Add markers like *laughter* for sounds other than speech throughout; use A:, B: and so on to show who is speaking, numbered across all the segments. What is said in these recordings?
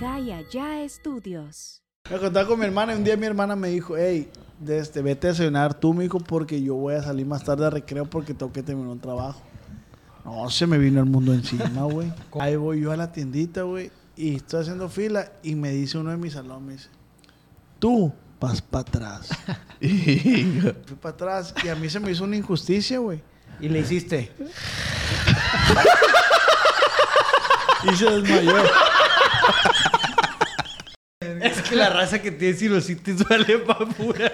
A: Gaia Ya Estudios.
B: Me contaba con mi hermana y un día mi hermana me dijo, hey, de este, vete a cenar tú, mijo, porque yo voy a salir más tarde a recreo porque tengo que terminar un trabajo. No, se me vino el mundo *laughs* encima, güey. Ahí voy yo a la tiendita, güey, y estoy haciendo fila y me dice uno de mis salón, me dice,
C: *laughs*
B: tú vas para atrás. Fui para atrás y a mí se me hizo una injusticia, güey.
C: Y le hiciste.
B: Y se desmayó.
C: *laughs* Es que la raza que tiene cirrositis *laughs* duele pa' pura.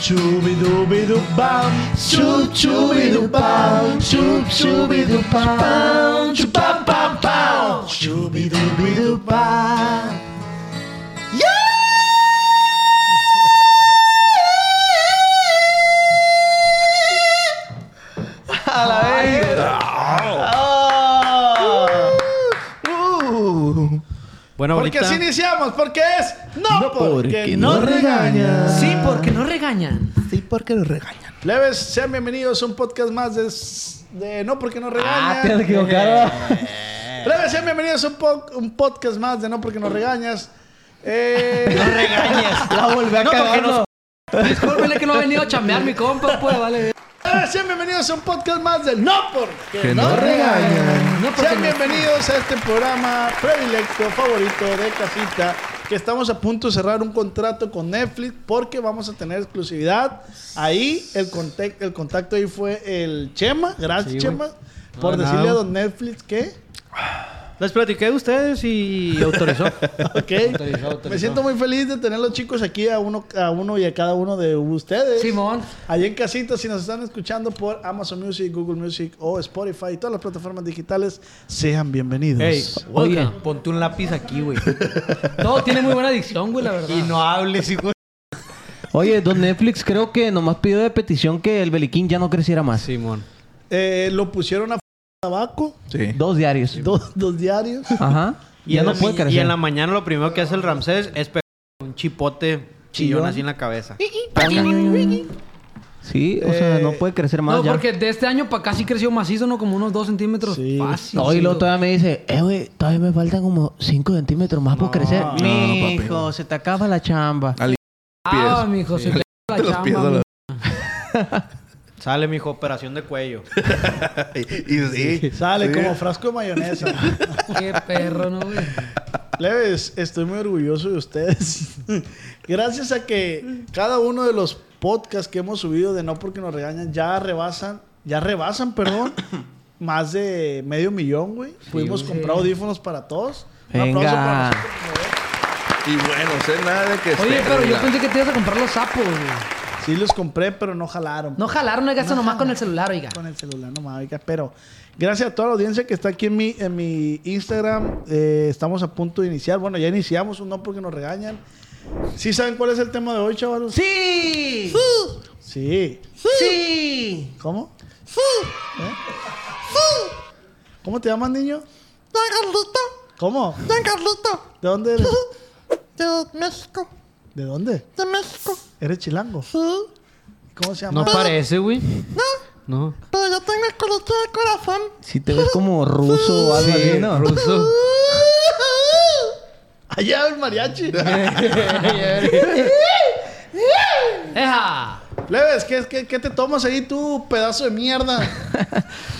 B: Chubidubidupam, chup chubidupam, chup chubidupam, chupam pam pam, chubidubidupam. Oh. Uh.
D: Bueno,
B: Porque así iniciamos, porque es no, porque, no regaña.
C: Sí, porque no regañan.
D: Sí, porque lo regañan.
B: Leves, sean bienvenidos a un podcast más de, de no porque no regaña.
C: equivocado.
B: Leves, sean bienvenidos a un, po- un podcast más de no porque no regañas. Eh,
C: No regañes. La volví a
D: cagar, no.
C: Discúlpele que no ha venido a chambear mi compa, pues, vale.
B: Leves, sean bienvenidos a un podcast más de no porque
D: Que
B: no
D: no
B: regañan.
C: regañan. No porque
B: sean
C: no.
B: bienvenidos a este programa predilecto, favorito de casita. Que estamos a punto de cerrar un contrato con Netflix porque vamos a tener exclusividad. Ahí el, contac- el contacto ahí fue el Chema. Gracias,
C: Sí, güey.
B: Chema. Por
C: de nada.
B: decirle a don Netflix que.
D: Les platiqué de ustedes y autorizó.
B: Ok.
C: Autorizado, autorizado.
B: Me siento muy feliz de tener los chicos aquí a uno, a uno y a cada uno de ustedes.
C: Simón.
B: Allí en casita, si nos están escuchando por Amazon Music, Google Music o Spotify, todas las plataformas digitales, sean bienvenidos.
C: Ey, oye,
D: Welcome.
C: ponte un lápiz aquí,
D: *laughs*
C: güey. No, tiene muy buena adicción, güey, la verdad. Y no hables, hijo.
E: Oye, Don Netflix creo que nomás pidió de petición que el Beliquín ya no creciera más.
D: Simón.
B: Eh, lo pusieron a f- tabaco,
D: Sí.
E: Dos diarios.
B: dos, dos diarios.
E: Ajá.
D: Y,
E: ya
D: en
E: no
D: la
E: puede
D: mi-
E: crecer.
D: y en la mañana lo primero que hace el Ramsés es pegar un chipote chillón así en la cabeza.
E: Sí, o
B: Eh,
E: sea, no puede crecer más
F: No,
E: ya.
F: porque de este año para acá sí creció macizo, ¿no? Como unos 2 centímetros.
B: Sí.
F: Fácil.
E: No, y luego todavía me dice, eh, güey, todavía me faltan como 5 centímetros más por crecer.
D: Ah.
B: no,
E: Mijo, se te acaba la chamba.
G: Al-
F: Ah, mijo, se te la
G: los
F: chamba,
G: pies a la-
F: mijo.
D: Sale, mijo, operación de cuello.
G: *laughs* Y sí.
B: *laughs* Sale
G: Sí.
B: como frasco de mayonesa.
F: *laughs* Qué perro, ¿no, güey?
B: Leves, estoy muy orgulloso de ustedes. *laughs* Gracias a que cada uno de los podcasts que hemos subido de No Porque Nos Regañan ya rebasan, ya rebasan, perdón, más de medio millón, güey. Pudimos comprar audífonos para todos.
E: Venga.
B: para nosotros.
G: Y bueno, sé nada de que
F: Oye,
G: sea,
F: pero yo
G: ¿verdad?
F: pensé que te ibas a comprar los sapos, güey.
B: Sí los compré, pero no jalaron.
F: No jalaron, oiga, eso nomás con el celular, oiga.
B: Con el celular nomás, oiga. Pero gracias a toda la audiencia que está aquí en mi, en mi Instagram. Eh, estamos a punto de iniciar. Bueno, ya iniciamos un No Porque Nos Regañan. ¿Sí saben cuál es el tema de hoy, chavalos?
C: ¡Sí!
B: Sí.
C: ¡Sí!
B: ¿Cómo? ¿Eh? ¿Cómo te llamas, niño?
H: Don Carlito,
B: ¿Cómo?
H: Don Carlito,
B: ¿De dónde eres?
H: de México,
B: ¿De dónde?
H: de México,
B: ¿Eres chilango?
H: sí.
B: ¿Cómo se llama?
D: No parece, güey.
H: No,
D: No.
H: pero yo tengo el culito de corazón.
E: Si te ves como ruso o algo así, ¿no?
D: Ruso.
B: Allá el
F: *laughs*
B: mariachi.
C: *laughs*
F: ¡Eja!
B: Leves, ¿qué, qué, qué te tomas ahí tú, pedazo de mierda?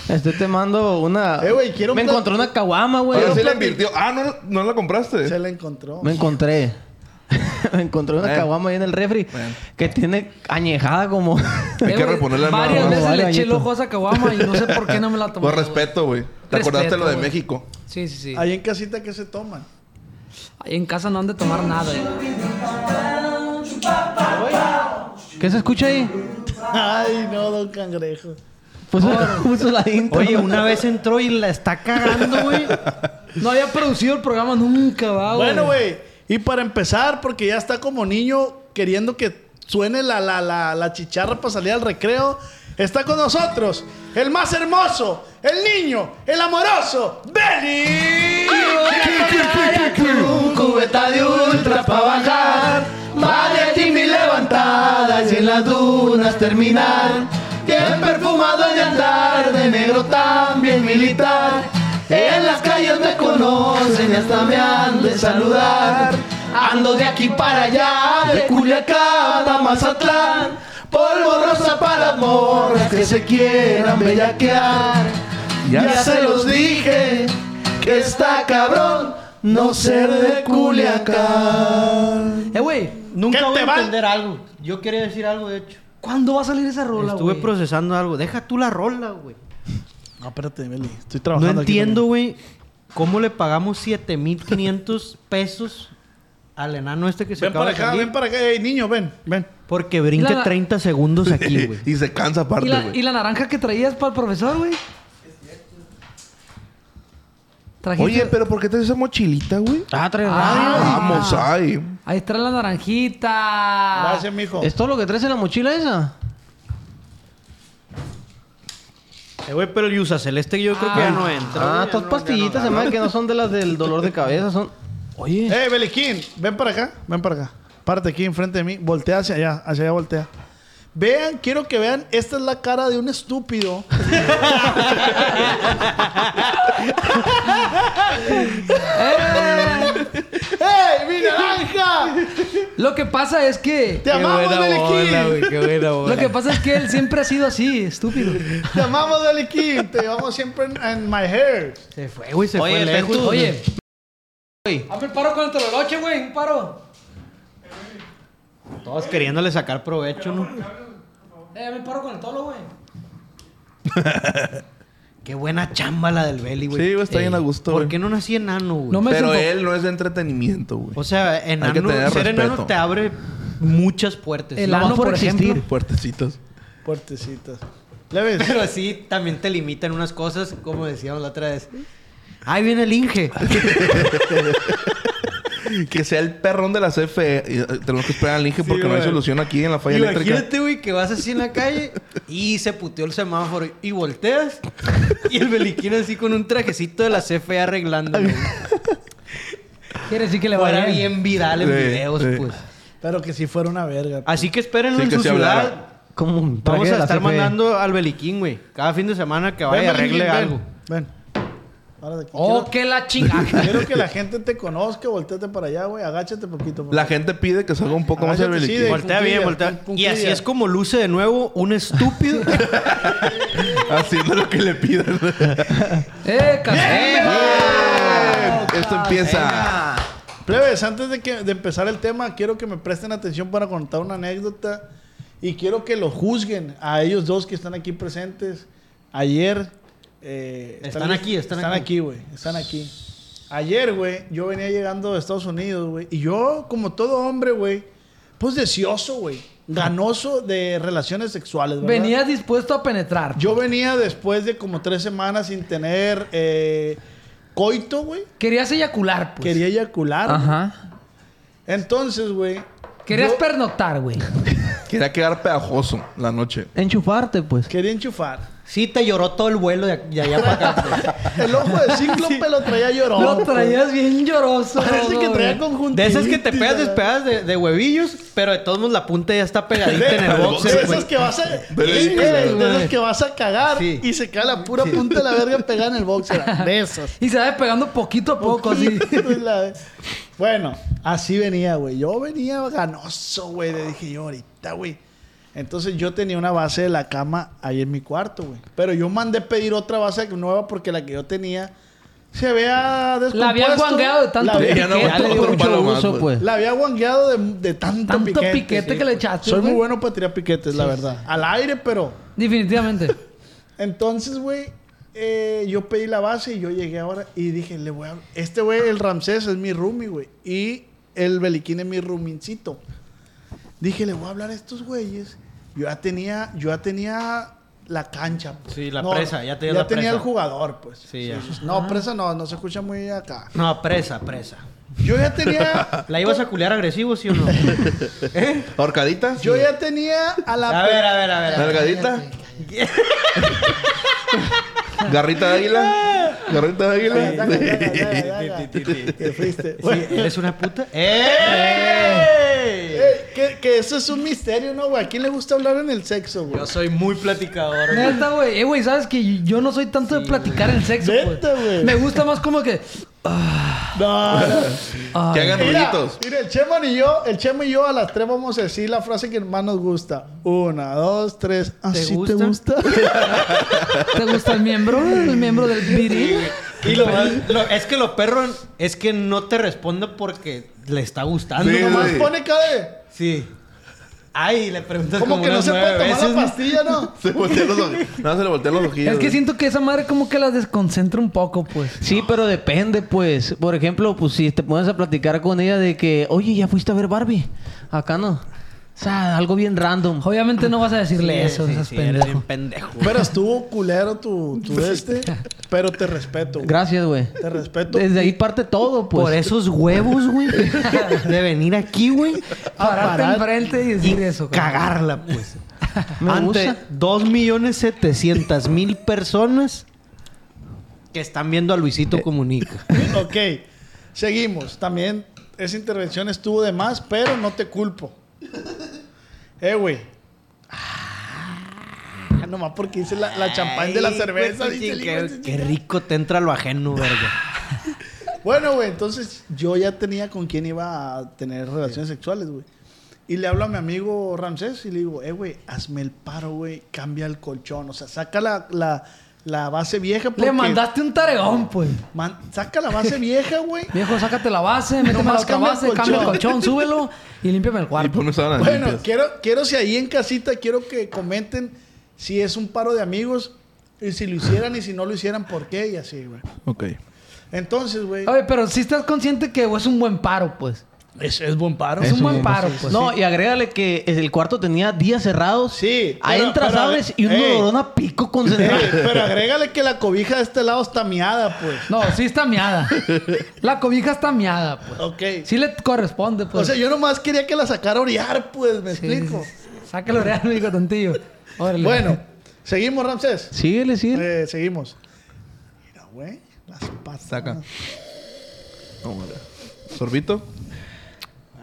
E: Estoy Este, te mando una...
B: Eh, güey, quiero un
E: Me
B: plat-
E: encontré una caguama, güey.
G: Pero sí la
B: platic-
G: invirtió. Ah, ¿no, no la compraste?
B: Se la encontró.
E: Me encontré. *laughs* me encontré una
G: Eh. Bueno.
E: caguama ahí en el refri que tiene añejada como...
G: *laughs* Hay
F: Eh,
G: que
F: güey,
G: reponerla no.
F: Varias
E: No,
F: veces
E: vale,
F: le eché el
E: bañito.
F: ojo a esa caguama y no sé por qué no me la tomé.
G: Por
F: güey.
G: respeto, güey. ¿Te
F: Respeto,
G: acordaste lo de
F: güey.
G: México?
F: Sí, sí, sí. Ahí
B: Ahí en casita, ¿qué se toman?
F: en casa no han de tomar nada, eh.
E: ¿Qué se escucha ahí?
B: Ay, no, don cangrejo.
E: Puso, puso la intro.
D: Oye, una vez entró y la está cagando, güey.
F: No había producido el programa nunca, va, güey.
B: Bueno, güey. Y para empezar, porque ya está como niño queriendo que suene la, la, la, la chicharra para salir al recreo, está con nosotros el más hermoso, el niño, el amoroso, Benny. Un cubeta de ultra para bajar, varias Jimmy levantadas y en las dunas terminar. Bien perfumado de andar, de negro también militar. En las calles
C: hasta me han de saludar. Ando de aquí para allá, de Culiacán a Mazatlán. Polvo rosa para morras que se quieran bellaquear. Ya se los dije que está cabrón no ser de Culiacán.
I: Eh, güey,
D: Nunca
B: ¿Qué
D: voy
B: te
D: a
B: va?
D: entender algo. Yo quería decir algo, de hecho.
I: ¿cuándo va a salir esa rola,
D: Estuve
I: güey?
D: procesando algo. Deja tú la rola, güey.
B: No, espérate, Meli. Estoy
D: No
B: trabajando. aquí
D: entiendo, güey, cómo le pagamos 7500 pesos al enano este que se
B: también. Ven
D: acaba
B: para
D: de
B: acá,
D: salir.
B: ven para acá. Ey, niño, ven. Ven.
D: Porque brinca
I: Y la-
D: 30 segundos aquí, güey.
G: *laughs* y se cansa aparte,
I: ¿Y la, y
G: güey.
I: la naranja que traías para el profesor, güey? Trajiste-
G: Oye, pero ¿por qué te esa mochilita, güey?
C: Ah, trae
I: Ah.
G: Vamos, ay.
I: Ahí está la naranjita.
B: Gracias, mijo.
C: ¿Es todo lo que traes en la mochila esa?
D: Eh, güey, pero el Yusa Celeste yo creo que ya no
C: Ah,
D: entra. güey,
C: estas
D: ya no-
C: pastillitas, además, que no son de las del dolor de cabeza, son... Oye,
B: Ey, Eh, Beliquín, ven para acá. Ven para acá. Párate aquí enfrente de mí. Voltea hacia allá. Hacia allá voltea. Vean, quiero que vean. Esta es la cara de un estúpido. ¡Ey, mi
F: *laughs*
B: naranja!
I: Lo que pasa es que...
B: ¡Te amamos, Beliquín!
F: qué buena bola.
I: Lo que pasa es que él siempre ha sido así, estúpido.
B: ¡Te amamos, Beliquín! Te llevamos siempre en, en my hair.
D: Se fue, güey, se
C: Oye,
D: fue lejos.
C: Tejú,
D: güey.
I: Oye. Hazme el paro con el tololoche, güey. Un paro.
D: Todos queriéndole sacar provecho, ¿no?
I: Eh, hazme el paro con el tolo, güey.
D: Qué buena chamba la del Beli, güey. Eh,
G: Sí, güey, está bien a gusto,
D: ¿Por
G: güey.
D: qué no nací enano, güey?
I: No me
G: Pero
I: siento-
G: él no es de entretenimiento, güey.
D: O sea, enano,
G: que tener
D: ser enano
G: respeto.
D: te abre muchas puertas.
I: El
D: Nomás
I: ano, por
D: existir.
I: ejemplo.
G: Puertecitos.
B: Puertecitas. ¿Le ves?
D: *laughs* Pero sí, también te limitan unas cosas, como decíamos la otra vez. Ahí viene el Inge.
G: Que sea el perrón de la CFE. Eh, Tenemos que esperar al Inge porque no hay solución aquí en *laughs* la falla eléctrica.
D: Imagínate, güey, que vas así en la calle y se puteó el semáforo y volteas y el Beliquín así con un trajecito de la CFE arreglando.
I: Quiere decir que le va
D: Era
I: bien.
D: bien viral en
G: Sí,
D: videos,
G: sí.
D: pues.
B: Pero que si fuera una verga. pues.
D: Así que espérenlo
G: Sí,
D: en
G: que
D: su
G: sí
D: ciudad.
G: hablara.
C: como un traje
D: Vamos
C: de
D: a
C: la
D: estar
E: E.
C: CFE.
B: E.
D: mandando al Beliquín, güey. Cada fin de semana que vaya y arregle algo.
B: Ven. Párate aquí.
I: Oh, que la chingada.
B: *laughs* Quiero que la gente te conozca, volteate para allá, güey. Agáchate poquito. por
G: La
B: favor.
G: gente pide que salga un poco más el
B: Agáchate, sí, de-
G: beliquín.
D: Voltea bien,
B: cunclillas,
D: voltea.
B: con
D: Y así
B: cunclillas.
D: es como luce de nuevo
G: *laughs*
D: un estúpido.
G: Haciendo lo que le pidan.
I: eh, café.
G: Esto
C: Ah,
G: empieza.
B: Plebes, antes de, que, de empezar el tema, quiero que me presten atención para contar una anécdota y quiero que lo juzguen a ellos dos que están aquí presentes. Ayer. eh,
D: Están
B: tal vez-
D: aquí, están
B: Están
D: aquí.
B: aquí, güey. Están aquí. Ayer, güey, yo venía llegando de Estados Unidos, güey. Y yo, como todo hombre, güey, pues deseoso, güey. Ganoso de relaciones sexuales, ¿verdad?
I: Venías dispuesto a penetrar.
B: Yo venía después de como tres semanas sin tener eh, coito, güey.
I: Querías eyacular, pues.
B: Quería eyacular. güey.
I: Ajá.
B: Entonces, güey.
I: Querías
B: yo
I: pernoctar, güey.
G: *laughs* Quería quedar pegajoso la noche.
C: Enchufarte, pues.
B: Quería enchufar.
D: Sí, te lloró todo el vuelo de, de allá para acá.
B: *laughs*
D: pues.
B: El ojo de cíclope lo traía llorón.
I: Lo traías bien lloroso.
B: *laughs* Parece que traía conjuntivitis.
D: De esas que te pegas
B: ¿verdad?
D: despegadas de, de huevillos, pero de todos modos la punta ya está pegadita en el
B: De
D: boxer, güey.
B: esas que vas a...
G: Pero-
B: Sí, de esas que vas a cagar
D: Sí.
B: y se cae la pura punta de la verga pegada en el *laughs* boxer. De esas.
I: Y se va pegando poquito a poco, así.
B: La- bueno, así venía, güey. Yo venía ganoso, güey. Le dije yo ahorita, güey. Entonces yo tenía una base de la cama ahí en mi cuarto, güey. Pero yo mandé pedir otra base nueva porque la que yo tenía se había descompuesto.
I: La habían guangueado de tanto
B: La había-
G: Ya no
I: piquete.
C: Ya le dio
G: otro palo
C: mucho
G: más,
C: uso,
G: güey.
C: pues.
B: La había guangueado de, de tanto,
I: Tanto piquete,
B: sí.
I: que le echaste.
B: Soy muy
I: güey.
B: bueno para tirar piquetes, la verdad. Al aire, pero.
I: Definitivamente.
B: *laughs* Entonces, güey, eh, yo pedí la base y yo llegué ahora y dije, le voy a. Este güey, el Ramsés, es mi roomie, güey. Y el Beliquín es mi rumincito. Dije, le voy a hablar a estos güeyes. Yo ya tenía, yo ya tenía la cancha. pues.
D: Sí, la presa, ya tenías la
B: tenía
D: presa.
B: el jugador, pues.
D: Sí, ya.
B: No, presa no, no se escucha muy acá.
D: No, presa, presa.
B: Yo ya tenía. ¿Eh?
D: ¿La ibas a culear agresivo, sí
B: *laughs*
D: o no?
G: ¿Ahorcadita?
B: Yo ya tenía a la.
D: A ver, a ver, a ver. a ver. *laughs*
G: ¿Nalgadita? ¿Garrita de
B: Eh,
G: águila? ¿Garrita de
B: Ya, ya, ya,
G: águila?
B: ya, ya, ya. Te fuiste.
D: Sí, ¿Eres una puta? ¡Eh!
B: Ey, que, que, que eso es un misterio, ¿no, güey? ¿A quién le gusta hablar en el sexo, güey?
D: Yo soy muy platicador. güey.
F: Neta, güey. Eh, güey, sabes que yo no soy tanto de platicar el sexo, güey.
B: Neta, güey.
F: Me gusta más como que. ah.
B: No, no.
G: Que hagan
B: Ah. Mira,
G: rollitos.
B: mira, el Chema y yo, el Chema y yo a las tres vamos a decir la frase que más nos gusta. Una, dos, tres.
F: ¿Te
B: ¿Así te
F: gusta?
B: gusta?
F: *laughs* ¿Te gusta el miembro? El miembro del viril.
D: Y lo, más- lo- es que lo perro es que no te responde porque le está gustando.
G: Sí,
D: nomás.
B: Nomás
G: güey.
B: pone cara de...
D: Sí. Ay, le preguntas
B: Como, que no
D: unas
B: se puede
D: nueve
B: tomar
D: veces,
B: la
D: ¿no?
B: pastilla, ¿no?
G: *laughs* Se voltean los ojos. No, se le voltean los ojillos.
F: Es que
G: güey.
F: siento que esa madre como que las desconcentra un poco, pues.
E: Sí, pero depende, pues. Por ejemplo, pues si te pones a platicar con ella de que, oye, ya fuiste a ver Barbie. Acá no. O sea, algo bien random.
F: Obviamente no vas a decirle eso,
D: Sí,
F: esas
D: sí, eres
F: pendejo.
D: bien
F: *laughs*
D: pendejo.
B: Pero estuvo culero tu, tu este. Pero te respeto. güey.
E: Gracias, güey.
B: Te respeto.
E: Desde ahí parte todo, pues.
D: Por esos huevos,
E: *laughs*
D: güey. De venir aquí, güey.
F: Pararte enfrente y decir eso, cabrón.
D: Cagarla, pues.
E: Me
D: Ante
E: gusta.
D: 2.700.000 personas que están viendo a
B: Eh.
D: Luisito Comunica.
B: Ok. Seguimos. También esa intervención estuvo de más, pero no te culpo. Eh, güey. Ah, nomás porque hice *laughs* la, la champán de la
D: Ay,
B: cerveza.
D: güey,
B: dice el hijo de
D: qué,
B: su Ah,
D: qué rico te entra lo ajeno, verga.
B: Bueno, güey, entonces yo ya tenía con quién iba a tener relaciones sexuales, güey. Y le hablo a mi amigo Ramsés y le digo, eh, güey, hazme el paro, güey, cambia el colchón. O sea, saca la, la, la base vieja. Porque
F: Le mandaste un tareón, pues.
B: Man- saca la base vieja, güey.
F: Viejo, sácate la base, méteme la
B: Nomás
F: otra
B: cambia el
F: base, cambia el
B: colchón.
F: *laughs* colchón, súbelo y límpiame el
G: Y
F: cuarto.
G: pones sábanas
B: Bueno,
G: limpias.
B: quiero, quiero si ahí en casita, quiero que comenten si es un paro de amigos y si lo hicieran y si no lo hicieran, ¿por qué? Y así, güey.
G: Ok.
B: Entonces, güey,
F: Oye, pero si estás consciente que es un buen paro, pues.
B: es, es buen paro.
F: Es un buen paro, pues.
E: no,
F: sí.
E: y agrégale que el cuarto tenía días cerrados.
B: Sí,
E: Ahí
B: pero-
E: entras,
B: pero-
E: abres y un
B: ey.
E: olorón a pico concentrado.
B: Ey, Eh, pero agrégale que la cobija de este lado está miada, pues.
F: No, sí está miada. La cobija está miada, pues.
B: Ok.
F: Sí le corresponde,
B: o
F: pues.
B: sea, yo nomás quería que la sacara a orear, pues, me
F: Sí,
B: explico.
F: sí, sí. Sácalo real, me dijo tantillo. Órale.
B: Bueno, seguimos, Ramsés.
E: Síguele, síguele.
B: Eh, seguimos. Mira, güey, las patas.
G: Saca. No, güey. Sorbito.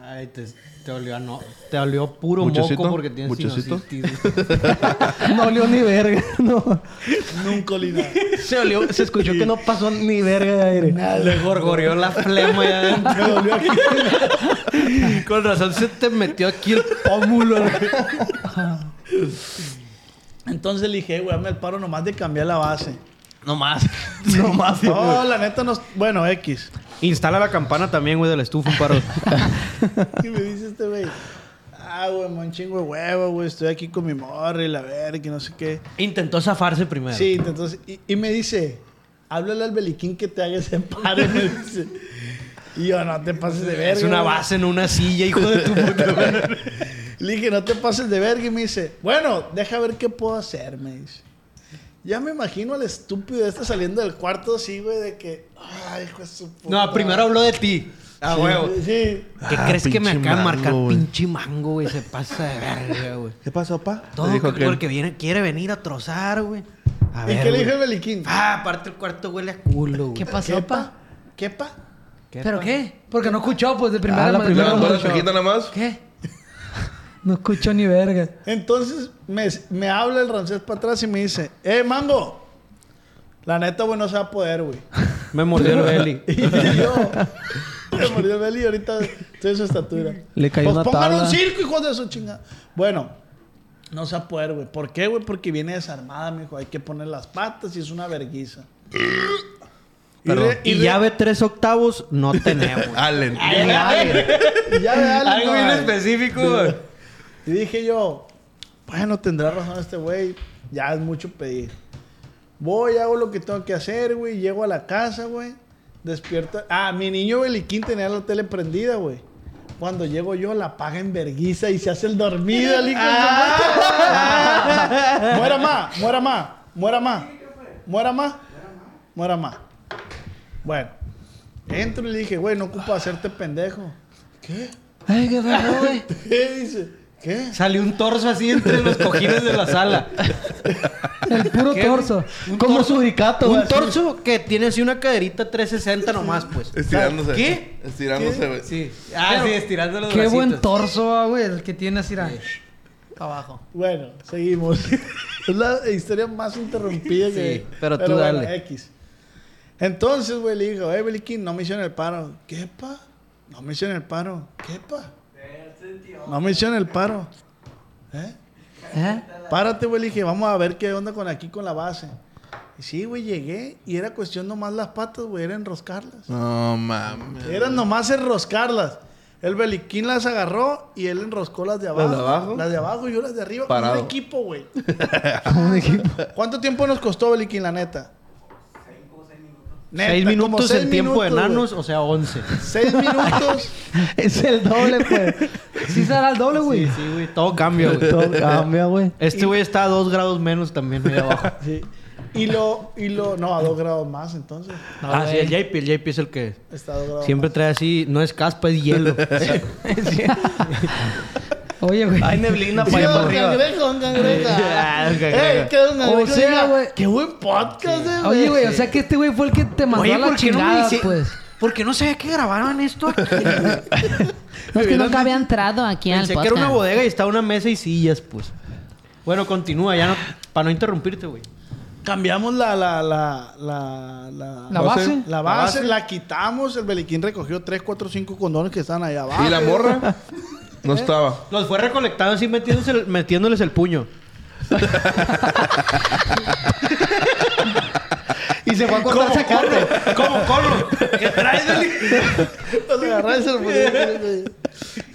D: Ay, te, te olió a no. Te olió puro
G: Muchosito,
D: moco porque tienes
G: muchosito.
B: *laughs*
D: sinusitis.
E: No olió ni verga. No.
B: Nunca olí nada.
E: *laughs* Se olió, se escuchó que no pasó ni verga de aire. *laughs*
D: Le gorgoreó la flema allá adentro.
B: Me dolió aquí.
D: Con razón se te metió aquí el pómulo.
B: Entonces le dije, güey, hazme el paro nomás de cambiar la base.
E: No más. No más.
B: *laughs* No, la neta no. Bueno, X.
D: Instala la campana también, güey, de la estufa, un paro.
B: Y me dice este güey. Ah, güey, me da un chingo de huevo, güey. Estoy aquí con mi morra y la verga y no sé qué.
D: *laughs* Intentó zafarse primero.
B: Sí, entonces. Y, y me dice, háblale al beliquín que te haga ese paro. *laughs* me dice. Y yo, no te pases de verga.
D: Es una
B: güey".
D: base en una silla, hijo de tu puta madre.
B: Le dije, no te pases de verga. Y me dice, bueno, deja ver qué puedo hacer, me dice. Ya me imagino al estúpido este saliendo del cuarto así, güey, de que. Ay, hijo de su puta.
D: *laughs* No, primero habló de ti. Ah,
B: Sí,
D: huevo.
B: Sí.
D: ¿Qué
G: Ah,
D: crees que me
G: pinche
D: acaba de marcar?
G: mango, güey.
D: Pinche mango, güey. Se pasa de verga, güey.
G: ¿Qué pasó, pa?
D: Todo
G: Te dijo
D: que-
G: que
D: porque viene, quiere venir a trozar, güey. A
B: ¿Y
D: ver,
B: qué le
D: güey.
B: dijo el beliquín?
D: Ah, aparte el cuarto huele a culo, güey.
F: ¿Qué pasó, pa?
B: ¿Qué pa?
F: ¿Pero qué? Porque no escuchó, pues, de primera
E: Ah, la
F: madre-
G: Le
E: primera
G: levantó la
E: Yo-
G: chaqueta nada más.
F: ¿Qué? No escuchó ni verga.
B: Entonces me, me habla el Ramsés para atrás y me dice, eh, Mango, la neta, güey, no se va a poder, güey.
D: Me mordió el *laughs* belly.
B: Y
E: *laughs*
B: yo, me mordió el belly y ahorita estoy de su estatura.
E: Le cayó
B: pues
E: una
B: pongan
E: tabla.
B: un circo, hijo de su chingada. Bueno, no se va a poder, güey. ¿Por qué, güey? Porque viene desarmada, mijo. Hay que poner las patas y es una vergüenza. Y
D: Perdón.
B: re-
D: Y,
B: re-
D: llave tres octavos no tenemos.
G: Allen.
B: *laughs* y llave, dale,
D: Algo
B: no
D: bien
B: hay.
D: específico, güey.
B: Y dije yo, bueno, tendrá razón este güey, ya es mucho pedir. Voy, hago lo que tengo que hacer, güey, llego a la casa, güey, despierto. Ah, mi niño Beliquín tenía la tele prendida, güey. Cuando llego yo, la paga en verguiza y se hace el dormido, el hijo de su
D: Ah,
C: Ah.
B: madre. Muera más, muera más, muera más, muera más, muera más. Bueno, entro y le dije, güey, no ocupa hacerte pendejo. ¿Qué?
F: Ay, qué raro,
B: *laughs*
F: güey.
B: *laughs* ¿Qué? Dice, ¿qué?
D: Salió un torso así entre los cojines de la sala.
F: El puro
D: ¿Qué, güey?
F: torso.
D: Un
E: Como
D: torso-
E: suricato,
D: Un
E: güey, así.
D: torso que tiene así una caderita 360 nomás, pues.
G: Estirándose.
D: ¿Qué?
G: Estirándose, güey.
D: Sí. Ah, sí, estirando los
F: Qué
D: bracitos.
F: buen torso, ah, güey, el que tiene así ah, abajo.
B: Bueno, seguimos. *laughs* es la historia más interrumpida que.
D: Sí, pero tú dale.
B: X. Entonces, güey, le dijo, eh, Beliquín, no me hicieron el paro. ¿Qué, pa? No me hicieron el paro. ¿Qué, pa? No me hicieron el paro. ¿Eh?
F: ¿Eh?
B: Párate, güey, le dije, vamos a ver qué onda con aquí con la base. Y sí, güey, llegué y era cuestión nomás las patas, güey, era enroscarlas.
G: No mames.
B: Era nomás enroscarlas. El Beliquín las agarró y él enroscó las de abajo.
G: ¿Las de abajo?
B: Las de abajo y yo las de arriba.
G: Parado.
B: Un equipo, güey. *laughs* ¿Cuánto tiempo nos costó, Beliquín, la neta? Neta,
D: Seis
B: como
D: minutos
B: seis
D: en tiempo de
B: minutos, güey.
D: nanos, o sea, 11. *laughs*
B: Seis *laughs* minutos.
E: Es el doble, pues.
F: Sí será el doble, güey.
D: Sí, güey, todo cambia, güey.
E: Todo cambia, güey.
D: Este güey está a dos grados menos también ahí abajo.
B: sí. Y lo, y lo, no, a dos grados más, entonces.
F: No,
D: ah, sí,
F: güey.
D: el JP, el JP es el que
B: Está a dos grados
D: siempre trae así, no es caspa, es hielo. *laughs*
F: Oye, güey.
D: Hay neblina
B: más. Sí,
D: para allá
B: un
D: para arriba.
B: cangrejo, un cangrejo.
D: Ah, el cangrejo.
B: Ey, qué un cangrejo.
F: O sea,
B: Diga,
F: güey.
B: Qué buen podcast, eh,
F: Oye, güey, o sea que este güey fue el que te mandó a la chingada,
D: hici-
F: pues.
D: ¿Por qué no sabía que grababan
F: *laughs*
D: esto aquí?
J: No, es que nunca había entrado aquí al
D: Pensé
J: podcast.
D: que era una bodega y estaba una mesa y sillas, pues. Bueno, continúa, ya no, para no interrumpirte, güey.
B: Cambiamos la, la, la, la, la,
F: ¿La base?
B: La base, la quitamos. El Beliquín recogió 3, 4, 5 condones que estaban allá abajo.
G: ¿Y la
B: *laughs*
G: morra? No
B: ¿Eh?
G: estaba.
D: Los fue recolectando así metiéndose el- metiéndoles el puño. *laughs* y se fue a cortar sacarte. ¿Cómo, corro? ¿Qué traes,
B: Los agarré, se los puse.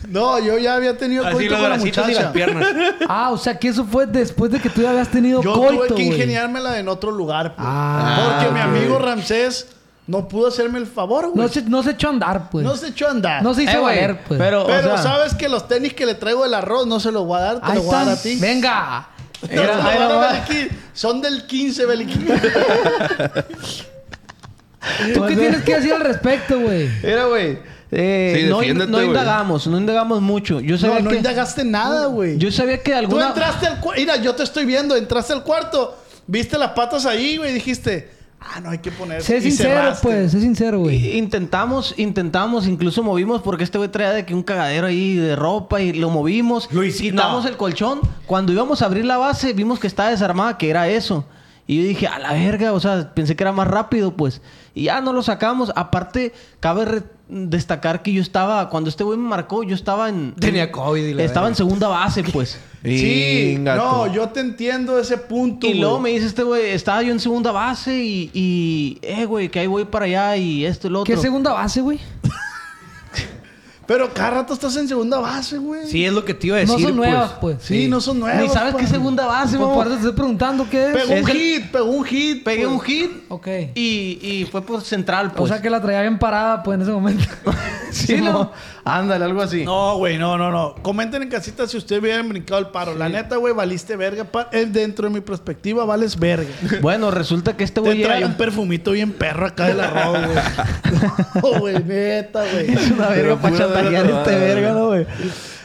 B: No, yo ya había tenido
D: Así
B: coito
D: los
B: con la
D: bracitos y
B: muchacha.
D: las piernas.
F: *laughs* Ah, o sea que eso fue después de que tú ya habías tenido
B: *laughs* Yo
F: coito,
B: tuve que
F: güey.
B: ingeniármela en otro lugar. pues.
F: Ah,
B: porque mi amigo Ramsés no pudo hacerme el favor, güey.
F: No se, no se echó a andar, pues.
B: No se echó a andar.
F: No se hizo
E: Eh, güey,
F: valer, pues.
E: Pero, o
B: Pero
E: sea,
B: sabes que los tenis que le traigo del arroz no se los voy a dar, te
F: Ahí
B: los voy a dar a
F: están.
B: ti.
F: Venga.
B: *laughs* Te los voy a dar a Beliquín. Son del 15, Beliquín.
F: ¿Tú qué tienes que decir al respecto, güey?
E: Pues, eh. Era, güey. eh,
G: Sí,
E: no,
G: defiéndete,
E: no
G: güey.
E: indagamos, no indagamos mucho. Yo sabía
B: No, no
E: que.
B: indagaste nada, güey.
E: Yo sabía que
B: Tú
E: alguna.
B: entraste al cuarto. Mira, yo te estoy viendo. Entraste al cuarto. Viste las patas ahí, güey. y Dijiste, ah, no hay que poner.
F: Sé
B: y
F: sincero,
B: cerraste.
F: pues. Sé sincero, güey.
E: Intentamos, intentamos, incluso movimos porque este güey traía de que un cagadero ahí de ropa y lo movimos.
D: Luisito.
E: Quitamos el colchón. Cuando íbamos a abrir la base, vimos que estaba desarmada, que era eso. Y yo dije, a la verga, o sea, pensé que era más rápido, pues. Y ya no lo sacamos. Aparte, cabe re- destacar que yo estaba, cuando este güey me marcó, yo estaba en.
D: Tenía COVID y la
E: Estaba en
D: verga.
E: segunda base,
D: *laughs*
E: pues.
B: Sí,
G: Inga,
B: no,
G: tú.
B: yo te entiendo ese punto.
E: Y luego me
B: güey.
E: dice este güey, estaba yo en segunda base y, y eh, güey, que ahí voy para allá y esto y lo otro.
F: ¿Qué segunda base,
E: *laughs*
F: güey?
B: Pero cada rato estás en segunda base, güey.
D: Sí, es lo que te iba a decir.
F: No son nuevas,
D: pues.
F: pues.
B: Sí, no son nuevos.
E: Ni sabes
B: pa.
E: qué segunda base,
F: Pues,
E: mamá.
F: por eso te estoy preguntando qué es.
B: Pegó un
E: Es el-
B: hit, pegó un hit.
E: Pegué
B: pues.
E: un hit
F: Ok.
E: y, y fue por central,
F: O
E: pues.
F: sea que la traía bien parada, pues, en
E: *laughs*
F: ese momento.
E: *laughs* sí, ¿no? Ándale, algo así.
B: No, güey, no, no, no. Comenten en casita si ustedes hubieran brincado el paro. La neta, güey, valiste verga. pa- eh, Dentro de mi perspectiva, vales verga.
E: *laughs* Bueno, resulta que
B: Te
E: este güey
B: trae
E: era...
B: un perfumito bien perro acá del arroz,
E: *laughs*
B: güey. No, güey, neta, *laughs* güey.
E: una verga para chantajear este verga, ¿no, güey?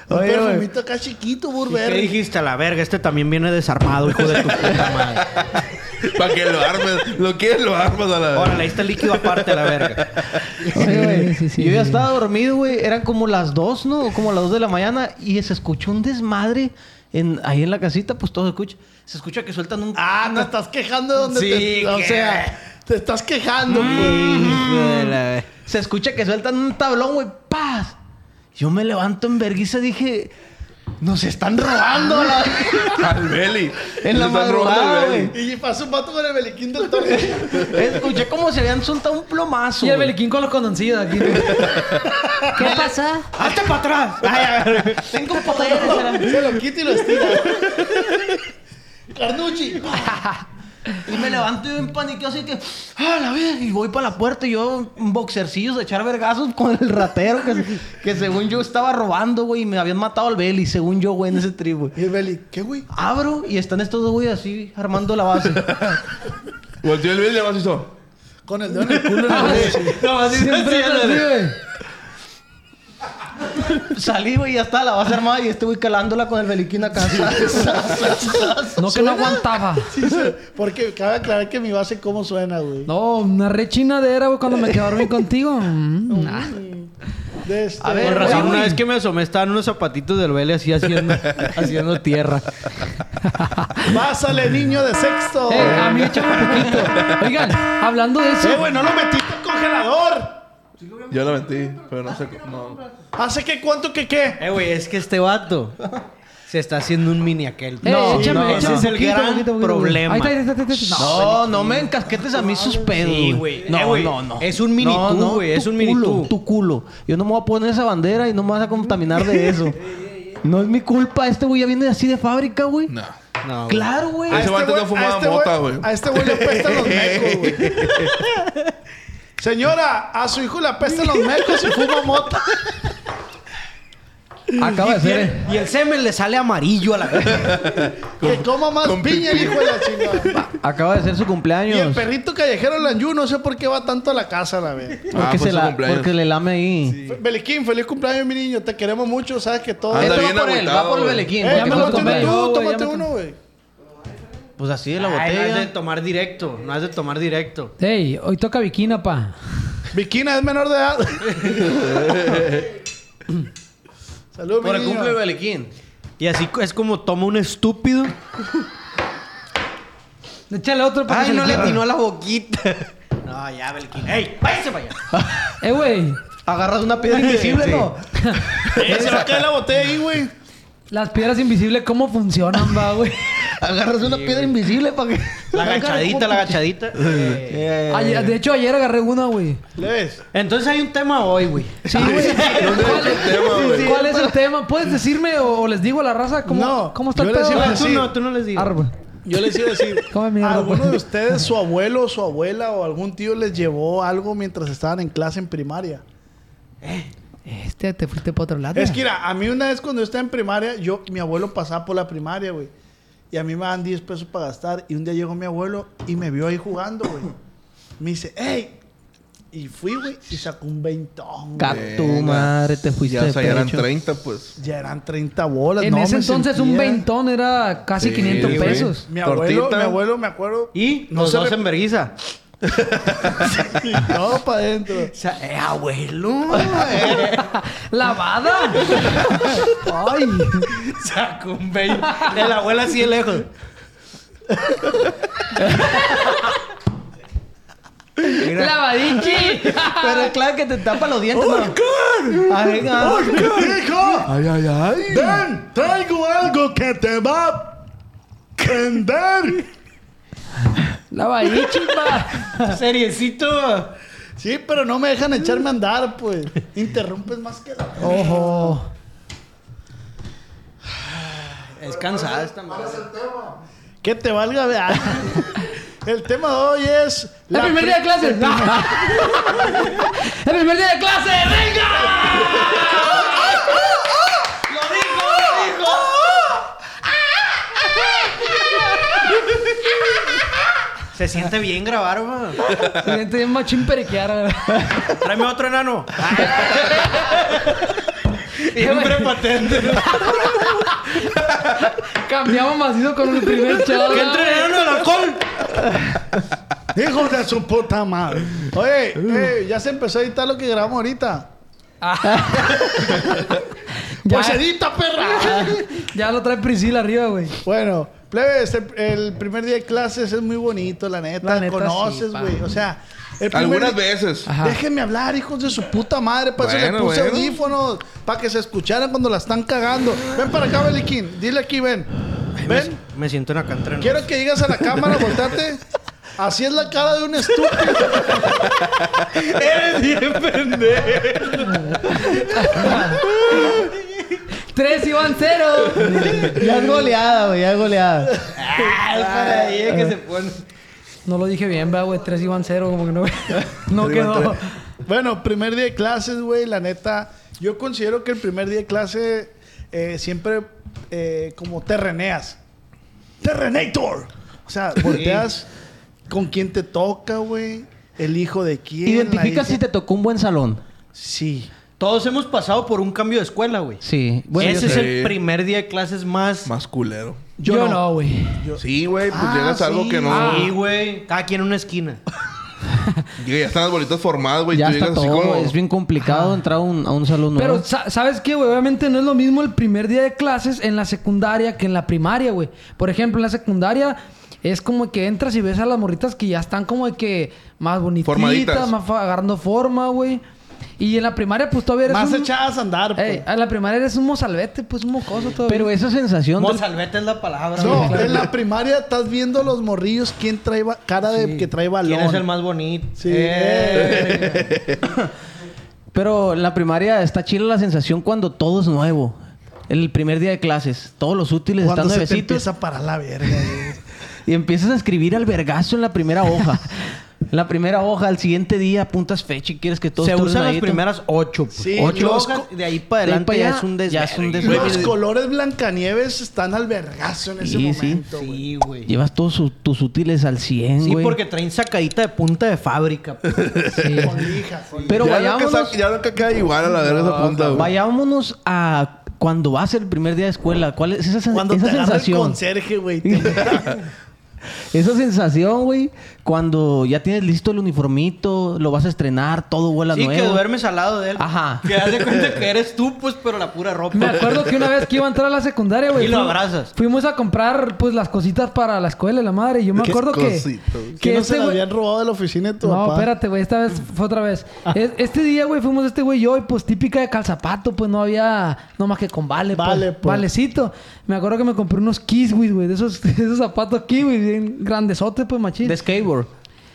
B: Un
E: Oye, güey.
B: perfumito acá chiquito,
D: ¿Qué
B: Burberry.
D: dijiste? A la verga, este también viene desarmado, hijo de tu puta madre.
G: Para que lo armes. Lo quieres, lo armas a la
D: Órale, ahí está el líquido aparte, a la verga.
E: Oye, güey,
F: Sí, sí,
E: yo ya
F: sí.
E: estaba dormido, güey. Eran como las 2, ¿no? O Como las 2 de la mañana. Y se escuchó un desmadre en, ahí en la casita. Pues todo se escucha. Se escucha que sueltan un...
B: Ah, te estás quejando de donde
D: Sí,
B: te... O
D: que-
B: sea, te estás quejando,
E: Mm,
B: güey.
D: Hijo de la verga.
E: Se escucha que sueltan un tablón, güey. ¡Paz! Yo me levanto en vergüenza. Dije... Nos están robando. la-
G: Al Beli.
E: En la
G: Le están robando
E: madrugada,
G: al Beli.
B: Y pasó un pato con el beliquín del torneo.
E: Escuché como se habían soltado un plomazo.
F: Y el
E: güey.
F: beliquín con los condoncidos aquí. ¿no?
J: ¿Qué
E: *laughs*
J: pasa?
D: ¡Hazte para
F: *laughs*
D: atrás! Ay, a ver.
E: Tengo poderes. era.
B: Se lo quita y lo estira. Carnucci.
E: Y me levanto y en paniqueo así que... ¡Ah, la verga! Y voy para la puerta y yo... en Boxercillos de echar vergazos con el ratero que, que según yo estaba robando, güey. Y me habían matado al Beli, según yo, güey, en ese trip, güey.
B: Y el beli, ¿qué, güey?
E: Abro y están estos dos, güey, así armando
B: *laughs*
E: la base.
G: Volteó el Beli y le más hizo.
D: *laughs* Ah,
B: Con el dedo en el culo. en el-
D: No, así
F: Siempre es así, güey.
E: Salí, güey, ya está, la base armada y este güey calándola con el beliquín acá. *laughs*
F: No, que no aguantaba.
B: Sí, sí, porque cabe aclarar que mi base cómo suena, güey.
F: No, una rechinadera, güey, cuando me quedé a dormir contigo. Mm, nah.
B: De este-
E: A ver,
D: Con
E: güey.
D: razón, una vez que me asomé, estaban unos zapatitos del Vélez así haciendo, haciendo tierra.
B: Pásale, niño de sexto.
F: Eh, a mí échame un poquito. Oigan, hablando de eso.
B: Eh, güey, no lo metiste al congelador.
G: Yo lo metí, pero no sé. No.
B: ¿Hace qué cuánto que qué?
D: Eh, güey, es que este vato se está haciendo un mini aquel.
F: Eh, échame,
D: no,
F: échame
D: ese
F: un
D: es el
F: poquito,
D: gran
F: poquito, poquito,
D: problema.
F: Ahí está, ahí está, ahí está, ahí está. No.
E: No, no me encasquetes a mí sus pedos.
D: Sí,
E: güey.
D: güey.
E: No,
D: Eh, güey,
E: no, no.
D: es un mini
E: No,
D: tú,
E: no,
D: güey, es
E: tu
D: un mini
E: culo,
D: tú.
E: Tu culo.
D: *laughs*
E: Yo no me voy a poner esa bandera y no me vas a contaminar de eso. *laughs* no es mi culpa. Este güey ya viene así de fábrica, güey.
G: No.
D: No, güey.
E: Claro, güey.
G: Ese vato no fumaba mota, güey.
B: este A este güey le apestan los mecos, güey. Señora, a su hijo le apestan los mecos y fuma mota.
E: Acaba de ser. eh.
D: Y el semen le sale amarillo a la cara.
B: Que coma más
G: con
B: piña el
G: pipí.
B: hijo de la chingada.
E: Acaba de ser su
B: Y el
E: cumpleaños.
B: perrito callejero Lanyu, no sé por qué va tanto a la casa, la vez.
G: Ah,
E: Porque,
G: fue
E: se
G: su
E: la-
G: cumpleaños.
E: porque le lame ahí.
B: Beliquín, feliz cumpleaños, mi niño. Te queremos mucho, sabes que todo.
G: Anda
E: Esto
G: bien
E: va por él,
G: agüitado,
E: va por el
G: güey.
E: Belequín.
B: Eh,
E: porque
B: ya me
E: no
B: lo
E: tomé.
B: tienes tú,
F: güey, ya
B: tómate
F: me
B: uno, güey.
E: Pues así de la
D: Ay, no
E: botella.
D: has de tomar directo, no has de tomar directo.
F: Ey, hoy toca Bikina, pa.
B: Bikina es menor de edad. Saludos, mi
E: Por el
B: niño.
E: cumple de Belequín.
D: Y así es como toma un estúpido.
F: Échale otro para que
D: Ay,
F: se
D: no le
F: quite.
D: atinó a la boquita. No, ya, Belkin. ¡Ey, váyase para allá!
F: Eh, güey.
E: Agarras una piedra invisible, ¿no?
B: *laughs* Eh, se va a caer la botella ahí, güey.
F: Las piedras invisibles, ¿cómo funcionan, va, güey?
E: Agarras una piedra invisible para que. Eh.
D: La agachadita, la
B: *laughs*
D: agachadita.
F: Ayer- De hecho, ayer agarré una, güey.
B: ¿Le Ah, ves?
D: Entonces hay un tema hoy, güey.
F: Sí, güey. ¿Cuál,
G: el tema, güey?
F: cuál es el tema? ¿Puedes decirme o, o les digo a la raza cómo,
B: No,
F: cómo está el
B: yo les
F: pedo?
B: iba a
F: Ah,
B: decir-
D: Tú no, tú no les digas.
F: Árbol.
B: Yo les iba a
E: *laughs*
B: decir,
F: Come mierda,
B: ¿alguno
F: pues.
B: de ustedes, su abuelo, o su abuela o algún tío les llevó algo mientras estaban en clase en primaria?
F: Este, te fuiste para otro lado.
B: Es que mira, a mí una vez cuando yo estaba en primaria, yo, mi abuelo pasaba por la primaria, güey. Y a mí me dan 10 pesos para gastar. Y un día llegó mi abuelo y me vio ahí jugando, güey. Me dice, ¡ey! Y fui, güey, y sacó un veintón. güey.
E: Ca- tu madre, te fuiste
G: Ya, o sea,
E: de
G: ya eran
E: pecho.
G: 30, pues.
B: Ya eran 30 bolas.
F: en
B: no,
F: ese
B: me
F: entonces un
B: sentía-
F: veintón era casi
G: Sí,
F: 500
G: güey.
F: pesos.
B: Mi abuelo,
G: Tortita.
B: mi abuelo, me acuerdo.
D: Y
B: no
D: los
B: se
D: dos
B: re-
D: en verguiza.
B: No, para adentro.
D: O sea, eh, abuelo. eh.
F: ¡Lavada! ¡Ay!
D: Sacó un bello. El abuelo así de lejos.
F: ¡Lavadichi!
E: *laughs* Pero claro que te tapa los dientes, ¿no? Ay, venga.
G: Ay, ay, ay.
B: ¡Ven! ¡Traigo algo que te va a prender!
F: ¡Lavadichi, pa!
D: Seriecito.
B: Sí, pero no me dejan echarme a andar, pues. Interrumpes más que la...
F: ¡Ojo!
B: Ah,
D: Es cansada esta madre.
B: Que te valga ver. El tema de hoy es...
F: ¡El
B: pri-
F: primer día
D: *laughs*
F: de clase!
B: el primer-
F: *laughs* ¡El primer día de clase! ¡Venga!
D: *laughs*
F: Ah,
D: Se siente bien grabar, man.
F: Se siente bien machín periquear.
D: Tráeme otro enano. Siempre patente.
F: Cambiamos macizo con el primer chavo.
D: Que entre el enano del alcohol.
B: ¡Hijo de su puta madre! Oye, eh, ya se empezó a editar lo que grabamos ahorita.
F: Ah.
B: *laughs*
F: Ya,
B: ¡Pues edita, perra!
F: *laughs* ya lo trae Priscila arriba, güey.
B: Bueno, plebes, el, el primer día de clases es muy bonito, la neta.
F: La neta,
B: conoces,
F: sí, pa.
B: güey. o sea, el primer
G: Algunas
B: di-
G: veces.
F: Ajá.
B: Déjenme hablar, hijos de su puta madre. Para eso le
G: Bueno,
B: puse
G: bueno.
B: audífonos. Para que se escucharan cuando la están cagando. Ven para acá, Beliquín. Dile aquí, ven. Ven.
D: Me siento en acá entre
B: Quiero que llegas a la cámara, voltate. Así es la cara de un estúpido.
D: Eres bien pendejo.
F: Tres iban cero. *laughs*
E: Ya es goleada, güey, ya es goleada.
D: Ah, es para ahí es que se pone.
F: Eh, No lo dije bien, va, güey. Tres iban cero, como que no, *laughs* no
G: Tres iban
F: quedó.
G: tres.
B: Bueno, primer día de clases, güey, la neta. Yo considero que el primer día de clase eh, siempre eh, como te reneas. ¡Terrenator! O sea, volteas con quién te toca, güey. El hijo de quién. la
E: Identifica
B: hija-
E: si te tocó un buen salón.
B: Sí.
D: Todos hemos pasado por un cambio de escuela, güey.
E: Sí.
D: Ese
G: yo
D: es
G: sí.
D: el primer día de clases más...
G: Más culero.
F: Yo, no, güey.
G: Sí, güey, pues llegas a algo que no.
D: Ah, Sí, güey. Cada quien en una esquina.
G: Llega- Ya están las bolitas formadas, güey.
E: ya
G: Tú
E: está
G: llegas así
E: todo,
G: como.
E: güey. Es bien complicado entrar a un, a un salón nuevo.
F: Pero, sa- ¿sabes qué, güey? Obviamente no es lo mismo el primer día de clases en la secundaria que en la primaria, güey. Por ejemplo, en la secundaria es como que entras y ves a las morritas que ya están como de que más bonititas,
G: Formaditas.
F: más fa- agarrando forma, güey. Y en la primaria, pues todavía eres
B: Más
F: un...
B: echadas a andar, pues.
F: Ey, en la primaria eres un mozalbete, pues un mocoso todavía.
E: Pero esa sensación... del-
D: Mozalbete es la palabra,
B: No,
D: güey.
B: en la primaria estás viendo los morrillos quién trae ba- cara de que trae balón.
D: ¿Quién es el más bonito?
B: Sí.
D: Eh.
E: Pero en la primaria está chila la sensación cuando todo es nuevo. El primer día de clases, todos los útiles
B: Cuando
E: están
B: se te
E: nuevecitos
B: empieza a parar la verga, güey.
E: y empiezas a escribir al vergazo en la
D: *laughs*
E: primera hoja. en la primera hoja, al siguiente día apuntas fecha y quieres que todo
D: Se
E: esté
D: usan las
E: ordenadito.
D: primeras ocho. pues.
B: Sí,
D: ocho
B: los
D: hojas.
B: co-
D: De ahí para
E: De ahí
D: adelante
E: para
D: ya,
E: allá
D: es un
E: ya es un
D: desvergue.
E: desvergue.
B: Los colores Blancanieves están al vergazo en ese
E: Sí, sí.
B: momento, güey.
D: Sí, güey.
E: Llevas todos su- tus útiles al 100,
D: Sí,
E: güey.
D: porque traen sacadita de punta de fábrica.
F: *laughs*
D: pues.
B: Con lijas, güey.
E: Pero
G: ya nunca
E: vayámonos,
G: sa- ya nunca queda igual a la verga esa punta, güey.
E: vayámonos a cuando va a ser el primer día de escuela. ¿Cuál es esa, sen-
B: Cuando
E: esa
B: te agarra el
E: sensación?
B: conserje, güey. te-
E: *laughs* Esa sensación, güey, cuando ya tienes listo el uniformito, lo vas a estrenar, todo vuela
D: Sí,
E: nuevo.
D: que duermes al lado de él.
E: Ajá.
D: Que haz de cuenta que eres tú, pues, pero la pura ropa.
F: Me acuerdo que una
D: *laughs*
F: vez que iba a entrar a la secundaria, güey.
D: Y lo
F: fu-
D: abrazas.
F: Fuimos a comprar, pues, las cositas para la escuela y la madre. Y yo me
G: Qué
F: acuerdo que...
G: cosito, güey.
B: Que no se
F: este
B: la
F: güey-
B: habían robado de la oficina de tu
F: No,
B: papá. Ah.
F: espérate, güey. Esta vez fue otra vez. Es- este día, güey, fuimos este güey y yo. Y pues típica de calzapato. Pues no había... No más que con vale, pues.
B: Vale, pues.
F: Valecito. Me acuerdo que me compré unos kiwis, güey. De esos, *laughs* de esos zapatos kiwis. Bien grandesotes, pues, machín.
E: De skateboard.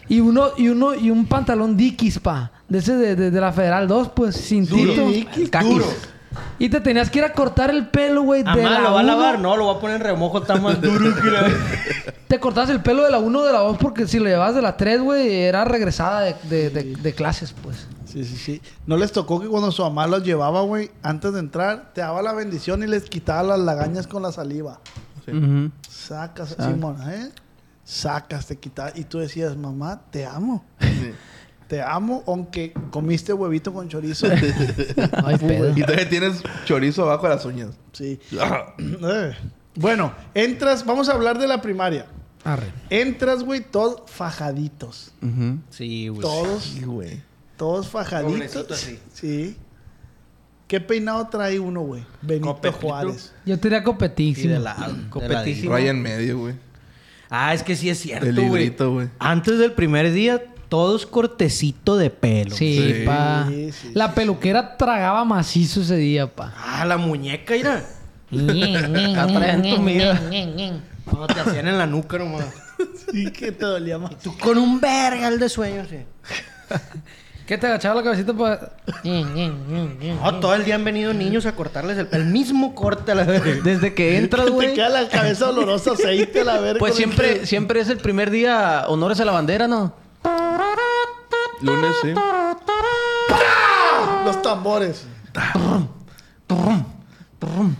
F: Y uno... Y uno... Y un pantalón Dickies, pa. De ese de, de- de la Federal 2, pues. Cintito.
B: Dickies,
F: Caquis.
B: duro.
F: Y te tenías que ir a cortar el pelo, güey. de
D: Amá,
F: la
D: ¿lo va a
F: uno.
D: lavar? No, lo va a poner en remojo. Está más duro que la...
F: Te cortabas el pelo de la 1 de la 2 porque si lo llevabas de la 3, güey, era regresada de, de- de- de clases, pues.
B: Sí, sí, sí. ¿No les tocó que cuando su mamá los llevaba, güey, antes de entrar, te daba la bendición y les quitaba las lagañas con la saliva?
E: Ujú.
B: Sacas,
E: Ah.
B: Simón, ¿eh? Sacas, te quitas. Y tú decías, mamá, te amo. *laughs* Te amo, aunque comiste huevito con
E: *laughs*
B: chorizo. *laughs*
F: Ay, pedo.
G: Y todavía tienes chorizo abajo de las uñas. Ah.
B: sí. *clears throat* Eh. bueno, entras, vamos a hablar de la primaria.
F: Arre.
B: Entras, güey, todos fajaditos.
D: Sí, güey.
B: Todos,
G: güey.
B: todos fajaditos.
D: Pobrecito así.
B: Sí. ¿Qué peinado trae uno, güey? Benito
D: Copetito.
B: Juárez.
F: Yo tenía
D: Sí,
F: copetísimo.
D: de lado. Copetísimo.
G: Raya en medio, güey.
D: Ah, es que sí es cierto,
G: El
D: güey.
G: librito, güey.
D: Antes del primer día, todos cortecito de pelo.
F: Sí,
G: Sí,
F: pa.
B: sí, sí,
F: la peluquera tragaba macizo ese día, pa.
D: Ah, la muñeca, *laughs* mira. No, te hacían en la nuca nomás.
B: Sí, que te dolía más.
D: Tú con un vergal de sueño, sí.
F: ¿Qué te agachaba la cabecita pues. pa?
D: No, todo el día han venido niños a cortarles el, el mismo corte a la vez.
E: Desde que
D: *laughs*
E: entras,
B: Te
E: güey.
B: queda la cabeza dolorosa, aceite, la verga.
E: Pues
B: con el
E: siempre,
B: que-
E: siempre es el primer día honores a la bandera, ¿no?
G: Lunes, sí.
B: Los tambores.
E: Turrum, turrum.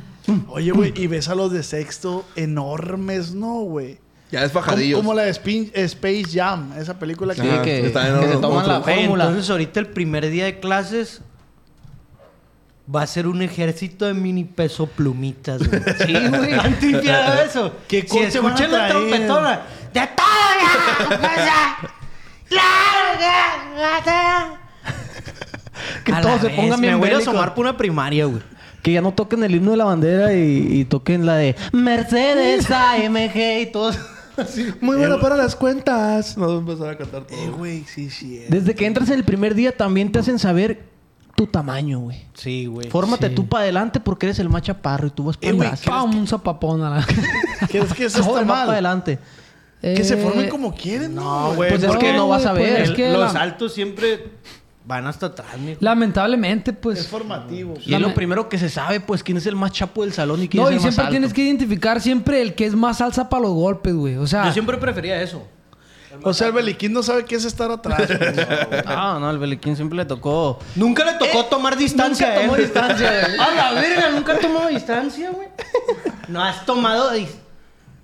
B: Oye, güey, y ves a los de sexto enormes, ¿no, güey?
G: Ya es
B: Como,
G: fajadillos.
B: como la de Spin- Space Jam, esa película que...
E: Sí,
G: Ah,
E: que,
G: está bien,
E: que
G: no,
E: se
G: no,
E: toman
G: no,
E: la
G: no.
D: Oye,
E: fórmula.
D: entonces ahorita el primer día de clases va a ser un ejército de mini peso plumitas, güey. Sí, güey. ¿Han tripeado eso?
B: ¿Qué
D: si
B: coche
D: escuchan
B: van a
D: la
B: traer?
D: trompetona, ¡de toda la casa!
E: Que
D: A
E: todos
D: la
E: se
D: vez,
E: pongan bien
D: Me voy a ir a
E: bélicos.
D: asomar por una primaria, güey.
E: Que ya no toquen el himno de la bandera y, y toquen la de Mercedes AMG y todo.
G: Muy bueno para las cuentas. Nos vamos a empezar a cantar todo.
B: Eh, güey, sí, sí. eh.
E: Desde que entras en el primer día también te hacen saber tu tamaño, güey.
D: Sí, güey.
E: Fórmate
F: Sí.
E: tú para adelante porque eres el más chaparro y tú vas para
B: Eh, güey,
E: atrás.
F: Pa, un zapapón a la.
B: ¿Crees
E: *laughs*
B: que eso está
E: Ahora vas para
B: mal?
E: adelante.
B: Que se
F: Eh,
B: formen como quieren, ¿no? güey.
E: Pues es que no vas a
F: güey,
E: ver.
F: pues,
D: El-
F: es que
D: los
F: la-
D: altos siempre van hasta atrás, mijo.
F: Lamentablemente,
B: Es
F: pues.
B: formativo.
E: Y es lo primero que se sabe, pues, quién es el más chapo del salón y quién
F: No,
E: es
F: y
E: el más
F: siempre
E: alto.
F: tienes que identificar siempre el que es más alza para los golpes, güey. O sea,
D: Yo siempre prefería eso.
B: O sea, el Beliquín no sabe qué es estar
D: *laughs*
B: atrás.
E: *laughs*
B: güey.
E: Ah, no, al Beliquín siempre le tocó. Eh,
D: Nunca le tocó tomar distancia.
E: nunca
D: a él.
E: tomó distancia, güey.
D: A la verga, nunca tomó distancia, güey. No has tomado
G: Este
D: dis-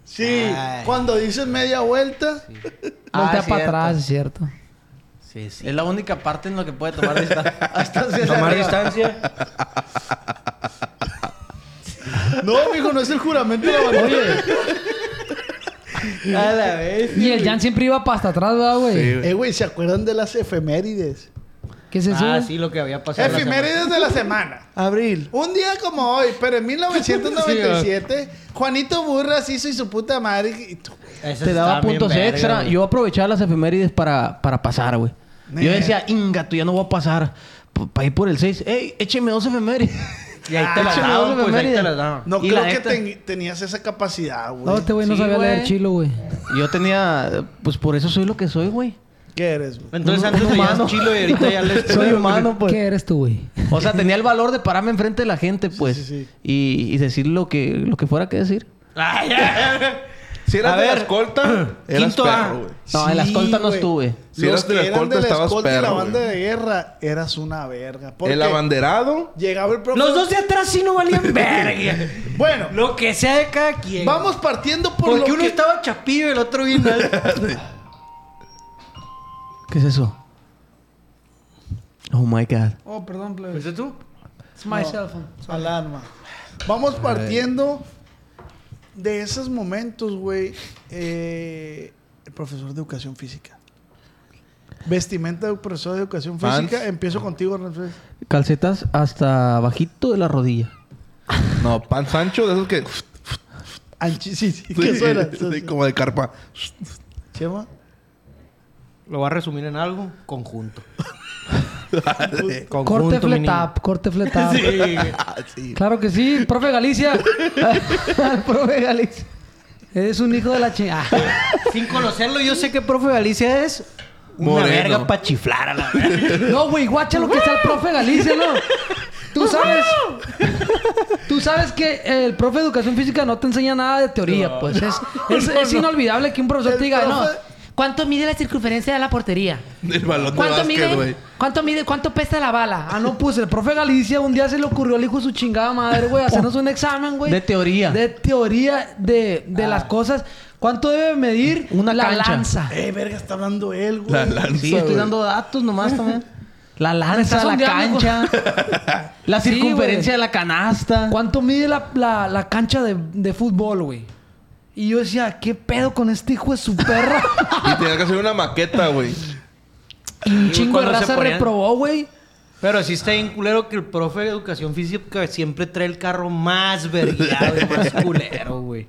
B: Sí,
D: Ay.
B: cuando dices media vuelta,
F: voltea
D: Ah,
F: para
D: cierto.
F: atrás, es cierto.
D: Sí, sí.
E: Es la única parte en la que puede tomar distancia. *laughs* Hasta hacia
D: Tomar
E: arriba.
D: distancia.
E: *laughs*
B: No, mijo, no es el juramento de la
D: *laughs*
B: bandera.
E: A la vez.
F: Y el Jan siempre iba para hasta atrás, ¿verdad, güey?
G: Sí, güey.
B: Eh, güey, ¿se acuerdan de las efemérides?
F: ¿Qué es eso?
D: Ah, sí, lo que había pasado. la
B: Efemérides de la
D: *laughs*
B: semana.
E: Abril.
B: Un día como hoy, pero en 1997, Juanito Burras hizo y su puta madre. y-
D: semana. Esas
E: Te daba
D: estaban bien
E: puntos
D: verga,
E: extra.
D: güey.
E: Yo aprovechaba las efemérides para, para pasar, güey. Yo decía, inga, tú ya no voy a pasar. Para ir por el 6. ¡Ey, écheme dos efemérides!
D: *laughs*
E: *laughs*
D: Y ahí te las
E: échame
D: daban,
E: dos
D: pues ahí te
E: efemérides.
D: las daban.
B: No
E: Y
B: creo
E: la
B: que
E: neta-
B: ten- tenías esa capacidad, güey.
F: No, este güey no
E: Sí,
F: sabía leer
E: güey.
F: chilo, güey.
E: Yo tenía... Pues por eso soy lo que soy, güey.
B: ¿Qué eres, güey?
D: Entonces
E: Un-
D: antes
E: un
D: tenías
E: humano.
D: chilo y ahorita ya
F: *laughs*
E: *laughs*
D: les...
E: Soy humano, pues.
F: ¿Qué eres tú, güey?
E: O sea, tenía el valor de pararme enfrente de la gente, pues.
B: sí, sí.
E: Y, y decir lo que, lo que fuera que decir.
D: Ay, ay,
G: Si eras
D: A
G: de la
D: ver,
G: escolta, eras
D: quinto A.
G: perro, güey.
E: No, en la
B: Sí,
E: escolta no
B: güey.
E: estuve.
G: Si eras de la escolta, estabas
B: y la
G: perro,
B: banda
G: güey.
B: de guerra, eras una verga. Porque
G: El abanderado.
B: llegaba el profe.
D: Los dos de atrás sí no valían verga.
B: Bueno,
D: Lo que sea de cada quien.
B: vamos partiendo por
D: Porque
B: lo
D: uno
B: que...
D: estaba chapillo y el otro
B: *laughs*
D: bien alto.
E: ¿Qué es eso? Oh my God.
F: Oh, perdón, plebe.
D: ¿Fuiste tú?
F: It's my cell phone.
B: Alarma. Vamos partiendo de esos momentos, güey. eh, el profesor de educación física. Vestimenta del profesor de educación
G: Fans.
B: física. Empiezo contigo, Hernán Flores.
E: Calcetas hasta bajito de la rodilla.
G: No, pan Sancho, de esos que.
B: Anchi, sí, sí, ¿qué
G: Sí,
B: suena?
G: sí, como de carpa.
B: Chema.
D: Lo va a resumir en algo. Conjunto. Conjunto
F: Corte
D: mínimo.
F: fletap,
D: *laughs*
F: corte
B: *laughs*
F: fletap. Claro que sí, profe Galicia. *laughs* Al profe Galicia. Eres un hijo de la ah. chingada.
D: Sin conocerlo, yo sé que profe Galicia es una
G: Moreno.
D: verga para chiflar a la verga.
F: No, güey, guacha lo que está el profe Galicia, ¿no?
B: Pues
F: Tú sabes. Tú sabes que el profe de educación física no te enseña nada de teoría,
B: *laughs*
F: pues. Es, es- es inolvidable que un profesor
B: El
F: te diga, no.
B: profe-
J: ¿Cuánto mide la circunferencia de la portería?
G: El balón de
J: ¿Cuánto
G: básquet,
J: mide?
G: güey.
J: ¿Cuánto mide? ¿Cuánto pesa la bala?
F: Ah, no, pues el profe Galicia un día se le ocurrió al hijo de su chingada madre, güey, hacernos un examen, güey.
E: De teoría.
F: De teoría de, de las cosas. ¿Cuánto debe medir
E: Una
F: la
E: cancha.
F: lanza?
B: Eh, verga, está hablando él, güey.
G: La lanza.
E: Sí, estoy
G: güey.
E: dando datos nomás también. La lanza,
F: estás
E: la
F: ondeando,
E: cancha, *laughs* la
F: Sí,
E: circunferencia
F: güey.
E: de la canasta.
F: ¿Cuánto mide la, la- la cancha de, de fútbol, güey? Y yo decía, ¿qué pedo con este hijo de su perra?
G: Y tenía que hacer una maqueta, güey.
F: y un
D: Y
F: chingo de
D: cuando se
F: raza
D: ponían-
F: reprobó, güey.
D: Pero sí está bien culero que el profe de educación física siempre trae el carro más vergueado y más culero, güey.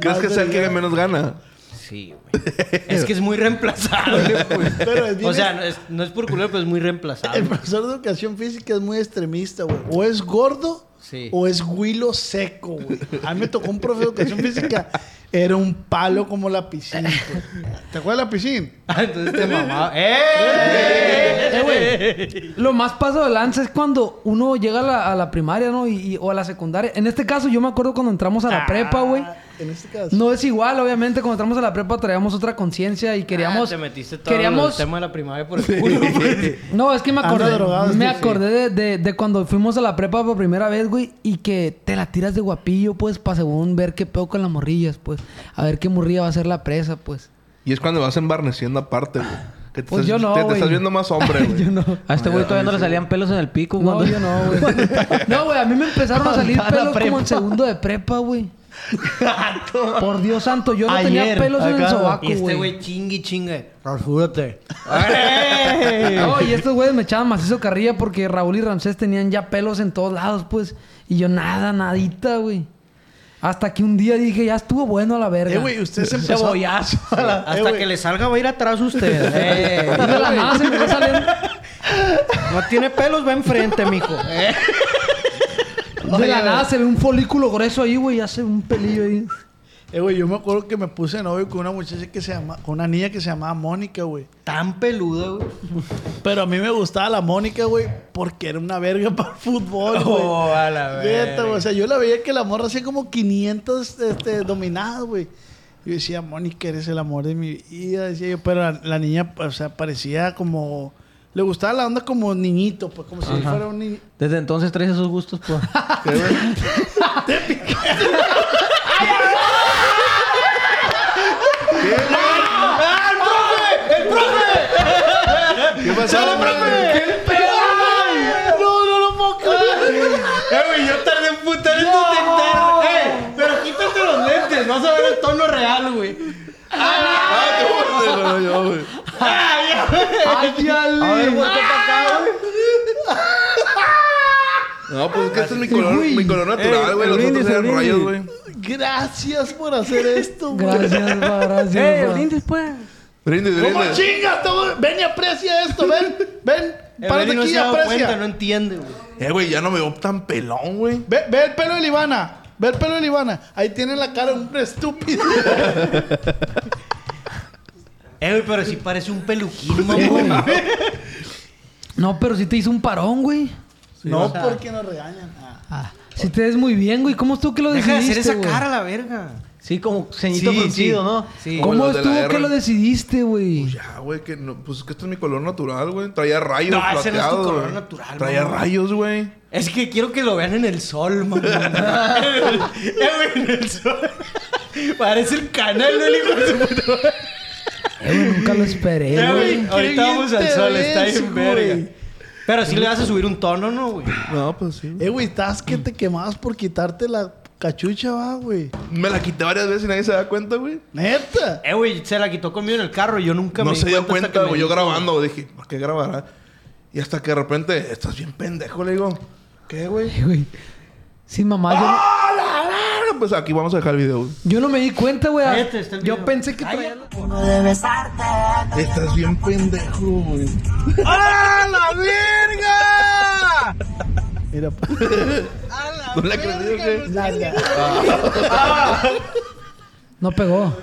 G: ¿Crees que es el que de menos gana?
D: Sí, güey. Es que es muy
F: *laughs*
D: reemplazable, güey.
B: Pero es bien-
D: o sea, no es, no es por culero, pero es muy reemplazable.
B: El profesor de educación física es muy extremista, güey. O es gordo
D: Sí.
B: o es huilo seco, güey. A mí me tocó un profe de educación física. Era un palo como la piscina. güey. ¿Te acuerdas de la piscina?
D: Ah,
B: *laughs*
D: Entonces te mamaba. ¡Eh!
F: Eh, güey. Lo más paso de lanza es cuando uno llega a la, a la primaria, ¿no? Y, y- o a la secundaria. En este caso, yo me acuerdo cuando entramos a la prepa, güey.
B: En este caso.
F: No es igual, obviamente, cuando entramos a la prepa traíamos otra conciencia y queríamos...
D: Ah, te metiste todo
F: queríamos...
D: el tema de la primaria por el culo, güey.
F: No, es que me
B: Anda
F: acordé.
B: drogado este
F: me
B: sí.
F: acordé de, de- de cuando fuimos a la prepa por primera vez, güey, y que te la tiras de guapillo, pues, para según ver qué pedo con las morrillas, pues. A ver qué morrilla va a ser la presa, pues.
G: Y es cuando vas embarneciendo aparte, güey. Que te,
F: Pues
G: estás,
F: yo no,
G: te, te
F: güey.
G: estás viendo más
B: *laughs*
G: hombre, güey.
F: Yo no.
E: A este güey todavía no le salían pelos en el pico.
F: No,
E: cuando-
F: yo no,
E: *laughs*
F: güey. No, güey, a mí me empezaron a salir
E: Andaba la
F: pelos como
E: prepa.
F: en segundo de prepa, güey. Por Dios santo, *laughs* yo no tenía
E: Ayer,
F: pelos en el
E: acá.
F: sobaco,
D: Y este
F: güey.
D: güey chingue y chingue. Rasúrate.
F: No, y estos güeyes me echaban macizo carrilla porque Raúl y Ramsés tenían ya pelos en todos lados, pues. Y yo nada, nadita, güey. Hasta que un día dije, ya estuvo bueno a la verga.
B: Eh, güey, usted se empezó. *laughs*
E: Cebollazo. a la-
B: Eh,
D: Hasta
B: güey.
D: que le salga va a ir atrás usted.
F: *laughs*
D: Eh,
F: Y de la nada se empezó a salir-
D: no tiene pelos, va enfrente, mijo. Eh.
F: De la nada se ve un folículo grueso ahí, güey. Ya se ve un pelillo ahí.
B: Eh, güey, yo me acuerdo que me puse de novio con una muchacha que se llama, con una niña que se llamaba Mónica, güey.
D: Tan peludo, güey.
B: Pero a mí me gustaba la Mónica, güey, porque era una verga *laughs* para el fútbol, güey.
D: Oh, a
B: Neta,
D: la verga.
B: güey, O sea, yo la veía que la morra hacía como 500 este, dominadas, güey. Yo decía, Mónica, eres el amor de mi vida. Decía yo, pero la, la niña, o sea, parecía como. Le gustaba la onda como niñito, pues, como si fuera un niño.
E: Desde entonces traes esos gustos, pues.
D: ¡Ah, el profe! ¡El profe!
C: ¿Qué pasó?
G: ¡Sale, profe!
C: ¡Qué pedo! ¡No, no lo puedo creer! Eh, güey, yo tardé un putar en detectar. Eh, pero quítate los lentes. Vas a ver el tono real, güey.
B: Ah,
C: ¡Ay, Ale!
G: A ver, voltea No, pues es que este es mi color, mi color natural, güey. Los otros eran rayos, güey.
B: Gracias por hacer esto, güey.
F: Gracias, pa, gracias.
B: Eh,
F: pa.
B: brindis,
G: Brindis,
B: ¿Cómo
G: brindis.
B: chingas? estamos- Ven y aprecia esto, ven, ven.
D: El
B: Párate
D: Benny no
B: aquí
D: se
B: y
D: ha dado
B: aprecia.
D: cuenta, no entiende, güey.
G: Eh, güey, ya no me veo tan pelón, güey.
B: Ve, ve el pelo de Libana. Ve el pelo de Libana. Ahí tiene la cara de un
D: *laughs*
B: estúpido.
D: Eh, güey, pero sí parece un peluquín, mamón.
F: No, pero sí te hizo un parón, güey.
B: no,
D: o sea.
B: porque nos regañan. Ah.
F: Ah, sí te ves muy bien, güey. ¿Cómo estuvo que lo
D: Deja de hacer
F: decidiste,
D: esa
F: güey?
D: cara, la
B: Ah.
D: verga.
E: Sí, como ceñito
D: Sí,
E: fruncido,
D: sí.
E: ¿no?
D: Sí.
G: Como
F: ¿Cómo
G: los de la
F: estuvo
G: R.
F: que lo decidiste, güey?
G: Ya, güey, que no. Pues es que este es mi color natural, güey. Traía rayos,
D: No, ese no es tu
G: plateados,
D: color
G: güey.
D: natural,
G: Traía
D: mamón.
G: rayos, güey.
D: Es que quiero que lo vean en el sol, mamón. *laughs* Eh, güey, en el sol. Parece el canal del hijo de su puta madre.
F: Eh, güey, nunca lo esperé,
D: Eh,
F: güey.
D: güey, Ahorita vamos al
B: te
D: sol, está
B: ves,
D: bien
B: güey.
D: verga. Pero sí le vas a subir un tono, ¿no, güey?
G: No, pues sí.
B: Eh, güey, estás que te quemabas por quitarte la cachucha, va, güey.
G: Me la quité varias veces y nadie se da cuenta, güey.
B: Neta.
D: Eh, güey, se la quitó conmigo en el carro y yo nunca
G: No
D: me
G: se
D: di
G: dio
D: cuenta.
G: cuenta,
D: hasta que me
G: güey. Yo
D: dijo.
G: grabando, güey, dije, ¿para qué grabará? Y hasta que de repente, estás bien pendejo, le digo. ¿Qué, güey?
F: Eh, güey. Sin mamá, yo, no-
G: ¡Ah, la verga! Pues aquí vamos a dejar el video, güey.
F: yo no me di cuenta, güey.
D: Cállate, está el
F: Yo
D: video.
F: pensé que traía...
G: Estás bien pendejo, güey. ¡Ah, la verga! *laughs*
B: Mira, pa-
G: ¿No le creí, güey?
B: Ah.
C: *laughs*
F: No pegó.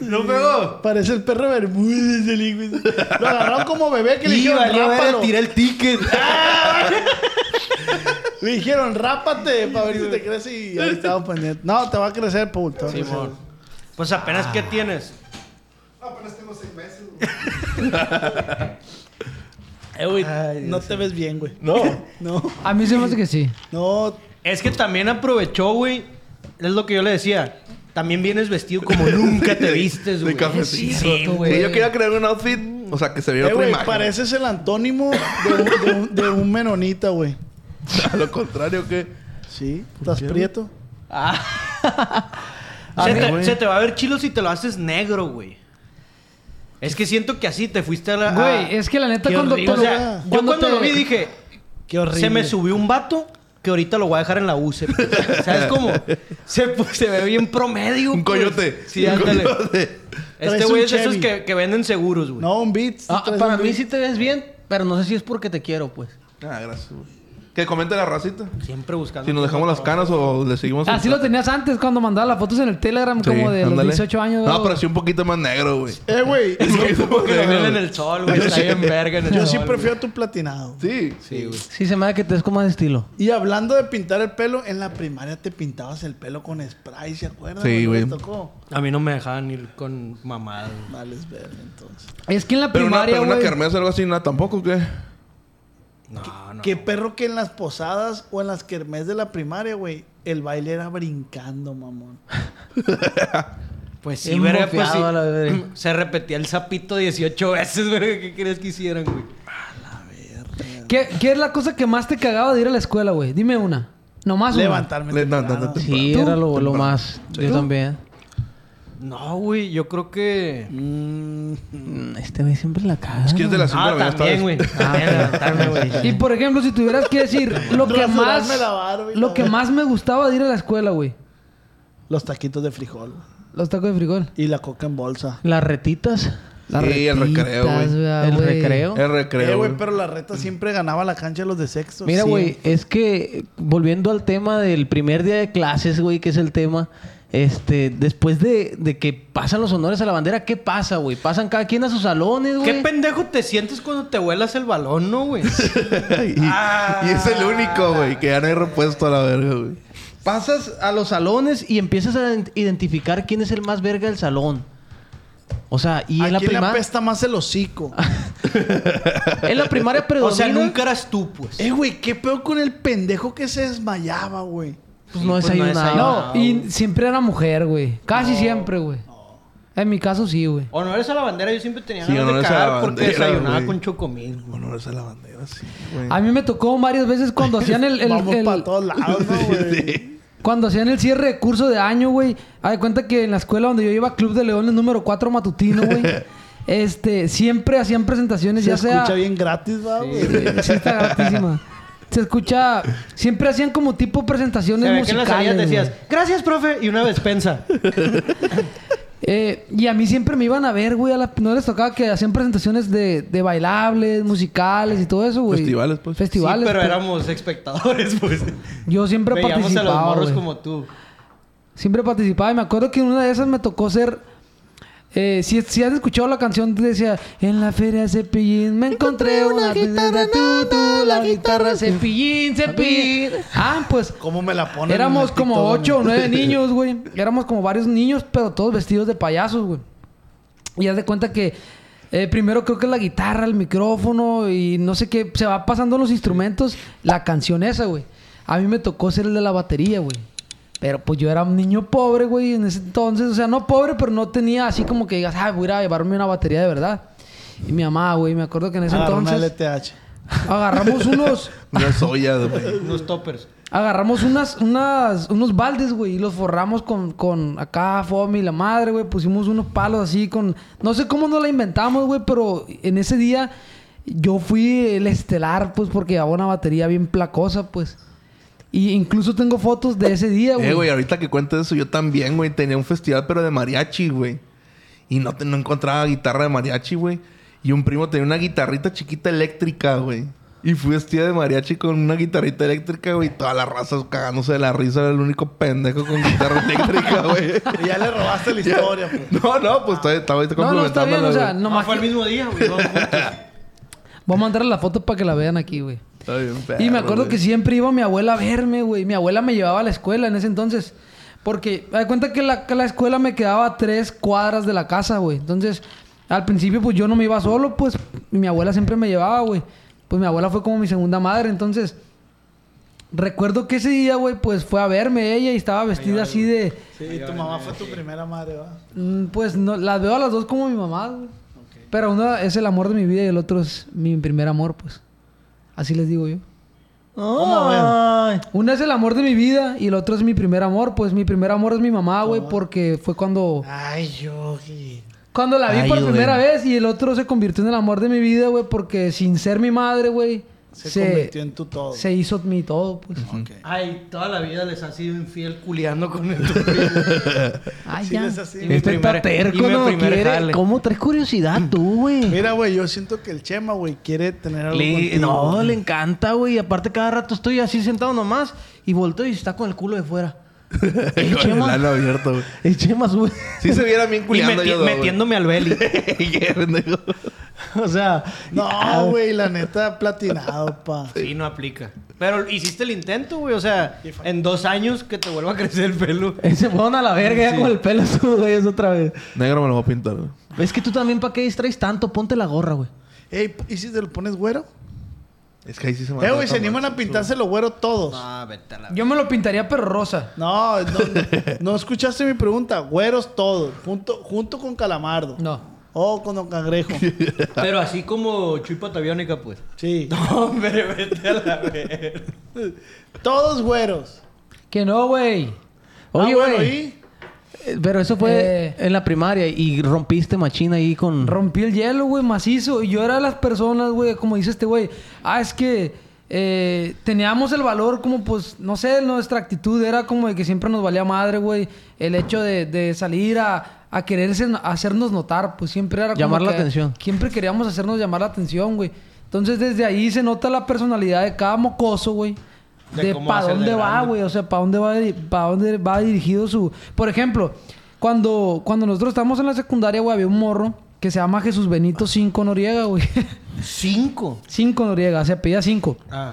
G: ¿No pegó?
B: parece el perro Bermúdez del hijo. de- Lo agarraron como bebé que le
D: Y
B: dijeron,
D: valió ver
B: rápalo.
D: a tirar el ticket.
B: *laughs* Le dijeron, rápate para ver si te crece y ahí estaba pendiente. No, te va a crecer, Ah. Paul. te va a crecer.
D: Simón. Pues apenas, ¿qué tienes?
F: *laughs*
D: Ah.
B: Eh, güey, no te ves bien, güey.
G: No.
B: No,
F: A mí se me hace que sí.
B: no.
D: *laughs* Es que también aprovechó, güey. Es lo que yo le decía. También vienes vestido como nunca *laughs* te vistes, güey.
G: De cafecito.
D: Sí, güey.
G: Sí, yo quería crear un outfit, o sea, que se viera
B: Eh,
G: otra
B: güey,
G: imagen.
B: pareces el antónimo de un, de un- de un menonita, güey.
G: *laughs* A lo contrario que...
B: Sí, estás prieto.
D: *laughs* Se,
G: Ah,
D: te,
G: güey.
D: se te va a ver chilo si te lo haces negro, güey. Es que siento que así te fuiste a la. a-
F: Güey, es que la neta
D: Qué
F: cuando...
D: horrible.
F: te
D: O
F: lo-
D: sea, yo cuando
F: te-
D: lo vi dije,
B: Qué horrible.
D: se me subió un vato que ahorita lo voy a dejar en la UCE. ¿Sabes cómo? Se, pu- se ve bien promedio.
G: Un
D: pues.
G: coyote.
D: Sí,
G: un
D: ándale.
G: coyote.
D: Este
B: Traes
D: güey
B: un
D: es de
B: Chevy.
D: esos que, que venden seguros, güey.
B: No, un beat. sí
E: Ah,
B: traes
E: para
B: un
E: mí
B: beat.
E: *laughs* sí te ves bien, pero no sé si es porque te quiero, pues.
G: Ah, gracias, güey. Que comente la racita.
D: Siempre buscando.
G: Si nos dejamos las canas o le seguimos...
D: Ah,
F: Así Ah, lo tenías antes cuando mandaba las fotos en el Telegram
G: Sí,
F: como de los
G: ándale.
F: 18 años.
G: No, pues,
F: güey.
G: pero sí un poquito más negro,
D: *laughs*
G: güey.
B: Eh, güey.
G: Un poquito más
D: Que lo
G: negro,
D: ven en
G: güey.
D: el sol, güey. Está
G: *laughs*
D: bien verga en el
B: Yo
D: sol,
B: sí
D: güey.
B: prefiero tu platinado.
G: Sí. Sí, güey.
E: Sí, se me da que te ves como más de estilo.
B: Y hablando de pintar el pelo, en la primaria te pintabas el pelo con spray, ¿se acuerdan?
G: Sí,
B: Cuando les
G: güey.
B: tocó?
D: A mí no me dejaban ir con mamadas. güey.
B: Vale, es verde, entonces.
F: Es que en la
G: Pero una,
F: primaria,
G: pero una
F: güey...
G: kermés o algo así, nada, tampoco, ¿o ¿qué?
D: Ah, No, no.
B: Qué perro que en las posadas o en las kermés de la primaria, güey, el baile era brincando, mamón.
D: Pues sí,
E: Bien
D: verga, pues sí.
E: bofeado, la verga.
D: *clears throat* Se repetía el sapito 18 veces, *laughs* verga. ¿Qué querías que hicieran, güey?
F: ¿Qué, qué es la cosa que más te cagaba de ir a la escuela, güey? Dime una. Nomás una.
B: Levantarme.
G: Le- no, no,
B: temprano.
G: no, te-
E: Sí,
F: ¿Tú?
E: era lo, lo más. Yo
F: ¿Tú?
E: también.
D: No, güey. Yo creo que...
B: Mm,
E: Mm, Este güey siempre la caga.
G: Es que es de las 5 de
D: Ah,
G: la mañana.
D: también,
G: ¿sabes? *laughs*
D: güey. También levantarme, güey.
F: Ah, Y por ejemplo, si tuvieras
B: *laughs*
F: que decir lo que más
B: Rasurarme la barba y la
F: lo que
B: verga.
F: más me gustaba de ir a la escuela, güey.
B: Los taquitos de frijol güey.
F: Los tacos de frijol.
B: y la coca en bolsa.
E: Las retitas.
F: Las
G: Sí, el
F: retitas,
G: recreo, güey.
F: vea,
E: El
F: güey.
E: recreo.
G: El
B: eh,
G: recreo,
B: güey,
G: güey.
B: pero la reta siempre ganaba la cancha de los de sexto.
E: Mira, güey,
B: siempre.
E: es que volviendo al tema del primer día de clases, güey, que es el tema. Este, después de, de que pasan los honores a la bandera, ¿qué pasa, güey? Pasan cada quien a sus salones, güey.
D: *laughs* ¿Qué pendejo te sientes cuando te vuelas el balón, no,
G: *laughs*
D: güey?
G: y, y es el único, güey, que ya no hay repuesto a la verga, güey.
E: Pasas a los salones y empiezas a ident- identificar quién es el más verga del salón. O sea, y
B: ¿A
E: en la,
B: quién le
E: prima-
B: apesta más el hocico?
E: en la
B: *laughs*
E: primaria
D: o
E: predomina...
D: sea, nunca eras tú, pues.
B: eh, güey, qué peor con el pendejo que se desmayaba, güey.
E: Pues no
D: Sí, pues, no
E: desayunaba.
D: desayunaba.
F: No, y siempre era mujer, güey. Casi siempre, güey. En mi caso sí, güey.
D: Honores a la bandera, yo siempre tenía
F: Sí,
D: ganas de
F: honores a la
D: cagar porque
F: bandera,
D: desayunaba
F: güey.
D: con chocomil.
G: Honores a la bandera, sí,
F: A mí me tocó varias veces cuando hacían el... el-
B: Vamos
F: el-
B: para todos
F: *laughs*
B: lados, ¿no, *laughs* güey?
F: Cuando hacían el cierre de curso de año, güey, haz de cuenta que en la escuela donde yo iba, Club de Leones número 4 matutino,
B: *laughs*
F: güey, este, siempre hacían presentaciones,
B: Se
F: ya sea...
B: escucha bien gratis, va, güey.
F: güey, sí está gratísima. Se escucha... Siempre hacían como tipo presentaciones
D: Se ve que en las
F: musicales,
D: salidas
F: güey.
D: decías, gracias, profe, y
G: *laughs*
D: una despensa.
F: Eh, y a mí siempre me iban a ver, güey. a la- no les tocaba que hacían presentaciones de, de bailables, musicales y todo eso, güey.
G: Festivales, pues.
F: Festivales.
D: Sí, pero
F: pe-
D: éramos espectadores, pues.
F: Yo siempre
D: Veíamos a los
F: participaba,
D: morros
F: güey.
D: como tú.
F: Siempre participaba. Y me acuerdo que en una de esas me tocó ser. eh, si, si has escuchado la canción, decía: En la feria de Cepillín me encontré una guitarra, tú, tú, la guitarra Cepillín, Cepillín. Ah, pues.
B: ¿Cómo me la ponen?
F: Éramos
B: en el
F: como
B: TikTok,
F: ocho o
B: güey?
F: nueve niños, güey. Éramos como varios niños, pero todos vestidos de payasos, güey. Y haz de cuenta que eh, primero creo que la guitarra, el micrófono y no sé qué. Se va pasando los instrumentos, la canción esa, güey. A mí me tocó ser el de la batería, güey. Pero pues yo era un niño pobre, güey, en ese entonces. O sea, no pobre, pero no tenía así como que digas, ah, voy a ir a llevarme una batería de verdad. Y mi mamá, güey, me acuerdo que en ese
B: Agarró una
F: entonces
B: LTH.
F: agarramos
B: *laughs*
F: unos...
G: Una soya, güey.
D: Unos toppers.
F: Agarramos unas, unas, unos baldes, güey, y los forramos con, con acá, Fomi, la madre, güey. Pusimos unos palos así con. No sé cómo nos la inventamos, güey, pero en ese día yo fui el estelar, pues, porque llevaba una batería bien placosa, pues. Y incluso tengo fotos de ese día, güey.
G: Eh, güey, ahorita que cuentas eso, yo también, güey, tenía un festival, pero de mariachi, güey. Y no, te- no encontraba guitarra de mariachi, güey. Y un primo tenía una guitarrita chiquita eléctrica, güey. Y fui vestida de mariachi con una guitarrita eléctrica, güey. Y toda la raza cagándose de la risa. Era el único pendejo con guitarra *laughs* eléctrica, güey.
B: *laughs* Ya le robaste la historia, pues.
G: No, no, pues todavía estaba ahorita
F: no, no, está bien, o
G: complementándola,
F: sea,
G: güey.
F: nomás.
D: Ah, fue el mismo día,
G: *laughs*
D: güey. vamos juntos.
F: Voy a mandar la foto para que la vean aquí, güey.
G: Está bien,
F: Y
G: perro,
F: me acuerdo
G: güey.
F: que siempre iba mi abuela a verme, güey. Mi abuela me llevaba a la escuela en ese entonces. Porque, me da cuenta que la, que la escuela me quedaba a tres cuadras de la casa, güey. Entonces, al principio, pues yo no me iba solo, pues y mi abuela siempre me llevaba, güey. Pues mi abuela fue como mi segunda madre. Entonces, recuerdo que ese día, güey, pues fue a verme ella y estaba vestida así de.
B: Sí, tu mamá fue tu primera madre, va.
F: mm, Pues no, las veo a las dos como mi mamá, güey. Pero uno es el amor de mi vida y el otro es mi primer amor, pues. Así les digo yo.
D: Ay.
F: Una es el amor de mi vida y el otro es mi primer amor. Pues mi primer amor es mi mamá, güey, porque fue cuando...
B: Ay, Yogi.
F: Cuando la vi
D: Ay,
F: por
D: güey.
F: primera vez y el otro se convirtió en el amor de mi vida, güey, porque sin ser mi madre, güey,
B: Se,
F: se,
B: convirtió en tu todo.
F: se hizo mi todo, pues.
D: Ay, toda la vida les ha sido infiel culiando con el
F: Ay,
B: Sí,
F: ya.
B: es así.
D: mi
E: Este
D: primer-
E: está
D: y
E: terco,
D: mi
E: no
D: primer
E: quiere.
D: jale.
E: ¿Cómo traes curiosidad tú, güey?
B: Mira, güey, yo siento que el Chema, güey, quiere tener algo
E: Le-
B: contigo.
E: no,
B: güey.
E: le encanta, güey. Aparte, cada rato estoy así sentado nomás y volteo y está con el culo de fuera.
B: *laughs*
E: Eh,
G: Con el
E: Chema,
G: ano abierto, güey.
E: eh, Chema, güey.
G: Sí se viera bien
D: Y
G: culiando
D: meti-
G: yo, dos, güey.
D: metiéndome al
G: *laughs*
D: belly.
G: Qué pendejo.
E: O sea,
B: No, güey, la neta, platinado, pa.
D: Sí, no aplica. Pero hiciste el intento, güey. O sea, en dos años que te vuelva a crecer el pelo.
E: eh, se fueron a la verga ya con el pelo estos güeyes otra vez.
G: Negro me lo voy a pintar, güey.
E: Es que tú también, ¿para qué distraes tanto? Ponte la gorra, güey.
B: Ey, ¿y si te lo pones güero?
G: Es que ahí sí se me
B: Eh, güey,
G: antoja,
B: se animan a pintárselo güero todos.
D: Ah, vete a la...
F: Yo me lo pintaría pero rosa.
B: No, no, no escuchaste mi pregunta. Güeros todos, junto, junto con Calamardo.
F: No.
B: O con Don Cangrejo.
D: Pero así como chupa tabiónica, pues. *laughs*
B: Sí.
D: Hombre, vete a la verga.
B: Todos güeros.
F: Que no, güey.
E: Oye,
B: Ah, bueno,
E: güey.
B: ¿y?
E: Eh, Pero eso fue
F: Eh.
E: en la primaria y rompiste machina ahí con.
F: Rompí el hielo, güey, macizo. Y yo era de las personas, güey, como dice este güey. Ah, es que eh, teníamos el valor como, pues, no sé, nuestra actitud era como de que siempre nos valía madre, güey. El hecho de, de salir a, a quererse, a hacernos notar, pues siempre era como
E: Llamar la
F: que-
E: atención.
F: Siempre queríamos hacernos llamar la atención, güey. Entonces, desde ahí se nota la personalidad de cada mocoso, güey.
D: De
F: De,
D: cómo va a
F: para
D: ser de
F: dónde va,
D: grande.
F: güey. O sea, para dónde va, para dónde va dirigido su. Por ejemplo, cuando, cuando nosotros estábamos en la secundaria, güey, había un morro que se llama Jesús Benito 5 Noriega, güey. *laughs*
D: Cinco.
F: 5 Noriega, se apellida 5.
D: Ah.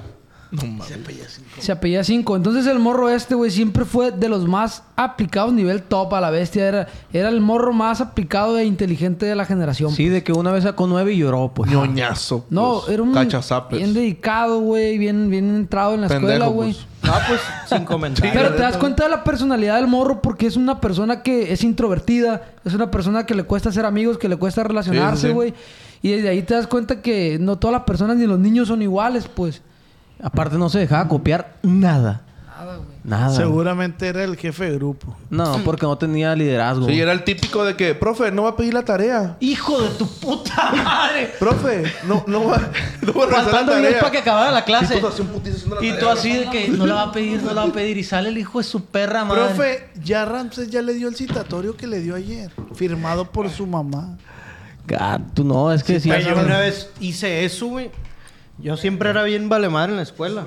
F: Se apellida 5. Entonces el morro este, güey, siempre fue de los más aplicados nivel top a la bestia. Era, era el morro más aplicado e inteligente de la generación.
E: Sí, de que una vez sacó nueve y lloró, pues.
G: Ñoñazo.
F: No,
E: *laughs*
G: pues.
F: era un
G: Cachazapes.
F: bien dedicado, güey, bien, bien entrado en la
G: Pendejo,
F: escuela, güey.
G: pues.
D: Ah, pues sin comentar.
F: Pero te das cuenta de la personalidad del morro porque es una persona que es introvertida, es una persona que le cuesta ser amigos, que le cuesta
G: Sí, sí,
F: relacionarse,
G: sí.
F: güey. Y desde ahí te das cuenta que no todas las personas ni los niños son iguales, pues.
E: Aparte no se dejaba copiar nada. Nada, güey. Nada.
B: Seguramente era el jefe de grupo.
E: No, porque no tenía liderazgo.
G: Sí, era el típico de que, profe, no va a pedir la tarea.
E: ¡Hijo de tu puta madre!
G: Profe, no, no va, no va a realizar la
E: Faltando minutos
G: tarea.
E: para que acabara la clase.
G: Y tú así un putizo haciendo la
E: Y
G: tarea,
E: tú
G: güey.
E: así de que no la va a pedir, no la va a pedir. Y sale el hijo de su perra madre.
B: Profe, ya Ramses ya le dio el citatorio que le dio ayer, firmado por su mamá.
E: tú no, es que sí.
D: Güey, yo una vez hice eso, güey. Yo siempre era bien vale madre en la escuela.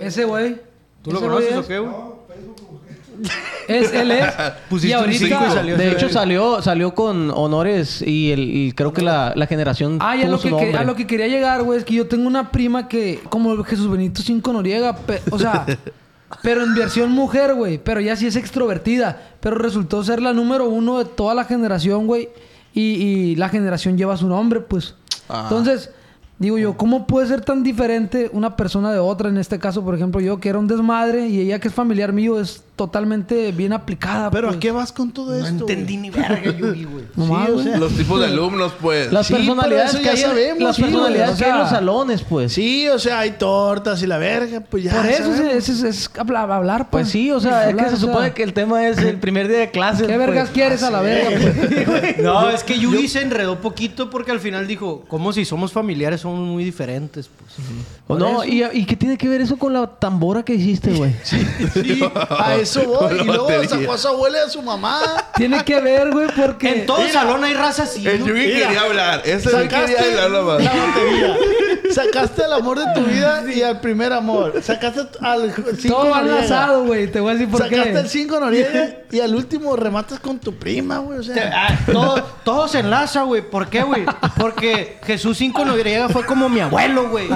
F: Ese güey.
D: ¿Tú lo
F: ese
D: conoces
F: güey
D: o qué, güey?
F: *laughs* Es, él es.
D: Pusiste un cinco y salió
E: De
D: ese
E: hecho,
D: güey.
E: salió, salió con honores y, el, y creo que la, la generación.
F: Ah, y a
E: tuvo
F: lo,
E: su
F: que que-
E: nombre.
F: a lo que quería llegar, güey, es que yo tengo una prima que, como Jesús Benito Cinco Noriega, pe-
C: *laughs*
F: o sea, pero en versión mujer, güey, pero ya sí es extrovertida, pero resultó ser la número uno de toda la generación, güey, y, y la generación lleva su nombre, pues.
G: Ah.
F: Entonces, digo yo, ¿cómo puede ser tan diferente una persona de otra? En este caso, por ejemplo, yo que era un desmadre y ella que es familiar mío es totalmente bien aplicada.
B: Pero
F: pues.
B: ¿a qué vas con todo
D: No
B: esto?
D: entendí ni verga, Yugi, güey.
F: No mames,
B: o
F: güey.
B: sea-
G: Los tipos de alumnos, pues.
E: Las
B: Sí,
E: personalidades
B: pero eso
E: que hay
B: ya
E: en-
B: sabemos,
E: las
F: sí, güey,
E: personalidades
F: o
E: que hay en
F: sea,
E: los salones, pues.
B: Sí, o sea, hay tortas y la verga, pues ya.
F: Por eso
B: ¿sabes?
F: es, es- es habla- hablar, pues.
E: Pues sí, o sea, es
F: Hablar,
E: que se
F: o sea,
E: supone que el tema es el primer día de clases.
F: ¿Qué
E: pues.
F: vergas quieres a la verga,
D: *laughs*
F: pues? *laughs*
D: No, es que Yugi se enredó poquito porque al final dijo, como si somos familiares, somos muy diferentes, pues.
E: O no,
D: *laughs*
E: y, ¿y qué tiene que ver eso con la tambora que hiciste, güey?
B: Sí, a
C: *laughs*
B: eso voy.
G: Con
B: Y luego
G: lotería.
B: sacó a su abuela y a su mamá.
F: Tiene que ver, güey, porque.
D: En todo salón hay raza así.
G: El
D: ¿no?
G: Yugi quería hablar. Ese Yugi quería hablar, nomás.
B: la batería. *laughs* Sacaste el amor de tu vida y al primer amor. Sacaste al 5
F: todo va
B: Noriega.
F: enlazado, güey. Te voy a decir por
B: Sacaste
F: qué.
B: el 5 Noriega y al último rematas con tu prima, güey. O
G: *laughs*
D: Te-
B: sea,
D: ah, todo, todo se enlaza, güey. ¿Por qué, güey? Porque Jesús 5 Noriega fue como mi abuelo, güey.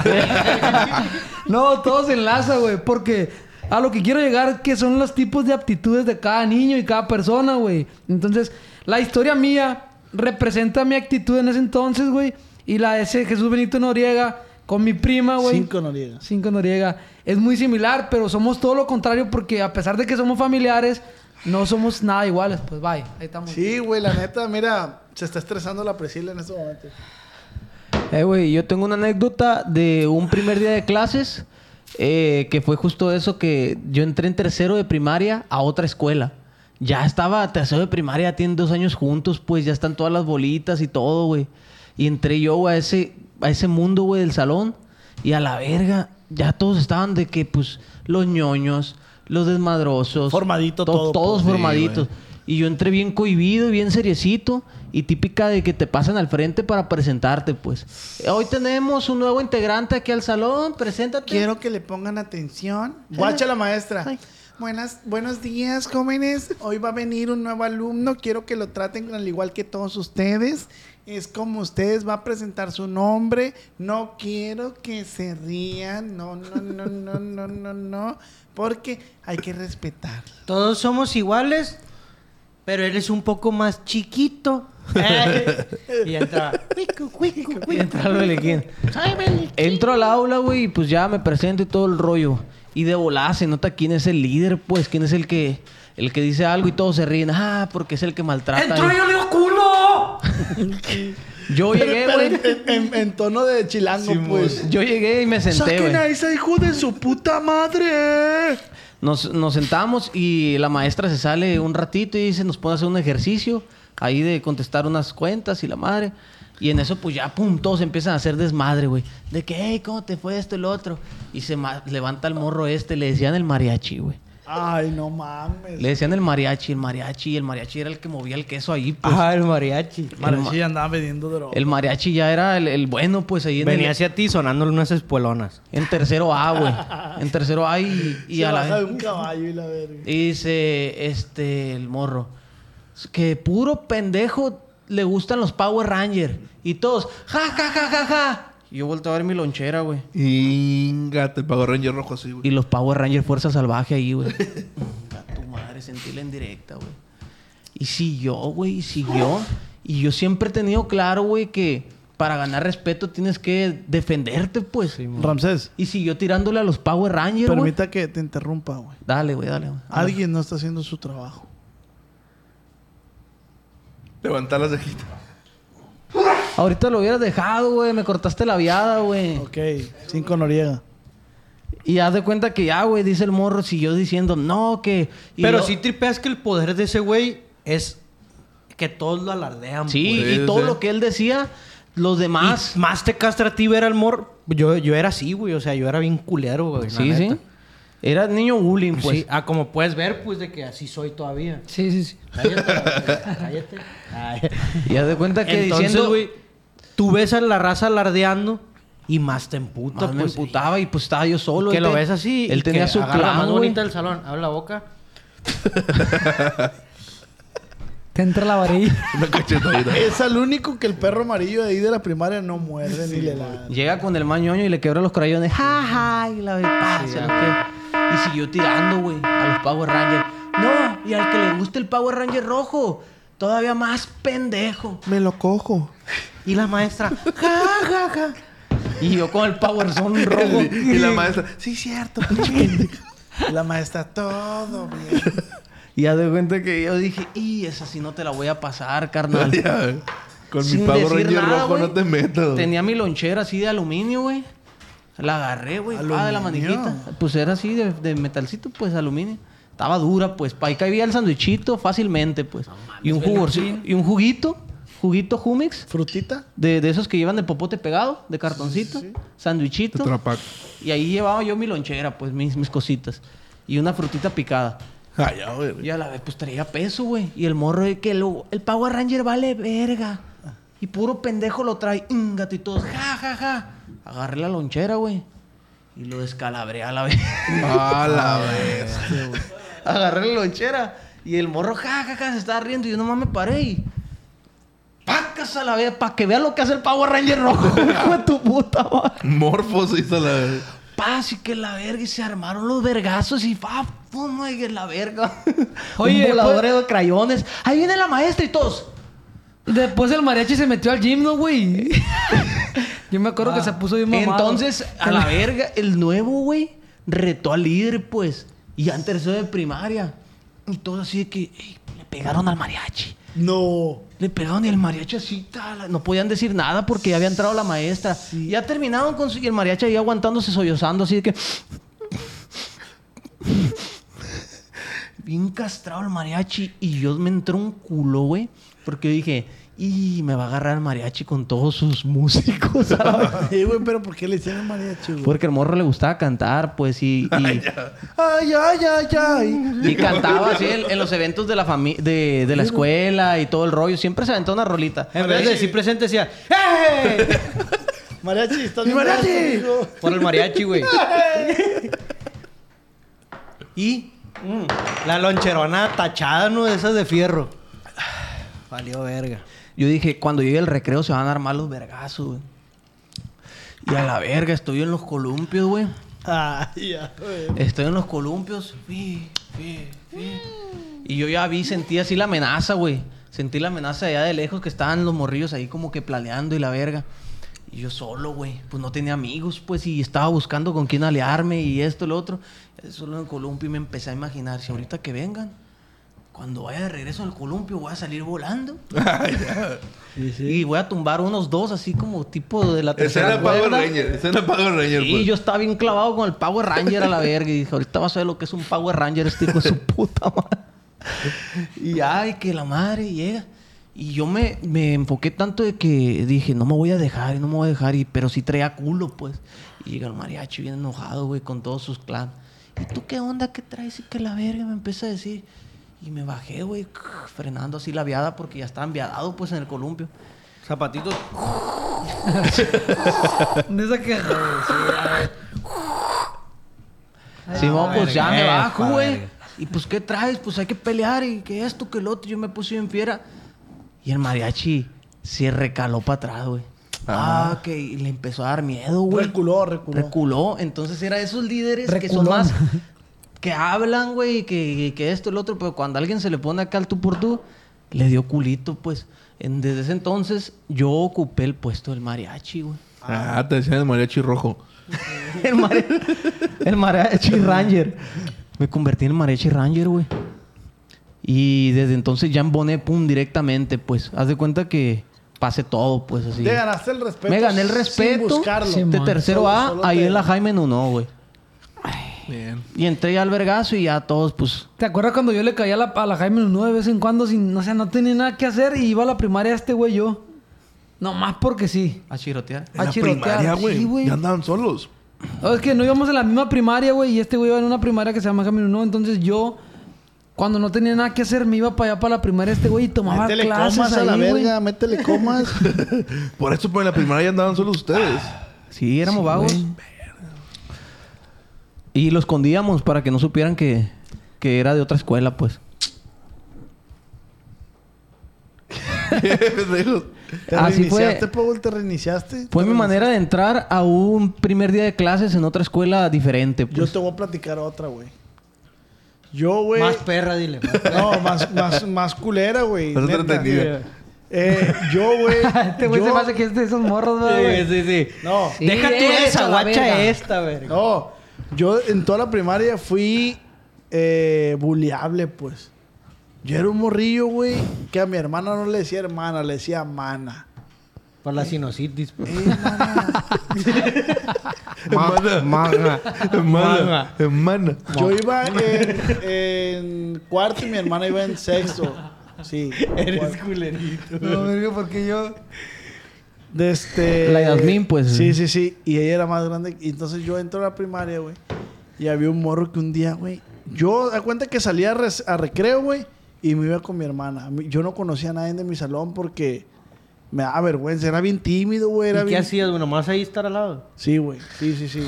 F: No, todo se enlaza, güey. Porque a lo que quiero llegar que son los tipos de aptitudes de cada niño y cada persona, güey. Entonces, la historia mía representa mi actitud en ese entonces, güey. Y la de ese Jesús Benito Noriega con mi prima, güey.
B: 5 Noriega.
F: Cinco Noriega. Es muy similar, pero somos todo lo contrario porque a pesar de que somos familiares, no somos nada iguales. Pues bye, ahí estamos.
B: Sí, güey, la neta, mira, se está estresando la Priscila en este momento.
E: Eh, güey, yo tengo una anécdota de un primer día de clases eh, que fue justo eso que yo entré en tercero de primaria a otra escuela. Ya estaba tercero de primaria, tienen dos años juntos, pues ya están todas las bolitas y todo, güey. Y entré yo güey, a ese, a ese mundo, güey, del salón. Y a la verga, ya todos estaban de que, pues, los ñoños, los desmadrosos.
B: Formadito todo,
E: Todos
G: pues. Sí,
E: formaditos.
G: güey.
E: Y yo entré bien cohibido y bien seriecito. Y típica de que te pasan al frente para presentarte, pues. Eh, Hoy tenemos un nuevo integrante aquí al salón. Preséntate.
B: Quiero que le pongan atención. Guacha la maestra. Buenas, buenos días, jóvenes. Hoy va a venir un nuevo alumno. Quiero que lo traten al igual que todos ustedes. Es como ustedes, va a presentar su nombre. No quiero que se rían. No, no, no, no, no, no, no. Porque hay que respetar.
D: Todos somos iguales, pero eres un poco más chiquito. *laughs* y entra.
E: Y entra el Beliquín. Entro al aula, güey, y pues ya me presento y todo el rollo. Y de volada se nota quién es el líder, pues, quién es el que, el que dice algo y todos se ríen. Ah, porque es el que maltrata.
I: ¡Entró y yo le digo culo!
E: Yo llegué, güey.
B: tono de chilango, pues.
E: Yo llegué y me senté, güey.
B: ¡Saquen a ese hijo de su puta madre!
E: Nos, nos sentamos y la maestra se sale un ratito y dice, nos pone a hacer un ejercicio ahí de contestar unas cuentas y la madre. Y en eso, pues ya, pum, todos empiezan a hacer desmadre, güey. De que, hey, ¿cómo te fue esto y lo otro? Y se ma- levanta el morro este, le decían el mariachi, güey.
B: Ay, no mames.
E: Le decían el mariachi, el mariachi, el mariachi era el que movía el queso ahí, pues.
D: Ah, el mariachi.
B: Marachilla andaba vendiendo droga.
E: El mariachi ya era el, el bueno, pues ahí en, el-
D: Venía hacia ti sonándole unas espuelonas.
E: en tercero A,
D: *laughs*
E: güey. En tercero A y, Eh, y
B: Se
E: a la
B: baja de un caballo y la verga.
E: Y dice este el morro que puro pendejo le gustan los Power Rangers y todos ja ja ja ja ja. Y Yo volteo a ver mi lonchera, güey.
G: Inga, te pagó Ranger Rojo así,
E: Y
G: güey.
E: los Power Rangers Fuerza Salvaje
G: *laughs*
E: ahí, güey. a tu madre, sentíla en directa, güey. Y siguió, güey, y siguió. Y yo siempre he tenido claro, güey, que para ganar respeto tienes que defenderte, pues.
B: Ramsés.
E: Y siguió tirándole a los Power Rangers, güey.
B: Permita que te interrumpa, güey.
E: Dale, güey, dale, güey.
B: Alguien no está haciendo su trabajo.
G: Levantar las cejitas.
E: Ahorita lo hubieras dejado, güey. Me cortaste la viada, güey.
B: Ok, cinco Noriega.
E: Y haz de cuenta que ya, güey, dice el morro, siguió diciendo, no, que... y
D: Pero
E: lo-
D: sí tripeas que el poder de ese güey es que todos lo alardean.
E: Sí,
D: pues.
E: y todo lo que él decía, los demás...
D: Y más te castrativo era el mor. Yo, yo era así, güey. O sea, yo era bien culero, güey. la
E: Sí,
D: neta.
E: sí. Era niño bullying, pues.
D: Sí. Ah, como puedes ver, pues de que así soy todavía.
F: Sí, sí, sí.
D: Cállate, cállate. Ay.
E: *laughs* Y haz de cuenta que
D: Entonces,
E: diciendo...
D: güey, tú ves a la raza alardeando y más te emputa,
E: Más me
D: pues.
E: emputaba y pues estaba yo solo.
D: Que
E: él
D: lo
E: te-
D: ves así. y
E: Él tenía
D: que
E: su
D: agarra la
E: clan,
D: más
E: güey.
D: bonita del salón. Abre la boca.
F: Te entra la varilla.
G: *laughs* Una cachetadita.
B: *laughs* Es al único que el perro amarillo de ahí de la primaria no muerde ni le ladra.
E: Llega con el mañoño y le quebra los crayones. Ja, ja, y la ve, pa, se lo que- Y siguió tirando, güey, a los Power Rangers. No, y al que le guste el Power Ranger rojo, todavía más pendejo.
B: Me lo cojo.
D: Y la maestra. ja, ja, ja.
E: Y yo con el Power Zone rojo.
G: y la maestra. Sí,
C: *laughs*
G: cierto. pinche pendejo".
B: La maestra, *laughs* todo bien.
E: Y ya de cuenta que yo dije, y esa sí no te la voy a pasar,
G: *laughs*
E: carnal.
G: Ya, Con mi
E: Sin
G: pavo
E: decir
G: ranger
E: nada,
G: rojo
E: güey.
G: no te metas. güey.
E: Tenía mi lonchera así de aluminio, güey. La agarré, güey, pa, de la
B: Aluminio.
E: manijita. Pues era así de, de metalcito, pues, aluminio. Estaba dura, pues, pa. Ahí cabía el sanduichito fácilmente, pues. y, un jugo- y un juguito, juguito Humix,
B: ¿Frutita?
E: de, de esos que llevan el popote pegado, de cartoncito, sanduichito.
G: Tetrapac.
E: Y ahí llevaba yo mi lonchera, pues, mis, mis cositas. Y una frutita picada.
G: Ah, ya, güey.
E: Y a la vez, pues traía peso, güey. Y el morro de que lo- el Power Ranger vale verga. Y puro pendejo lo trae. Ingate y todos. Ja, ja, ja. Agarré la lonchera, güey. Y lo descalabré a la *laughs* vez.
G: A la vez.
E: Agarré la lonchera. Y el morro, ja, ja, ja, se estaba riendo. Y yo nomás me paré y. ¡Pacas a la vez! Para que vea lo que hace el Power Ranger rojo. *laughs* Hijo de tu puta madre.
G: Morfos hizo la vez.
E: Paz y que la verga. Y se armaron los vergazos. Y pa, pum, ay, que la verga.
F: Oye,
E: Un volador
F: pues-
E: de crayones. Ahí viene la maestra y todos.
F: Después el mariachi se metió al gym, ¿no, güey? Yo me acuerdo que se puso bien mamado.
E: Ah. Entonces, a la verga, el nuevo, güey, retó al líder, pues. Y ya en tercero de primaria. Y todo así de que ey, le pegaron al mariachi.
B: No.
E: Le pegaron y el mariachi así, tal. No podían decir nada porque ya había entrado la maestra. Ya terminaron con su- Y el mariachi ahí aguantándose, sollozando, así de que. Bien castrado el mariachi. Y yo me entró un culo, güey. Porque yo dije, y me va a agarrar el mariachi con todos sus músicos *laughs* a la vez".
B: *laughs* Sí, güey, pero ¿por qué le hicieron mariachi, güey?
E: Porque al morro le gustaba cantar, pues, y, y,
B: Ay, ay, ay, ay.
E: y cantaba
C: *laughs*
E: así en, en los eventos de la fami- de, de la escuela y todo el rollo. Siempre se aventó una rolita.
D: En vez de decir presente, decía.
E: "¡Eh!".
B: Mariachi, estás bien. ¡Mariachi!
D: Por el mariachi, güey. y mm, la loncherona tachada, ¿no? De esas de fierro. Valió verga.
E: Yo dije, cuando llegue el recreo se van a armar los vergazos, güey. Y a la verga, estoy en los columpios, güey.
B: Ay, ya, güey.
E: Estoy en los columpios. Fi, fi, fi. Y yo ya vi, sentí así la amenaza, güey. Sentí la amenaza allá de lejos que estaban los morrillos ahí como que planeando y la verga. Y yo solo, güey. Pues no tenía amigos, pues, y estaba buscando con quién aliarme y esto, lo otro. Solo en el columpio y me empecé a imaginar, si ahorita que vengan, cuando vaya de regreso al columpio voy a salir volando. Y voy a tumbar unos dos así como tipo de la tercera
G: Escena Power
E: cuerda.
G: Ranger. Escena Power Ranger.
E: Y
G: pues.
E: yo estaba bien clavado con el Power Ranger a la verga. Y dije, ahorita vas a ver lo que es un Power Ranger este hijo de *laughs* su puta madre. Y ay, que la madre llega. Y yo me, me enfoqué tanto de que dije, no me voy a dejar, y no me voy a dejar. Y, pero sí traía culo, pues. Y llega el mariachi bien enojado, güey, con todos sus clans. ¿Y tú qué onda? ¿Qué traes? Y que la verga me empieza a decir. Y me bajé, güey, *sniffs* frenando así la viada porque ya estaba enviadado, pues, en el columpio.
D: Zapatitos.
F: *laughs* De esa que...
E: Simón, pues ya me
D: verga,
E: bajo,
D: pa,
E: güey.
D: verga.
E: Y pues, ¿qué traes? Pues hay que pelear y que esto, que el otro. Yo me puse bien fiera. Y el mariachi se recaló para atrás, güey. Ah, que y le empezó a dar miedo, güey.
B: Reculó, reculó.
E: Reculó. Entonces era esos líderes que son
B: *laughs*
F: Reculón.
E: más. que hablan, güey, y que, y que esto, el otro. Pero cuando alguien se le pone acá al tú por tú, le dio culito, pues. en- desde ese entonces yo ocupé el puesto del mariachi, güey. *laughs*
G: Ah, te decían el mariachi rojo.
E: El, mare- el mariachi ranger. Me convertí en el mariachi ranger, güey. Y desde entonces ya emboné, pum, directamente, pues. Haz de cuenta que pasé todo, pues, así.
B: Te ganaste el respeto.
E: Me gané el
B: sin
E: respeto
B: buscarlo.
E: de tercero
B: Solo-
E: A,
B: solo
E: ahí
B: te-
E: en la Jaime Nuno, güey.
G: Bien. *laughs*
E: Y entré ya al vergazo y ya todos, pues...
F: ¿Te acuerdas cuando yo le caía a la, a la Jaime Nuno de vez en cuando sin, o sea, no tenía nada que hacer y iba a la primaria este güey yo? Nomás porque sí.
E: A chirotear.
G: En la
F: chirotear.
G: primaria,
F: Sí,
G: güey.
F: güey.
G: ya andaban solos.
F: O es que no íbamos en la misma primaria, güey, y este güey iba en una primaria que se llama Jaime Nuno, entonces yo cuando no tenía nada que hacer me iba para allá para la primaria este güey y tomaba
B: Métele
F: clases
B: comas a la
F: ahí, güey.
B: verga, métele comas.
G: Por eso, pues, en la primaria ya andaban solos ustedes.
E: Sí, éramos vagos. Y lo escondíamos para que no supieran que, que era de otra escuela, pues.
B: *laughs*
G: Pendejos.
B: ¿Te
E: Así fue.
B: reiniciaste, Paul? ¿Te reiniciaste?
E: Fue
B: ¿Te
E: mi
B: reinici-
E: manera de entrar a un primer día de clases en otra escuela diferente.
B: Yo
E: Pues.
B: te voy a platicar otra, güey. Yo, güey.
D: Más perra, dile. más perra.
B: No, más, más, más culera, güey.
G: Más
B: neta.
G: entretenida.
B: Eh, yo, güey.
F: *laughs* Este güey se
B: yo-
F: me hace que es de esos morros,
D: Sí,
F: güey.
D: sí, sí.
B: No,
F: Sí,
D: Deja tú
F: esa,
D: esa
F: la
D: guacha
F: verga.
D: esta, verga.
B: no. Yo en toda la primaria fui eh, buleable, pues. Yo era un morrillo, güey, que a mi hermana no le decía hermana, le decía mana. Eh,
D: Por la sinusitis. pues.
G: *laughs* Hermana. Hermana. Hermana.
B: Yo iba en, en cuarto y mi hermana iba en sexto. Sí.
D: Eres
B: cuarto.
D: culerito.
I: No, verga, porque yo.
B: De este...
E: La Yasmín, pues.
B: Sí, sí, sí. Y ella era más grande. Y entonces yo entro a la primaria, güey. Y había un morro que un día, güey. Yo da cuenta que salía a, res- a recreo, güey. Y me iba con mi hermana. A mí- Yo no conocía a nadie de mi salón porque me daba vergüenza. Era bien tímido, güey. Era
D: ¿Y ¿Qué
B: bien...
D: hacías, güey? Nomás ahí estar al lado.
B: Sí, güey. Sí, sí, sí.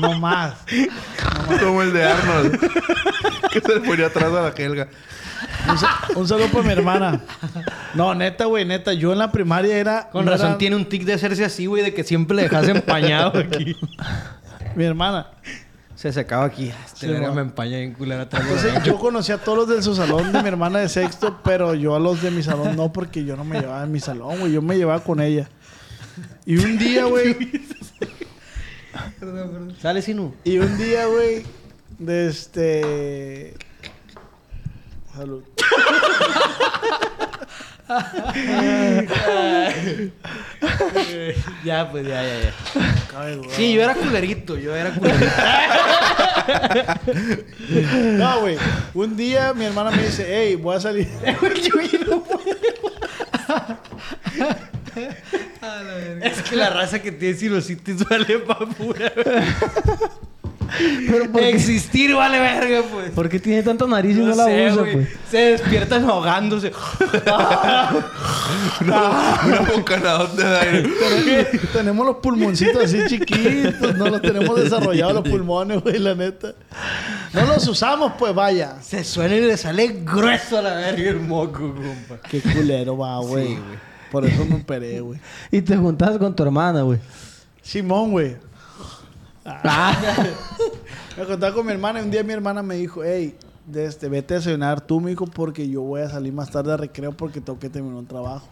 B: no más.
G: Como el de Arnold.
B: *laughs*
G: que se le ponía atrás a la Helga.
B: Un, sa- un saludo para mi hermana. No, neta, güey, neta. Yo en la primaria era.
D: Con
B: no
D: razón
B: era-
D: tiene un tic de hacerse así, güey, de que siempre le dejas empañado *laughs* aquí.
B: Mi hermana.
D: Se secaba aquí. ah,
B: Sí,
D: Este verga
B: va.
D: me empaña bien culera atrás.
E: Pues,
B: Entonces yo conocía a todos los de su salón de mi hermana de sexto, pero yo a los de mi salón no, porque yo no me llevaba en mi salón, güey. Yo me llevaba con ella. Y un día,
C: *laughs*
B: güey.
D: Sale Sinu.
B: Y un día, güey. De este. Salud.
D: *laughs* Ya, pues ya, ya, ya.
B: Cabe, güey.
D: Sí, yo era culerito, yo era culerito.
B: *laughs* No, güey. Un día mi hermana me dice, hey, voy a
D: *laughs*
B: salir.
D: *laughs* es que la raza que tiene sinusitis vale pa' pura.
E: Pero ¿por qué,
D: Existir vale verga, pues.
E: por qué tiene tanta nariz y no,
D: No
E: la
D: sé,
E: usa,
D: güey.
E: pues?
D: Se despiertan *laughs* ahogándose.
G: Una bocanadón de aire.
B: Tenemos- tenemos los pulmoncitos así chiquitos, no los tenemos desarrollados los pulmones, güey, la neta. No los usamos, pues vaya.
D: Se suena y le sale grueso a la verga el moco, compa.
B: Qué culero va, güey. Por eso me operé, güey.
E: Y te juntabas con tu hermana, güey. Ah,
B: Simón, güey. *laughs* Me contaba con mi hermana y un día mi hermana me dijo, hey, de este, vete a cenar tú, mijo, porque yo voy a salir más tarde a recreo porque tengo que terminar un trabajo.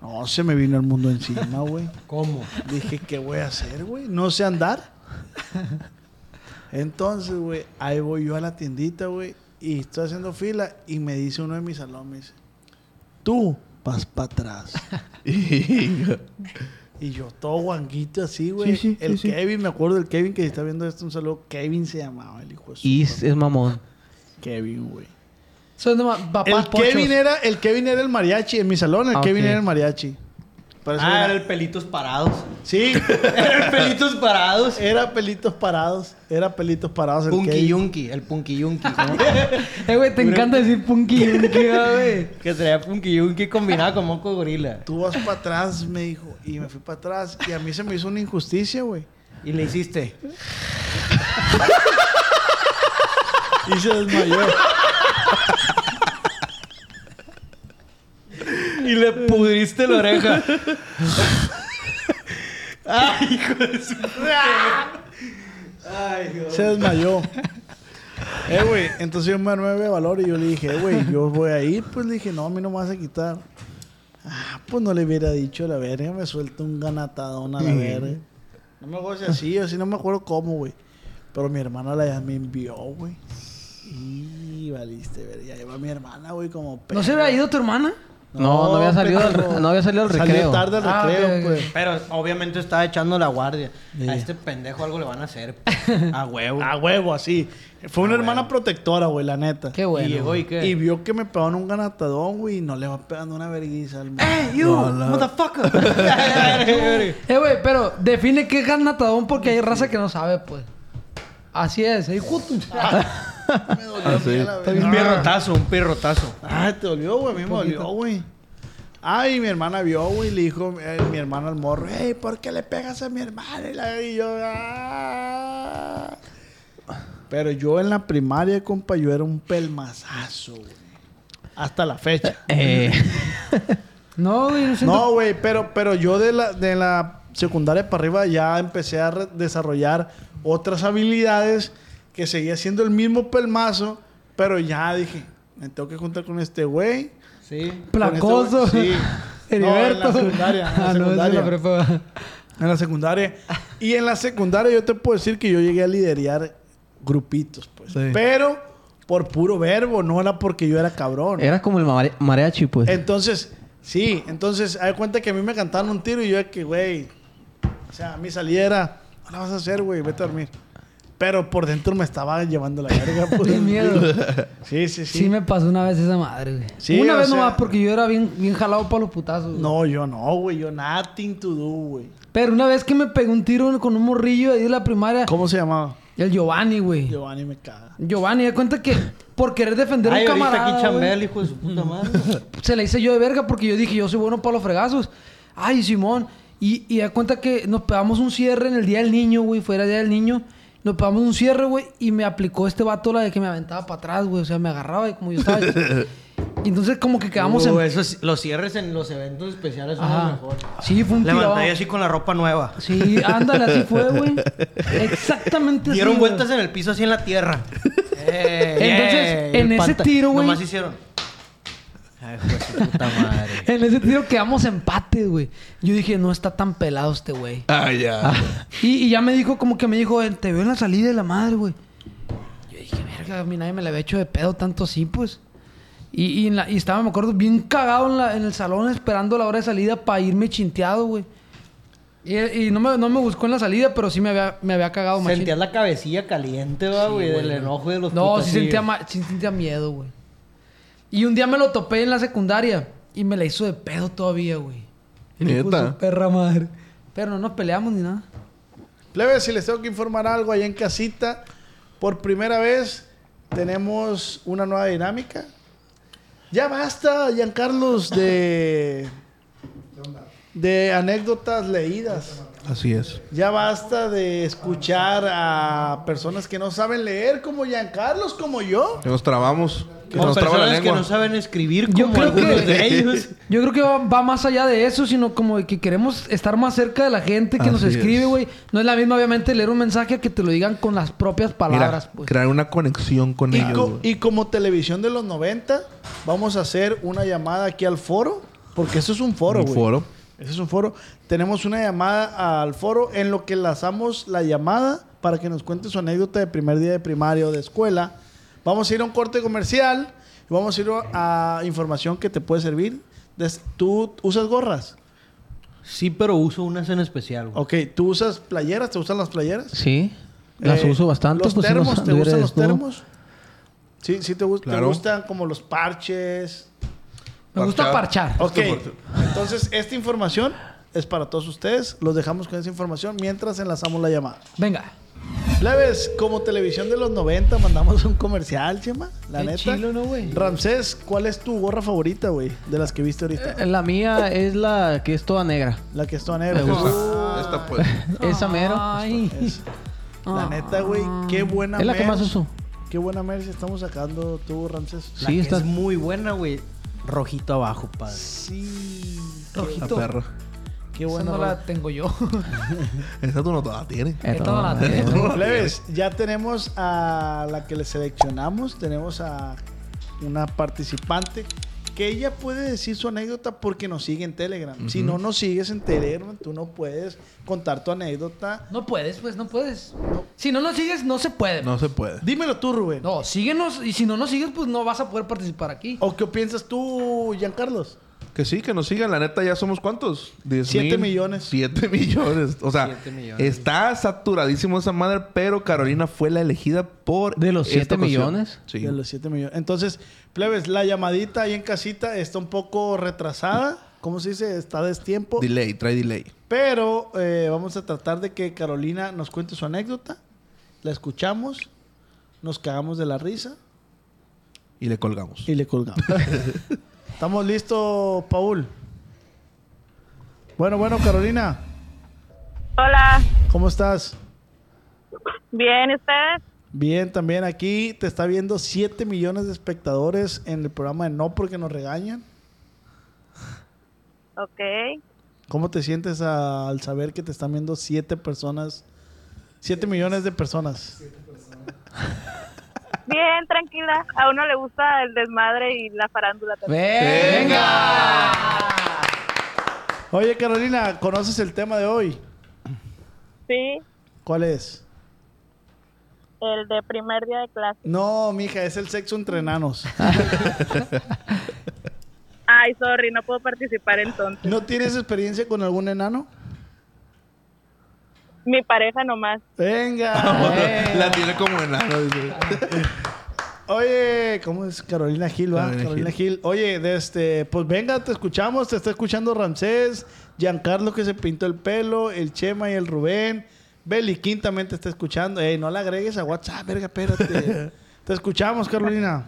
B: No, *laughs* se me vino el mundo encima, güey.
D: ¿Cómo?
B: Dije, ¿qué voy a hacer, güey? No sé andar. Entonces, güey, ahí voy yo a la tiendita, güey, y estoy haciendo fila y me dice uno de mis salón, me dice, tú vas para atrás.
G: *laughs*
B: y yo todo guanguito así, güey.
E: Sí, sí,
B: el
E: sí, sí.
B: Kevin, me acuerdo del Kevin que si está viendo esto, un saludo. Kevin se llamaba el hijo de su
E: Y es es mamón.
B: Kevin, güey.
F: Son de ma-
B: El
F: papás pochos.
B: Kevin, era, el Kevin era el mariachi. En mi salón, el
E: Ah,
B: Kevin
E: ok.
B: era el mariachi. Por eso
D: Ah,
B: era-
D: era el pelitos parados. *laughs*
B: Sí,
D: Era el pelitos parados.
B: era pelitos parados. Era pelitos parados el
D: Punky
B: Kevin.
D: Yunky, el Punky Yunky. ¿no?
F: Eh, güey, Ah, te encanta decir punky, punky, *laughs* güey.
D: que sería Punky Yunky combinado con moco de gorila.
B: Tú vas para atrás, me dijo. Y me fui para atrás. Y a mí se me hizo una injusticia, güey.
D: Y le hiciste.
B: *laughs* Y se desmayó.
D: Y le pudriste la oreja. Ay, hijo de su.
B: Se desmayó. Eh, güey, entonces yo me armé de valor y yo le dije, eh, güey, yo voy a ir. Pues le dije, no, a mí no me vas a quitar. Ah, pues no le hubiera dicho, la verga, me suelta un ganatadón a la
C: Mm.
B: verga. No me acuerdo si
D: *laughs*
B: así, así no me acuerdo cómo, güey. Pero mi hermana la me envió, güey. Y valiste, verga. Ahí va mi hermana, güey, como
F: ¿No se hubiera ido tu hermana?
E: No, no había salido al re- no había salido al
B: Salió
E: recreo. Ah,
B: tarde al recreo, pues.
D: Pero obviamente estaba echando la guardia. A este pendejo algo le van
E: *laughs*
D: a hacer. A huevo.
B: A huevo, así. Fue una hermana protectora, güey, la neta. Qué
D: bueno. ¿Y llegó y qué?
B: Y vio que me pegaron un ganatadón, güey, y no le va pegando una verguiza al
D: ¡Hey, you!
F: eh, güey, pero define qué ganatadón porque hay raza que no sabe, pues. Así es, eh, hijo de tu-
E: Ah,
D: Un pirrotazo, un pirrotazo.
B: Ah, te dolió, güey. A mí me dolió, güey. Ay, mi hermana vio, güey, y le dijo eh, mi hermana al morro, hey, ¿por qué le pegas a mi hermana? Y, la- y yo, "Ah". Pero yo en la primaria, compa, yo era un pelmazazo, güey. Hasta la fecha.
F: no, güey,
B: No, güey, pero, pero yo de la, de la secundaria para arriba ya empecé a re- desarrollar otras habilidades que seguía siendo el mismo pelmazo, pero ya dije, me tengo que juntar con este güey.
D: Sí.
F: Placoso.
B: este Sí.
F: *laughs* Heriberto.
B: No, en la secundaria. En la
F: *laughs* Ah, no, es de la
B: secundaria.
F: prepa.
B: En la secundaria. Y en la secundaria yo te puedo decir que yo llegué a liderar grupitos, pues. Pero por puro verbo, no era porque yo era cabrón.
E: Era como el mare- mariachi, pues.
B: Entonces, sí, entonces, hay cuenta que a mí me cantaron un tiro y yo de que, güey, o sea, a mí saliera, no la vas a hacer, güey, vete a dormir. Pero por dentro me estaba llevando la
F: *laughs*
B: verga. Pues,
F: Qué miedo.
B: Sí, sí, sí.
F: Sí me pasó una vez esa madre, güey.
B: Sí,
F: una
B: o
F: vez
B: sea-
F: nomás porque yo era bien, bien jalado para los putazos. güey.
B: No, yo no, güey, yo nothing to do, güey.
F: Pero una vez que me pegó un tiro con un morrillo ahí de la primaria.
B: ¿Cómo se llamaba?
F: El Giovanni, güey.
B: Giovanni me caga.
F: Giovanni, da cuenta que por querer defender a
D: Ay,
F: un
D: ahorita
F: camarada.
D: aquí
F: güey,
D: chambea el hijo de su puta
F: *laughs*
D: madre.
F: se la hice yo de verga porque yo dije, yo soy bueno para los fregazos. Ay, Simón. Y, y da cuenta que nos pegamos un cierre en el Día del Niño, güey. Fuera el Día del Niño. Nos pegamos un cierre, güey. Y me aplicó este vato la de que me aventaba para atrás, güey. O sea, me agarraba y como yo estaba.
D: *laughs*
F: y entonces como que quedamos
D: Uh,
F: en...
D: eso sí, los cierres en los eventos especiales son
F: Ajá.
D: los mejores.
F: Sí, fue un tirado.
D: Levanté así con la ropa nueva.
F: Sí, ándale, así fue, güey. Exactamente así.
D: Dieron
F: güey.
D: vueltas en el piso así en la
F: *laughs*
D: tierra. Eh,
F: Entonces,
D: eh,
F: en
D: el
F: ese
D: panta-
F: tiro, güey.
D: Nomás hicieron. Ay, hijo de su puta madre.
F: *laughs* En ese tiro quedamos empate, güey. Yo dije, no está tan pelado este güey.
G: Ah, ya.
F: Y, y ya me dijo, como que me dijo, "Eh, te veo en la salida de la madre, güey. Yo dije, verga, a mí nadie me la había hecho de pedo tanto así, pues. Y, y en la- y estaba, me acuerdo, bien cagado en, la- en el salón esperando la hora de salida para irme chinteado, güey. Y, y no, me, no me buscó en la salida, pero sí me había, me había cagado, machín.
D: Sentías la cabecilla caliente, va, güey, del enojo y de los
F: No, sí
D: putacillos.
F: sentía, ma- sí sentía miedo, güey. Y un día me lo topé en la secundaria y me la hizo de pedo todavía, güey. Y me
G: Neta.
F: puso perra madre. Pero no nos peleamos ni nada.
B: Plebe, si les tengo que informar algo allá en casita, por primera vez tenemos una nueva dinámica. Ya basta, Giancarlos, de, de anécdotas leídas.
G: Así es.
B: Ya basta de escuchar a personas que no saben leer, como Giancarlos, como yo.
G: Que nos trabamos. Que
D: Con
G: nos traba la
D: personas que
G: lengua.
D: no saben escribir como
F: Yo creo
D: algunos
F: que-
G: *laughs*
D: de ellos.
F: Yo creo que va, va más allá de eso, sino como de que queremos estar más cerca de la gente que nos
G: Así
F: escribe,
G: es.
F: güey. No es la misma, obviamente, leer un mensaje a que te lo digan con las propias
G: Mira,
F: palabras, pues.
G: crear una conexión con
B: Y,
G: ellos.
B: co-
G: güey.
B: y como televisión de los 90, vamos a hacer una llamada aquí al foro, porque eso es un foro,
G: Un
B: güey.
G: foro.
B: Ese es un foro. Tenemos una llamada al foro en lo que lanzamos la llamada para que nos cuente su anécdota de primer día de primaria o de escuela. Vamos a ir a un corte comercial y vamos a ir a a información que te puede servir. Des- ¿Tú usas gorras?
D: Sí, pero uso unas en especial, güey.
B: Ok, ¿tú usas playeras? ¿Te gustan las playeras?
E: Sí. Las
B: Eh,
E: uso bastante.
B: ¿Los
E: pues, si no
B: termos? ¿Te
E: anduviera
B: gustan los
E: desnudo.
B: termos? Sí, sí te, gust- te
G: Claro.
B: gustan como los parches.
F: Me gusta parchar.
B: Ok, entonces esta información es para todos ustedes. Los dejamos con esa información mientras enlazamos la llamada.
F: Venga.
B: Leves, como televisión de los 90, mandamos un comercial, Chema. La
F: Qué
B: neta.
F: chilo, ¿no, güey?
B: Ramsés, ¿cuál es tu gorra favorita, güey? De las que viste ahorita.
E: Eh, La mía es la que es toda negra.
B: La que está negra.
G: Me
B: güey.
G: gusta. Esta pues.
E: Esa mero.
F: Ay.
B: Es- La neta, güey, qué buena
E: Es la que
B: merch.
E: más uso.
B: Qué buena merch estamos sacando tú, Ramsés.
D: La
E: Sí,
D: que
E: está-
D: es muy buena, güey. Rojito abajo, padre.
B: Sí.
G: La
F: Rojito.
G: perra.
B: Qué
F: Esa
B: buena
F: no
B: rola.
F: la
B: *laughs*
F: tengo yo.
G: Esa tú no te la tienes.
F: Esta
G: *laughs*
F: no la tengo.
B: Leves, ya tenemos a la que le seleccionamos, tenemos a una participante que ella puede decir su anécdota porque nos sigue en Telegram. Si
G: Ujú.
B: no nos sigues en Telegram, tú no puedes contar tu anécdota.
F: No puedes, pues, no puedes. Si no nos sigues, no se puede. No.
G: No se puede.
B: Dímelo tú, Rubén.
F: síguenos y si no nos sigues, pues no vas a poder participar aquí.
B: ¿O qué piensas tú, Giancarlos?
G: Que sí, que nos sigan. La neta, ya somos cuántos? 10
B: Siete
G: mil.
B: millones.
G: Siete *laughs* millones. O sea,
I: Siete millones.
G: está saturadísimo esa madre, pero Carolina fue la elegida por.
E: ¿De los
G: esta
E: siete
G: ocasión.
E: millones?
G: Sí.
B: De los 7 millones. Entonces, plebes, la llamadita ahí en casita está un poco retrasada. ¿Cómo se dice? Está a destiempo.
G: Delay, trae delay.
B: Pero eh, vamos a tratar de que Carolina nos cuente su anécdota. La escuchamos, nos cagamos de la risa
G: Y le colgamos.
B: y le colgamos. ¿Estamos listos, Paul? Bueno, bueno, Carolina,
K: Hola,
B: ¿cómo estás?
K: bien, ¿y ustedes?
B: Bien, también aquí te está viendo 7 millones de espectadores en el programa de No porque nos regañan.
K: Ok.
B: ¿Cómo te sientes a- al saber que te están viendo 7 personas? 7 millones de personas.
K: Bien, tranquila. A uno le gusta el desmadre y la farándula también.
B: Oye, Carolina, ¿conoces el tema de hoy?
K: Sí,
B: ¿Cuál es?
K: el de primer día de clase.
B: No, mija, es el sexo entre enanos.
K: Ay, sorry, no puedo participar entonces.
B: *laughs* ¿No tienes experiencia con algún enano?
K: Mi pareja nomás.
B: Venga.
G: *laughs* la tiene como enano. dice.
B: Oye, ¿cómo es Carolina Gil? va? Carolina,
G: Carolina
B: Gil. Oye, de este, pues venga, te escuchamos, te está escuchando Ramsés, Giancarlo que se pintó el pelo, el Chema y el Rubén, Beliquín también te está escuchando. Ey, no la agregues a WhatsApp, verga, espérate. te escuchamos, Carolina.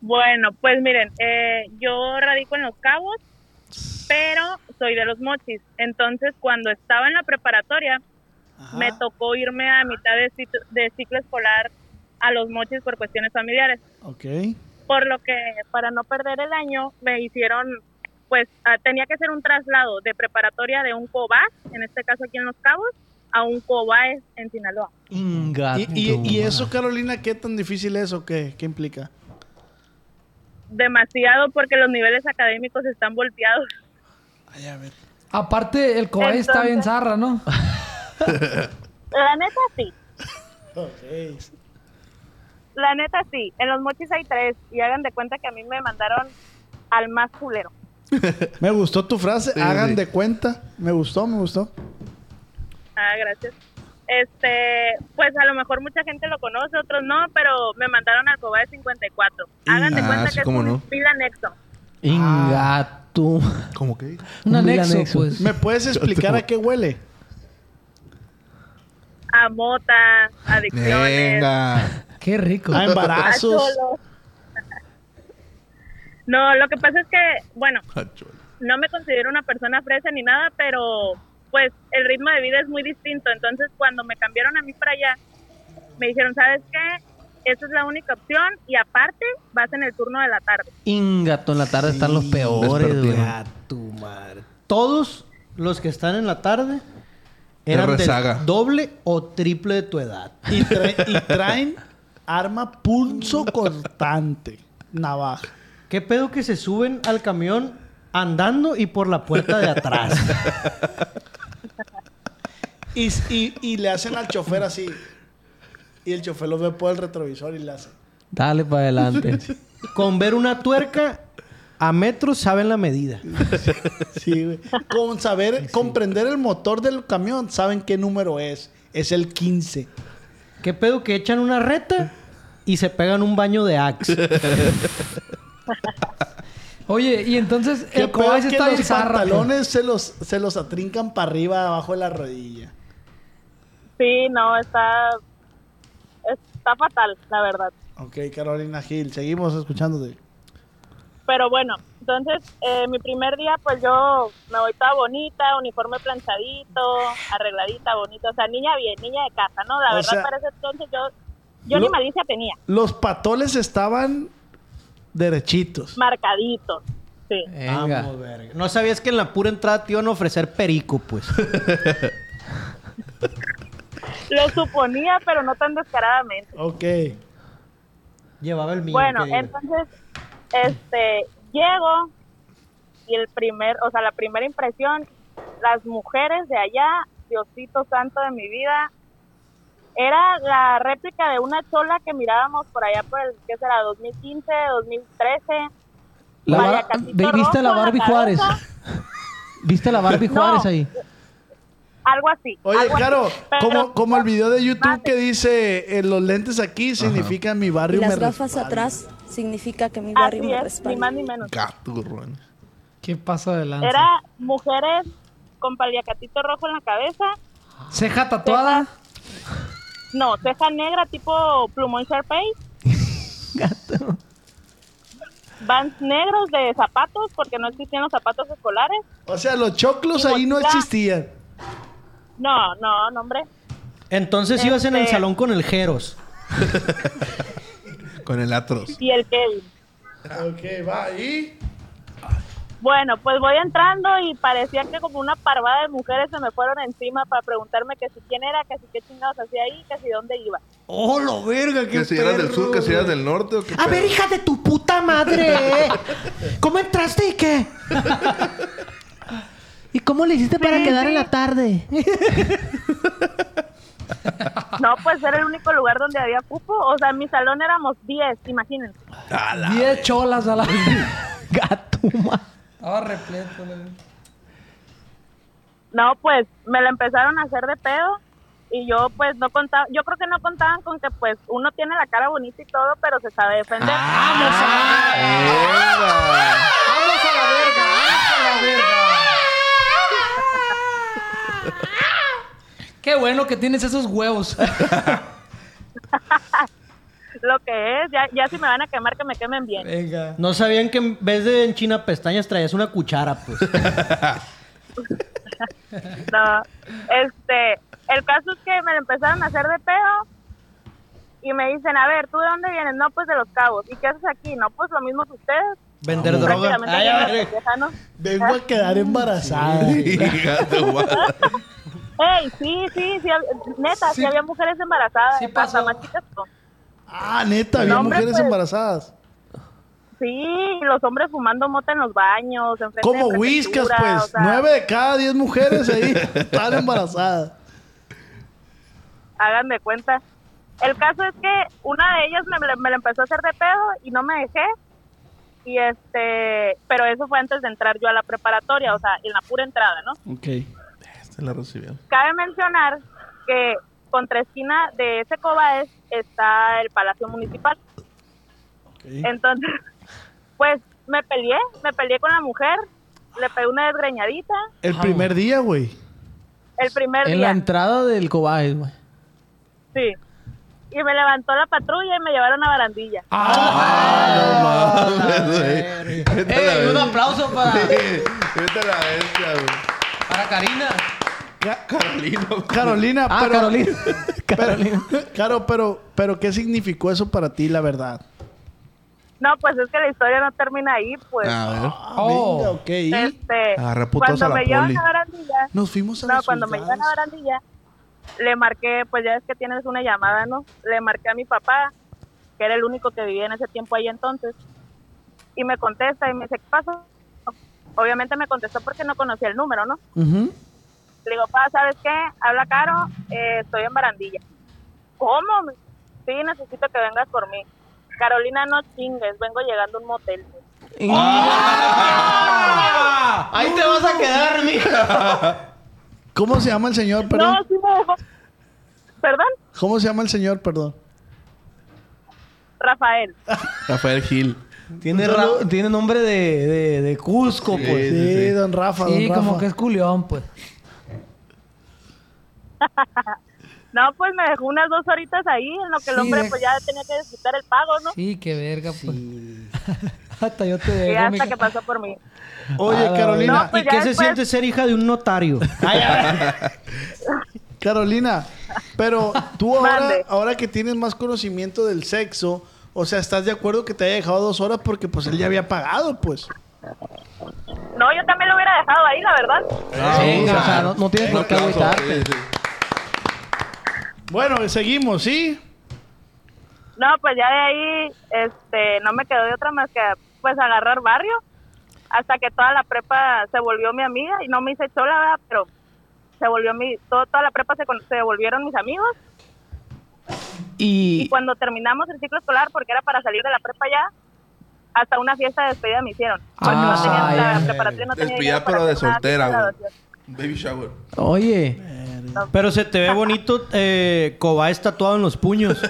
K: Bueno, pues miren, eh, yo radico en Los Cabos, pero soy de Los Mochis. Entonces, cuando estaba en la preparatoria, me tocó irme a mitad de, ciclo- de ciclo escolar a Los Mochis por cuestiones familiares.
B: Ok.
K: por lo que para no perder el año me hicieron pues ah, tenía que hacer un traslado de preparatoria de un COBAS, en este caso aquí en Los Cabos, a un COBAES en Sinaloa.
E: Inga
B: ¿Y, y-
E: tu
B: y
E: madre.
B: eso, Carolina, qué tan difícil es o qué? ¿Qué implica?
K: Demasiado porque los niveles académicos están volteados.
B: Ay, a ver.
F: Aparte, el cobaye está bien
K: Entonces-
B: *laughs*
F: zarra, ¿no?
K: La neta sí,
B: Ok.
K: la neta sí. En los mochis hay tres y hagan de cuenta que a mí me mandaron al más culero.
B: Me gustó tu frase,
G: Sí,
B: hagan
G: sí.
B: de cuenta. Me gustó, me gustó.
K: Ah, gracias. Este, pues a lo mejor mucha gente lo conoce, otros no, pero me mandaron al COBAES 54. Hagan de
G: Ah,
K: cuenta
G: sí,
K: que es
G: cómo
K: un
G: no.
K: vil anexo.
E: Inga tu-
G: ¿Cómo que?
E: Un
F: Un
E: vil
F: anexo,
E: anexo.
F: pues.
B: ¿Me puedes explicar a qué huele?
K: A mota, adicciones,
G: Venga.
F: Qué
G: *laughs*
F: rico.
B: A embarazos.
K: Ah, solo. *laughs* No, lo que pasa es que, bueno, no me considero una persona fresa ni nada, pero pues el ritmo de vida es muy distinto. Entonces, cuando me cambiaron a mí para allá, me dijeron, ¿sabes qué? Esa es la única opción y aparte vas en el turno de la tarde.
E: Ingato, en la tarde están los peores, güey.
G: Despertino.
D: A tu madre. Todos los que están en la tarde
G: Te
D: eran
G: rezaga.
D: del doble o triple de tu edad.
B: Y, tra- y traen arma pulso cortante. Navaja.
D: ¿Qué pedo que se suben al camión andando y por la puerta de atrás?
B: Y, y- y le hacen al chofer así. Y el chofer lo ve por el retrovisor y le hace.
E: Dale para adelante.
D: Con ver una tuerca a metros saben la medida.
B: Sí, güey. *laughs* Con saber, comprender el motor del camión, saben qué número es. Es el 15.
D: ¿Qué pedo que echan una reta y se pegan un baño de Axe?
F: Oye, y entonces
B: ¿Qué
F: el cobaye
B: peor que
F: está bien
B: los
F: zarra. pues.
B: pantalones se los, se los atrincan para arriba, abajo de la rodilla.
K: Sí, no, está, está fatal, la verdad.
B: Ok, Carolina Gil, seguimos escuchándote.
K: Pero bueno, entonces eh, mi primer día, pues yo me voy toda bonita, uniforme planchadito, arregladita, bonita. O sea, niña bien, niña de casa, ¿no? La
B: O
K: verdad,
B: sea,
K: para ese entonces yo, yo
B: lo-
K: ni malicia tenía,
B: Los patoles estaban *laughs* derechitos.
K: marcaditos. Sí.
E: Venga.
D: Vamos, verga. No sabías que en la pura entrada te iban a ofrecer perico, pues.
K: Lo suponía, pero no tan descaradamente.
B: *laughs* Ok.
D: Llevaba el mío.
K: Bueno,
D: que diga.
K: entonces, este, llego y el primer, o sea, la primera impresión, las mujeres de allá, Diosito Santo de mi vida, era la réplica de una chola que mirábamos por allá por el, ¿qué será? 2015, 2013.
E: La
K: Vaya,
E: bar-
K: Casito
E: ve- ¿Viste a la
K: Rojo,
E: Barbie
K: cabeza,
E: Juárez? ¿Viste a la
B: *laughs*
E: Barbie Juárez ahí?
K: Algo así.
B: Oye,
K: algo así.
B: claro,
K: Pero-
B: como, como el video de YouTube que dice eh, los lentes aquí significa mi barrio me respalda".
A: significa que mi
K: Así es, ni más ni menos.
B: Ah,
G: Caturrón.
F: ¿Qué pasó adelante?
K: Era mujeres con paliacatito rojo en la cabeza,
F: Ceja tatuada.
K: no, ceja negra tipo plumón Sharpay. Vans negros de zapatos, porque no existían los zapatos escolares.
B: O sea, los choclos ahí no existían.
K: No, no, no, hombre.
D: Entonces ibas en el
K: Este-
D: salón con el
B: *laughs*
D: Jeros.
G: Con el Atros.
K: Y el Kevin.
B: Ok, va ahí.
K: Bueno, pues voy entrando y parecía que como una parvada de mujeres se me fueron encima para preguntarme que si quién era, que si qué chingados hacía ahí, que si dónde
B: *laughs*
K: iba.
D: ¡Oh, lo verga! ¡Qué
G: Que si eras del
D: perro,
G: sur, que si eras
D: güey!
G: del norte o qué
D: A ver,
G: pedo?
D: hija de tu
E: ¡Puta madre! ¿Cómo entraste y qué? ¿Y cómo le hiciste para
K: Sí,
E: quedar
K: sí.
E: en la tarde?
K: No, pues era el único lugar donde había cupo. O sea, en mi salón éramos 10, imagínense.
F: Diez cholas a la.
B: *laughs*
I: Estaba repleto, la verdad.
K: No, pues me la empezaron a hacer de pedo y yo pues no contaba, yo creo que no contaban con que pues uno tiene la cara bonita y todo, pero se sabe defender.
I: Ah,
K: ¡Vamos
I: ¡Vamos a la verga! ¡Vamos a la verga!
F: Qué bueno que tienes esos huevos.
K: Lo que es, ya, ya si me van a quemar, que me quemen bien.
F: Venga.
D: No sabían que en vez de en China pestañas traías una cuchara,
B: *laughs*
D: pues.
K: *laughs* No, este, el caso es que me la empezaron a hacer de pedo y me dicen, a ver, ¿tú de dónde vienes? No, pues de Los Cabos. ¿Y qué haces aquí? No, pues lo mismo que ustedes.
D: Vender
K: Pues,
D: droga.
K: prácticamente
D: Ay,
K: yo
D: a
K: era
D: ver.
K: pendejano.
B: Vengo a quedar embarazada.
G: Hija de guada.
K: Ey, sí, sí, sí, hab- neta, sí.
B: Sí.
K: había mujeres embarazadas,
B: Sí
K: hasta
B: pasó.
K: más chicas, no.
B: Ah, neta, había
K: No, hombre,
B: mujeres
K: pues.
B: embarazadas.
K: Sí, los hombres fumando mota en los baños, enfrente
B: Como
K: de
B: whiskas,
K: prefectura,
B: pues.
K: o sea,
B: Nueve de cada diez mujeres ahí están
D: *laughs*
B: embarazadas.
K: Hagan de cuenta. El caso es que una de ellas me, me la empezó a hacer de pedo y no me dejé. Y este, pero eso fue antes de entrar yo a la preparatoria, o sea, en la pura entrada, ¿no?
B: Ok.
G: Se la recibió.
K: Cabe mencionar que contra esquina de ese Cobaes está el Palacio Municipal. Entonces, *laughs* pues me peleé, me peleé con la mujer, le pegué una desgreñadita
B: El primer día, güey.
K: el primer
E: En
K: día.
E: la entrada del cobaye, güey.
K: Sí. Y me levantó la patrulla y me llevaron a barandilla.
G: Ah, no mames, güey. Vete a la
E: Ah, Ey, un
G: verga.
E: aplauso para-
G: Sí, *laughs* Vete a la bestia, güey.
E: Para Karina.
G: Carolina.
B: Carolina,
E: Ah,
B: pero.
E: Carolina.
D: *laughs*
B: Carolina. Claro, pero, pero ¿qué significó eso para ti, la verdad?
K: No, pues es que la historia no termina ahí, pues.
B: Ah,
K: Oh.
B: venga, ok. ¿y?
K: Este,
B: Agarra putos
K: cuando
B: a la
K: me llevan
B: poli.
K: a barandilla.
B: Nos fuimos a
K: No,
B: las
K: cuando me llevan a
B: juzgadas.
K: barandilla, le marqué, pues ya es que tienes una llamada, ¿no? Le marqué a mi papá, que era el único que vivía en ese tiempo ahí entonces, y me contesta y me dice, ¿qué pasa? Obviamente me contestó porque no conocía el número, ¿no? Le digo, pa, ¿sabes qué? Habla caro, eh, estoy en barandilla. ¿Cómo? me- Sí, necesito que vengas por mí. Carolina, no chingues, vengo llegando a un motel.
D: Ah, Ahí te vas a quedar, mija.
B: *laughs* ¿Cómo se llama el señor, perdón?
K: No, sí me dejó. ¿Perdón?
B: ¿Cómo se llama el señor, perdón?
K: Rafael.
G: Rafael Gil.
E: Tiene, ra- tiene nombre de, de, de Cusco,
G: Sí,
E: pues.
G: sí, sí. Sí,
B: *laughs* don Rafa,
F: Sí,
B: don
F: como
B: Rafa.
F: que es culión, pues.
K: No, pues me dejó unas dos horitas ahí, en lo que el
F: Sí,
K: hombre
F: de-
K: pues ya tenía que disfrutar el pago, ¿no?
F: Sí, qué verga, pues. hasta yo te
K: Y
F: dejo,
K: hasta
F: mija.
K: que pasó por mí.
B: Oye, Carolina.
K: No, pues
D: Ah, ¿Y
K: ya
D: qué se
K: después-
D: siente ser hija de
B: *laughs*
D: un notario?
B: Carolina, pero tú ahora,
K: Mande.
B: ahora que tienes más conocimiento del sexo, o sea, ¿estás de acuerdo que te haya dejado dos horas porque pues él ya había pagado, pues?
K: No, yo también lo hubiera dejado ahí, la verdad.
E: Sí, o sea, no, no tienes por qué agüitarte.
B: Bueno, seguimos, ¿sí?
K: No, pues ya de ahí, este, no me quedó de otra más que, pues, agarrar barrio. Hasta que toda la prepa se volvió mi amiga y no me hice chola, ¿verdad? Pero se volvió mi, todo- toda la prepa se, con- se volvieron mis amigos.
E: Y,
K: Y cuando terminamos el ciclo escolar, porque era para salir de la prepa ya, hasta una fiesta de despedida me hicieron.
G: Ah,
K: Pues no tenía
G: Ay,
K: la
G: ay,
K: preparatoria, no tenía
G: Despedida,
K: dinero para
G: pero de
K: hacer nada,
G: soltera,
K: fiesta de
G: güey.
K: graduación.
G: Baby shower.
E: Oye.
D: Pero se te ve bonito eh, Cobáez tatuado en los
G: *laughs*
D: puños.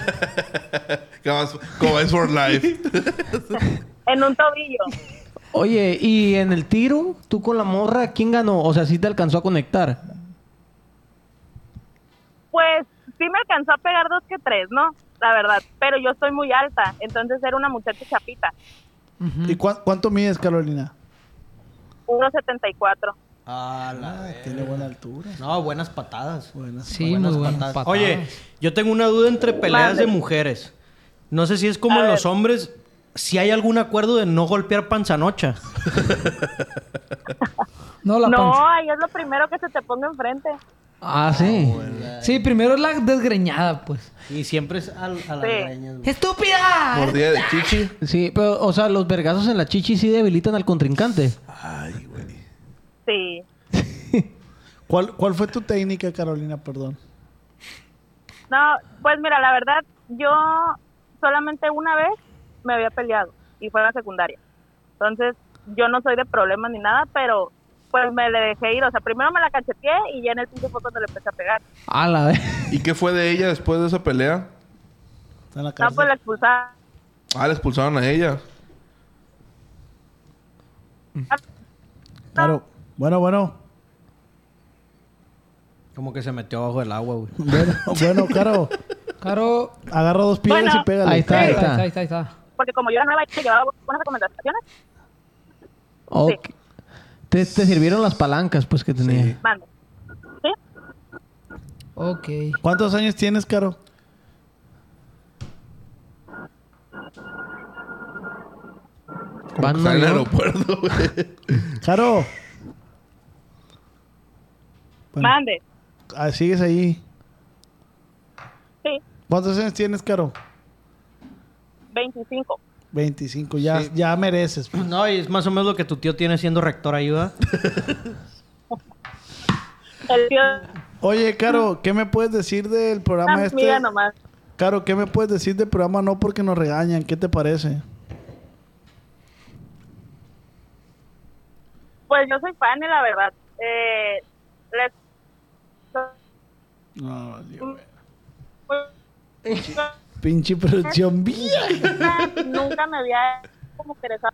G: Cobáez for life.
K: En un tobillo.
E: Oye, y en el tiro, tú con la morra, ¿quién ganó? O sea, sí te alcanzó a conectar.
K: Pues sí me alcanzó a pegar dos que tres, ¿no? La verdad. Pero yo estoy muy alta, entonces era una muchacha chapita.
B: ¿Y cuán- cuánto mides, Carolina?
K: 1.74.
D: Ah, la
B: Tiene buena altura.
D: No, buenas patadas.
F: Sí, muy buenas patadas.
D: Oye, yo tengo una duda entre peleas
F: Mande.
D: de mujeres. No sé si es como en los hombres, si hay algún acuerdo de no golpear panzanocha.
F: *laughs* No, la panza.
K: No, ahí es lo primero que se te ponga enfrente.
E: Ah, sí.
F: Sí, primero es la desgreñada, pues.
D: Y siempre es al- a, la
K: Sí.
J: ¡Estúpida!
G: Mordida de chichi.
E: Sí, pero, o sea, los vergazos en la chichi sí debilitan al contrincante.
K: Sí.
B: ¿Cuál, ¿Cuál fue tu técnica, Carolina? Perdón.
K: No, pues mira, la verdad, yo solamente una vez me había peleado y fue en la secundaria. Entonces, yo no soy de problemas ni nada, pero pues me le dejé ir. O sea, primero me la cacheteé y ya en el piso fue cuando le empecé a pegar.
E: A la vez.
G: ¿Y qué fue de ella después de esa pelea?
K: No, pues la expulsada.
G: Ah, la expulsaron a ella.
B: Claro. Bueno, bueno.
D: Como que se metió abajo del agua, güey.
B: Bueno, *laughs* bueno, Caro.
F: Caro.
B: Agarra dos piedras
K: Bueno.
B: y pégale.
E: Ahí está, ahí está.
F: Ahí está, ahí está.
K: Porque como yo era nueva y me llevaba buenas recomendaciones,
E: Ok. Te, te sirvieron las palancas, pues, que tenía.
K: mando. ¿Sí?
F: Ok.
B: ¿Cuántos años tienes, Caro?
E: Van
G: Está en el
E: Nueva York.
G: aeropuerto, güey.
B: *laughs* Caro. Bueno,
K: Mande.
B: ah, sigues ahí.
K: Sí,
B: ¿Cuántos años tienes, Caro?
K: 25.
B: 25. Ya, ya mereces.
D: No, y es más o menos lo que tu tío tiene siendo rector ahí, ¿verdad?
K: El tío
B: Oye, Caro, ¿qué me puedes decir del programa
K: Ah,
B: este?
K: mira nomás.
B: Caro, ¿qué me puedes decir del programa No porque nos regañan? ¿Qué te parece?
K: Pues yo soy fan, la verdad. Eh, les...
B: No, Pinche
F: *laughs*
B: producción vía.
K: *laughs* Nunca me había como interesado.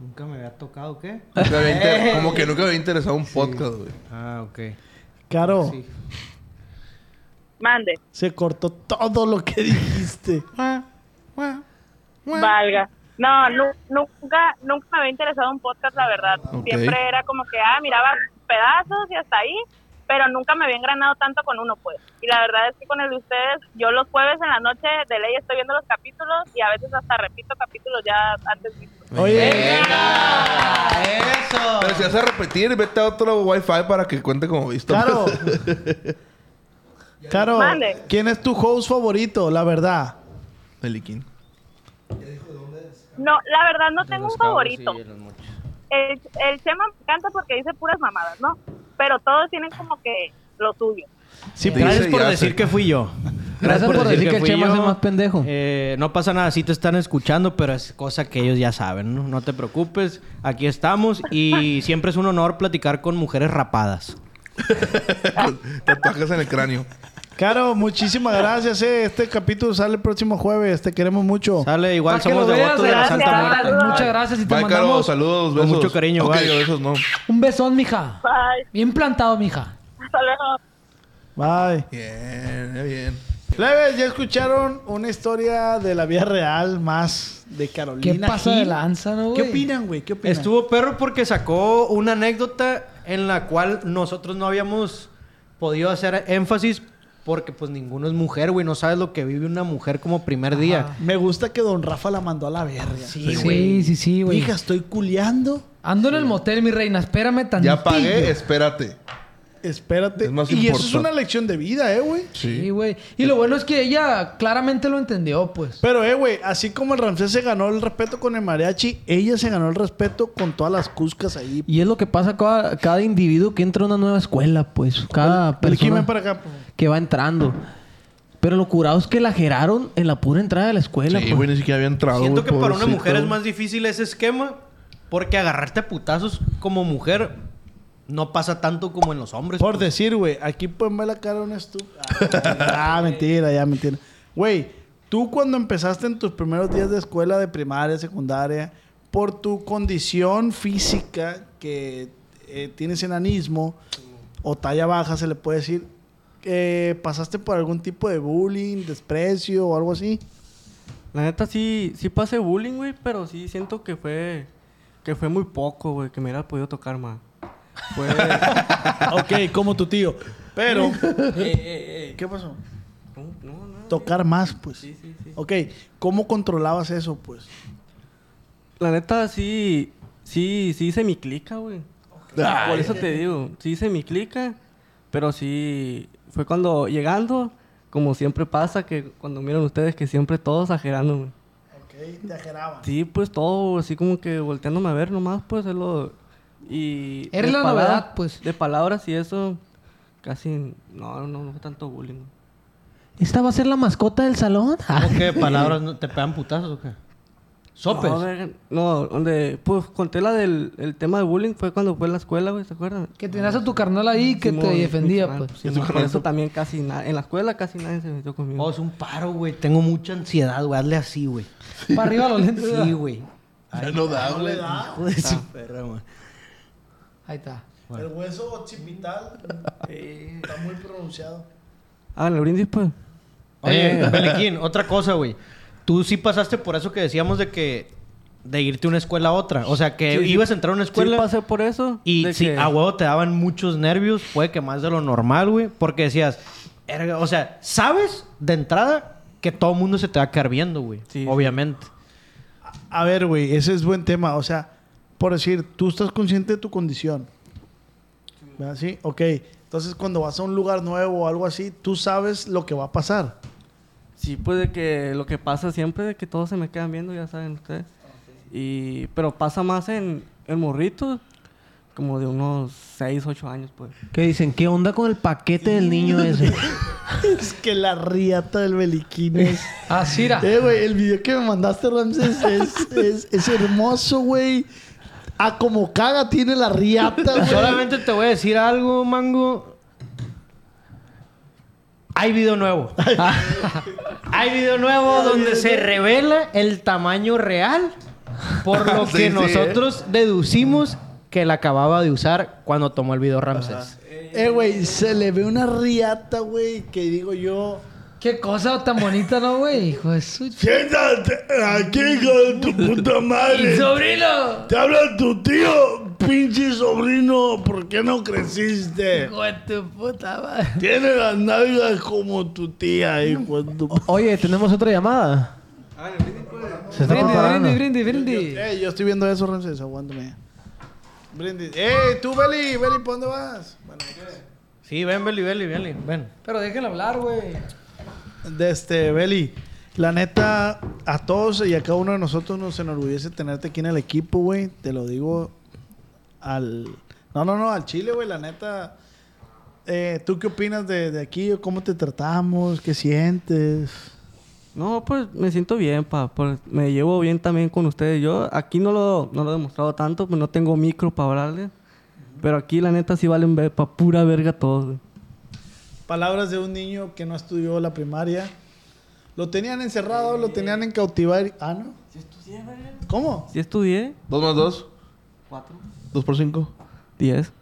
D: Nunca me había tocado,
G: *laughs*
D: ¿qué?
G: Nunca había
E: Eh.
G: inter- Como que nunca me había interesado un podcast, güey.
D: Ah, ok.
B: Caro,
K: Mande.
B: se cortó todo lo que *laughs* dijiste.
K: Valga. No, nu- nunca, nunca me había interesado un podcast, la verdad.
G: Ok.
K: Siempre era como que, ah, miraba pedazos y hasta ahí, pero nunca me había engranado tanto con uno, pues. Y la verdad es que con el de ustedes, yo los jueves en la noche de ley estoy viendo los capítulos y a veces hasta repito capítulos ya antes vistos.
B: Oye,
G: Pero si vas a repetir, vete a otro wifi para que cuente como visto.
B: Caro. Caro,
K: Mande.
B: ¿quién es tu host favorito? La verdad.
G: Meliquín.
K: No, la verdad no tengo un favorito. El, el Chema me encanta porque dice puras mamadas, ¿no? Pero todos tienen como que lo suyo. *laughs*
B: Sí,
D: Gracias
G: Dice
D: por
G: y hace.
D: decir que
B: *laughs*
D: fui yo.
E: Gracias por decir que el
D: fui
E: Chema
D: yo.
E: es el más pendejo.
D: Eh, no pasa nada, sí te están escuchando, pero es cosa que ellos ya saben, ¿no? No te preocupes, aquí estamos y siempre es un honor platicar con mujeres rapadas.
G: *laughs* Tatuajes en el cráneo.
B: Caro,
F: *laughs*
B: muchísimas gracias. eh. Este capítulo sale el próximo jueves. Te queremos mucho.
D: Sale, igual
F: Para que lo
D: somos
F: veas,
D: devotos de la
K: gracias.
D: Santa Muerte.
K: Saludos.
F: Muchas gracias y te
G: Bye, Caro.
F: mandamos
G: Saludos,
D: Con
G: besos.
D: mucho cariño,
G: Ok,
D: bye.
G: besos no.
F: un besón, mija.
K: Bye.
F: Bien plantado, mija.
K: Hasta luego.
B: Bye.
G: Bien, eh, bien.
B: Plebes, ya escucharon una historia de la vida real más de
F: ¿Qué
B: Carolina.
F: pasa de
B: Gil.
F: lanza, no,
B: ¿Qué
F: güey?
B: opinan, güey? ¿Qué opinan?
D: Estuvo perro porque sacó una anécdota en la cual nosotros no habíamos podido hacer énfasis porque pues ninguno es mujer, güey, no sabes lo que vive una mujer como primer día.
B: Me gusta que Don Rafa la mandó a la verga.
F: Sí, sí, sí, güey.
B: Hija, estoy culeando
F: Ando en el motel, mi reina. Espérame tantito.
G: Ya pagué, espérate.
B: Espérate.
G: Es más
B: y eso es
G: importante.
B: una lección de vida, ¿eh, güey?
G: Sí.
F: Sí, güey. Y lo bueno es que ella claramente lo entendió, pues.
B: Pero, eh, güey, así como el Ramsés se ganó el respeto con el mariachi, ella se ganó el respeto con todas las cuscas ahí. *laughs*
E: Y es lo que pasa cada, cada individuo que entra a una nueva escuela, pues. Cada
B: El Jimmy,
E: persona
B: ven para
G: pues.
B: acá. por favor.
E: que va entrando. Pero lo curado es que la geraron en la pura entrada de la escuela,
G: Sí,
E: pues.
G: güey, ni siquiera había entrado.
D: Siento
G: güey,
D: que para una
G: pobrecito,
D: mujer es
G: güey.
D: más difícil ese esquema porque agarrarte a putazos como mujer no pasa tanto como en los hombres.
B: Por
D: pues.
B: decir, güey, aquí pueden ver la cara de un estúpido. Ah, ah, mentira, ya mentira. Güey, tú cuando empezaste en tus primeros días de escuela, de primaria, secundaria, por tu condición física, que eh, tienes enanismo o talla baja, se le puede decir, eh, ¿pasaste por algún tipo de bullying, desprecio o algo así?
A: La neta sí, sí pasé bullying, güey, pero sí siento que fue que fue muy poco, güey, que me hubiera podido tocar más. *laughs* Fue...
B: ok, como tu tío.
A: *laughs*
B: Pero,
A: Eh,
B: ¿qué pasó? Tocar más, pues. Ok, ¿cómo controlabas eso, pues?
A: La neta sí, sí, sí hice mi clica, güey.
G: Ay.
A: Por eso te digo, sí hice mi clica, pero sí fue cuando llegando, como siempre pasa, que cuando miran ustedes que siempre todos exagerando, güey.
B: Ok, te ajeraba.
A: Sí, pues todo, así como que volteándome a ver nomás, pues es lo. Y.
F: Era
A: de
F: la
A: palabra-
F: novedad, pues.
A: De palabras y eso, casi. No, no, no fue tanto bullying.
E: ¿Esta va a ser la mascota del salón?
D: *laughs* ¿Cómo que palabras no- te pegan putazos o qué? Sopes.
A: No, verga, no, donde. Pues conté la del el tema de bullying fue cuando fue en la escuela, güey, ¿se acuerdan?
F: Que tenías a tu carnal ahí que
A: Simón,
F: te
A: mi
F: defendía,
A: carnal,
F: pues.
A: Simón, por eso también casi nada. En la escuela casi nadie se metió conmigo.
D: Oh, es un paro, güey. Tengo mucha ansiedad, güey. Hazle así, güey.
F: Para arriba los lentes.
D: Sí,
F: ¿verdad?
D: güey.
G: Ya no da, güey.
D: Hijo de su perra, güey.
F: Ahí está.
B: El hueso occipital está muy pronunciado.
A: Háganle brindis, pues.
D: *laughs* Oye,
A: Eh.
D: Belequín, otra cosa, güey. Tú sí pasaste por eso que decíamos de que... De irte de una escuela a otra. O sea, que
A: Sí, sí.
D: ibas a entrar a una escuela...
A: Sí pasé por eso.
D: Y
A: de
D: sí,
A: que-
D: a huevo te daban muchos nervios, puede que más de lo normal, güey, porque decías, "Erga", o sea, sabes de entrada que todo el mundo se te va a quedar viendo, güey, obviamente.
B: A ver, güey, ese es buen tema. O sea, por decir, tú estás consciente de tu condición. ¿Verdad? Sí, ok. Entonces, cuando vas a un lugar nuevo o algo así, tú sabes lo que va a pasar.
A: Sí, pues de que lo que pasa siempre de que todos se me quedan viendo, ya saben ustedes. Y, pero pasa más en, en morritos, como de unos 6, 8 años, pues.
E: Que dicen, ¿qué onda con el paquete del niño ese?
B: *laughs* es que la riata del Beliquín es...
F: Ah, Cira.
B: Eh, güey, el video que me mandaste, Ramses, es, es, es hermoso, güey. A como caga tiene la riata, güey.
D: Solamente te voy a decir algo, Mango. Hay video *laughs* nuevo. Hay video nuevo donde se revela el tamaño real, *laughs* por *laughs* lo
G: Sí,
D: que
G: sí,
D: nosotros deducimos que la acababa de usar cuando tomó el video Ramses.
B: Eh, güey, se le ve una riata, güey, que digo yo...
F: Qué cosa tan bonita, ¿no, güey? Hijo de su...
C: Siéntate aquí, hijo de tu puta madre.
F: ¡Mi sobrino!
C: Te habla tu tío,
G: *laughs*
C: pinche sobrino. ¿Por qué no creciste?
F: Hijo de tu puta madre.
C: Tiene las nalgas como tu tía, hijo de tu
E: Oye, tenemos otra llamada. Se está
F: Brindis,
E: preparando.
F: brindis, brindis, brindis.
B: Eh, yo estoy viendo eso, Ramses, aguántame. Brindis. ¡Eh, tú, Beli! Beli, ¿por dónde vas? Bueno,
D: Sí, ven, Beli, Beli, Beli, ven.
F: Pero déjenlo hablar, güey.
B: de este, Beli, la neta, a todos y a cada uno de nosotros nos enorgullece tenerte aquí en el equipo, güey. Te lo digo al... No, no, no, al Chile, güey, la neta. Eh, ¿Tú qué opinas de, de aquí? ¿Cómo te tratamos? ¿Qué sientes?
A: No, pues me siento bien, pa. pues, me llevo bien también con ustedes. Yo aquí no lo, no lo he demostrado tanto, pues no tengo micro para hablarles. Pero aquí la neta sí valen ver, pa pura verga todos, güey.
B: Palabras de un niño que no estudió la primaria. Lo tenían encerrado, lo tenían en cautivar. Ah, ¿no? ¿Cómo?
A: Sí estudié,
G: ¿Dos más dos?
A: Cuatro.
G: ¿Dos por cinco?
A: 10,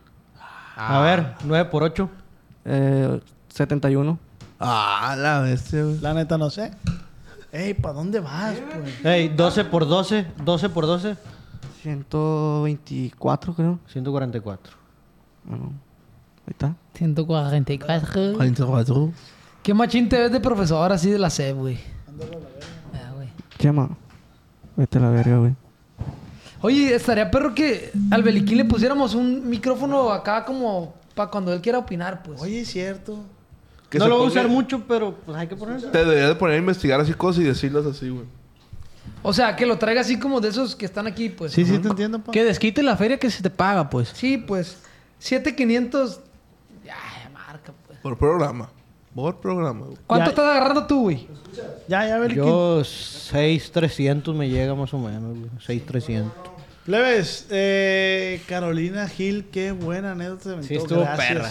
D: A ver, 9 por 8.
A: eh, 71.
G: Ah, la bestia, güey.
B: La neta no sé. Ey, ¿para dónde vas, pues?
D: Ey, 12 por 12, 12 por 12,
A: 124, creo.
D: 144.
A: Bueno, ahí está.
J: 144.
F: Qué machín te ves de profesor así de la SEP, güey.
A: Chema, vete a la verga, güey.
F: Oye, estaría perro que al Beliquín le pusiéramos un micrófono acá como para cuando él quiera opinar, pues.
B: Oye, es cierto.
G: Que
D: no
G: se
D: lo voy a
G: ponga-
D: usar mucho, pero pues hay que ponerse.
G: Te deberías de poner a investigar así cosas y decirlas así, güey.
F: O sea, que lo traiga así como de esos que están aquí, pues.
B: Sí, sí, te entiendo, pa.
E: Que desquite la feria que se te paga, pues.
F: Sí, pues. 7500.
G: Por programa. Por programa, güey.
F: ¿Cuánto estás agarrando tú, güey?
B: Ya, ya, Beliquín.
D: Yo 6.300 me llega más o menos, güey. 6.300.
B: Leves, eh, Carolina Gil, qué buena anécdota. se inventó.
D: Sí, estuvo
B: Gracias.
D: perra.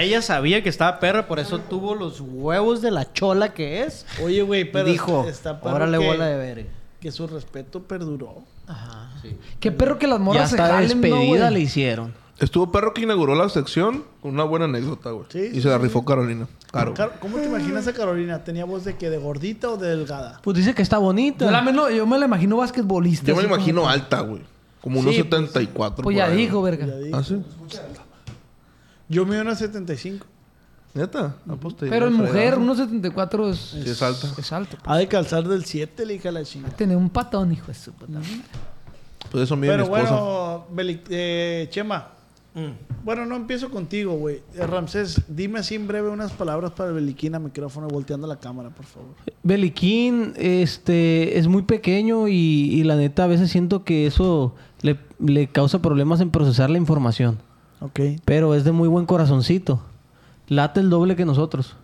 D: Ella sabía que estaba perra, por eso tuvo los huevos de la chola que es.
B: Oye, güey, pero
D: dijo,
B: está perro
D: órale
B: que-
D: bola de verga.
B: Que su respeto perduró. Ajá.
F: Qué perro que las morras
E: Ya
F: se
E: está
F: jalen, ¿no, güey?
E: despedida le hicieron.
G: Estuvo perro que inauguró la sección con una buena anécdota, güey.
B: Sí,
G: y
B: sí,
G: se la
B: sí,
G: rifó Carolina. Claro.
B: ¿Cómo te imaginas a Carolina? ¿Tenía voz de que de gordita o de delgada?
E: Pues dice que está bonita.
F: Yo, la meno- yo me la imagino basquetbolista.
G: Yo me la
F: así como-
G: imagino alta, güey. Como unos
F: Sí, pues,
G: 74.
F: Pues ya
G: por ahí,
F: dijo,
G: güey.
F: verga.
G: ¿Ah, sí?
B: Yo mido unas 75.
G: ¿Neta? Ah, pues Aposta.
F: Pero en
G: en
F: mujer, 1.74 es,
G: Sí, es alta.
F: Es alto.
B: Ha de calzar del 7, le dije a la chingada.
F: Tiene un patón, hijo de su puta madre.
G: Pues eso mide mi
B: Pero
G: esposa.
B: bueno, Beli- eh, Chema.
F: Mm.
B: Bueno, no empiezo contigo, güey. Eh, Ramsés, dime así en breve unas palabras para el Beliquín a micrófono volteando la cámara, por favor.
E: Beliquín este, es muy pequeño y, y la neta a veces siento que eso le, le causa problemas en procesar la información.
B: Ok.
E: Pero es de muy buen corazoncito. Late el doble que nosotros.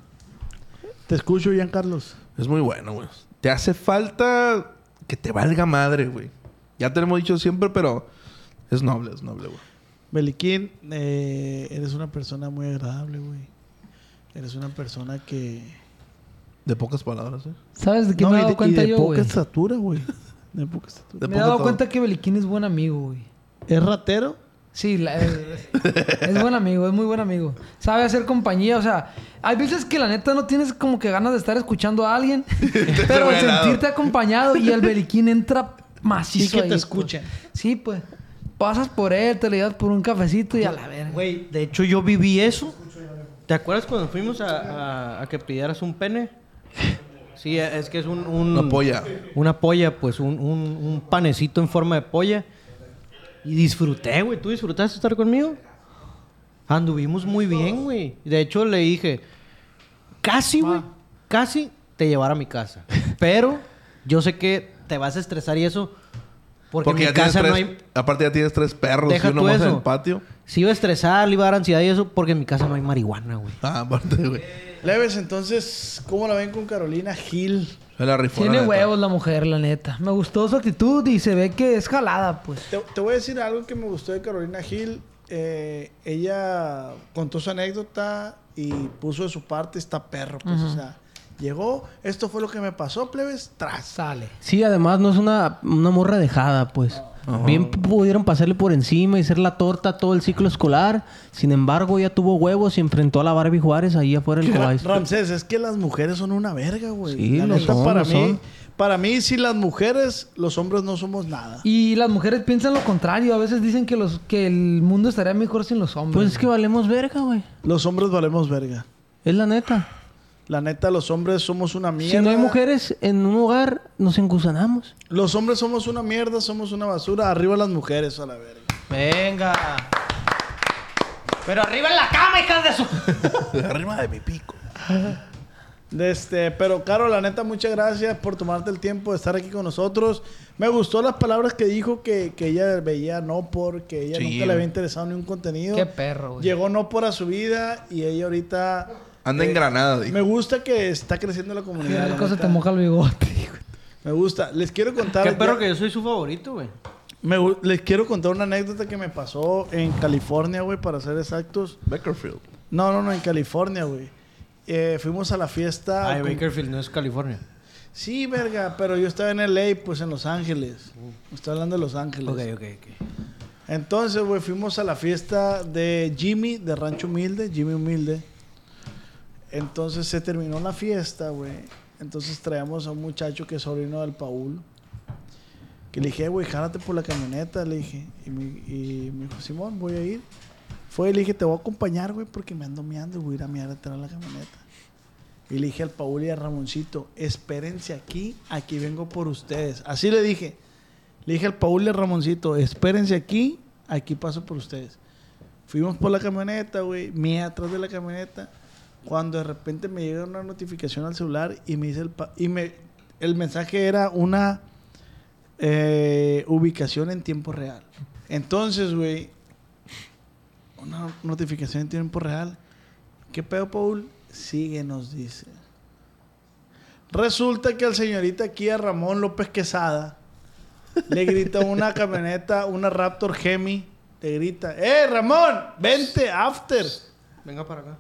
B: Te escucho, Carlos.
G: Es muy bueno, güey. Te hace falta que te valga madre, güey. Ya te lo hemos dicho siempre, pero es noble, es noble, güey.
B: Beliquín, eh, eres una persona muy agradable, güey. Eres una persona que...
G: De pocas palabras, ¿eh?
F: ¿Sabes de qué me he
B: y
F: dado
B: y
F: cuenta
B: de
F: yo,
B: poca
F: güey?
B: estatura, güey. De poca estatura.
F: Me he dado cuenta que Beliquín es buen amigo, güey.
B: ¿Es ratero?
F: Sí, la- es, es buen amigo, es muy buen amigo. Sabe hacer compañía, o sea, hay veces que la neta no tienes como que ganas de estar escuchando a alguien, pero el
B: regalado.
F: sentirte acompañado y el Beliquín entra macizo.
B: Y que te
F: ahí, pues.
B: escuchen.
F: Sí, pues. Pasas por él, te le llevas por un cafecito y a la verga.
D: Güey, de hecho yo viví eso. ¿Te acuerdas cuando fuimos a, a- a que pidieras un pene? Sí, es que es un... un-
G: Una polla.
D: Mm. Una polla, pues un, un- un panecito en forma de polla. Y disfruté, güey. ¿Tú disfrutaste estar conmigo? Anduvimos muy bien, güey. De hecho le dije, casi, güey,
B: Ah.
D: casi te llevar a mi casa. Pero yo sé que te vas a estresar y eso... Porque,
G: Porque
D: en
G: ya
D: mi casa
G: tienes
D: no
G: tres...
D: hay...
G: Aparte ya tienes tres perros
D: Deja
G: y uno
D: tú
G: más en
D: eso.
G: el patio.
D: Si iba a estresar, le iba a dar ansiedad y eso, porque en mi casa no hay marihuana, güey.
G: Ah, aparte, güey.
B: Leves, entonces, ¿cómo la ven con Carolina Gil?
G: Se la rifó, la
F: Tiene
G: neta.
F: huevos la mujer, la neta. Me gustó su actitud y se ve que es jalada, pues.
B: Te, te voy a decir algo que me gustó de Carolina Gil. Eh, ella contó su anécdota y puso de su parte, está perro, pues,
E: Ujú.
B: o sea... Llegó, esto fue lo que me pasó, plebes, tras.
F: Sale.
E: Sí, además no es una, una morra dejada, pues. Bien pudieron pasarle por encima y ser la torta todo el ciclo escolar. Sin embargo, ya tuvo huevos y enfrentó a la Barbie Juárez ahí
B: *laughs*
E: afuera del
B: Ra-
E: Cobay.
B: Ramsés, es que las mujeres son una verga, güey.
E: Sí,
B: La
E: lo
B: neta,
E: son,
B: para
E: lo
B: mí,
E: son.
B: para mí, si las mujeres, los hombres no somos nada.
F: Y las mujeres piensan lo contrario. A veces dicen que, los, que el mundo estaría mejor sin los hombres. Pues es
E: que valemos verga, güey.
B: Los hombres valemos verga.
E: Es la neta.
B: La neta, los hombres somos una mierda.
E: Si no hay mujeres en un hogar, nos engusanamos.
B: Los hombres somos una mierda, somos una basura. Arriba las mujeres, a la verga.
D: Venga. Pero arriba en la cama, hijas de su...
B: Arriba de mi pico. De este, pero Caro, la neta, muchas gracias por tomarte el tiempo de estar aquí con nosotros. Me gustó las palabras que dijo que, que ella veía no porque ella
G: Sí,
B: nunca
G: güey.
B: le había interesado en un contenido.
F: Qué perro, güey.
B: Llegó no por a su vida y ella ahorita
G: Anda
B: Eh,
G: en Granada, dijo.
B: me gusta que está creciendo la comunidad.
F: Qué
B: la
F: cosa
B: neta.
F: te moja el bigote.
B: Me gusta. Les quiero contar.
D: Qué perro
B: ya-
D: que yo soy su favorito, güey.
B: me gu- les quiero contar una anécdota que me pasó en California, güey, para ser exactos.
G: Bakerfield.
B: No, no, no, en California, güey. Eh, fuimos a la fiesta.
D: Ay,
B: con-
D: Bakerfield no es California.
B: Sí, verga, pero yo estaba en LA, pues en Los Ángeles. Estoy hablando de Los Ángeles.
D: Ok, ok, ok.
B: Entonces, güey, fuimos a la fiesta de Jimmy, de Rancho Humilde, Jimmy Humilde. Entonces se terminó la fiesta, güey. Entonces traíamos a un muchacho que es sobrino del Paul. Que le dije, "Eh, güey, jálate por la camioneta, le dije. Y me, y me dijo, Simón, voy a ir. Fue y le dije, te voy a acompañar, güey, porque me ando meando y voy a ir a mear detrás de la camioneta. Y le dije al Paul y a Ramoncito, espérense aquí, aquí vengo por ustedes. Así le dije. Le dije al Paul y al Ramoncito, espérense aquí, aquí paso por ustedes. Fuimos por la camioneta, güey, mía atrás de la camioneta. Cuando de repente me llega una notificación al celular y me dice el pa- y me el mensaje era una eh, ubicación en tiempo real. Entonces, güey, una notificación en tiempo real. ¿Qué pedo, Paul? Sigue, nos dice. Resulta que al señorita aquí, a Ramón López Quesada, le grita una camioneta, una Raptor Hemi, le grita, ¡Eh, Ramón! ¡Vente, after!
D: Venga para acá.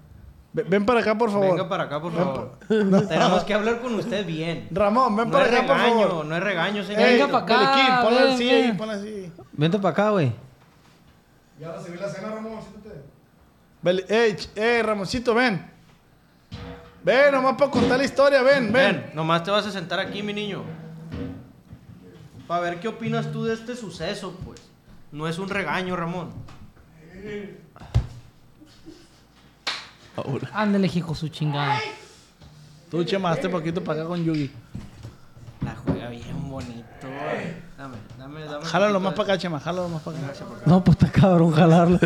B: Ve- Ven para acá, por favor.
D: Venga para acá, por
B: Ven
D: favor. *laughs*
B: pa- No.
D: Tenemos que hablar con usted bien.
B: Ramón, ven
D: No
B: para
D: es
B: acá,
D: regaño,
B: por favor.
D: no es regaño, señor.
B: Ey,
D: Venga pa' acá,
B: Beliquín, ponla
D: ven,
B: así,
D: ven.
B: ahí, ponla así.
E: Vente para acá, güey.
B: Ya recibí la cena, Ramón, siéntate. ey, ch- ey, Ramoncito, ven. Ven, nomás para contar la historia, ven, ven.
D: Ven, nomás te vas a sentar aquí, mi niño. Para ver qué opinas tú de este suceso, pues. No es un regaño, Ramón.
J: Ándale, hijo su chingada.
B: Tú chemaste poquito para acá con Yugi.
D: La juega bien bonito. Dame, dame, dame.
B: Jálalo
D: poquito
B: más
D: de-
B: para acá, Chema, jálalo más para acá.
E: *laughs* No, pues está cabrón jalarlo.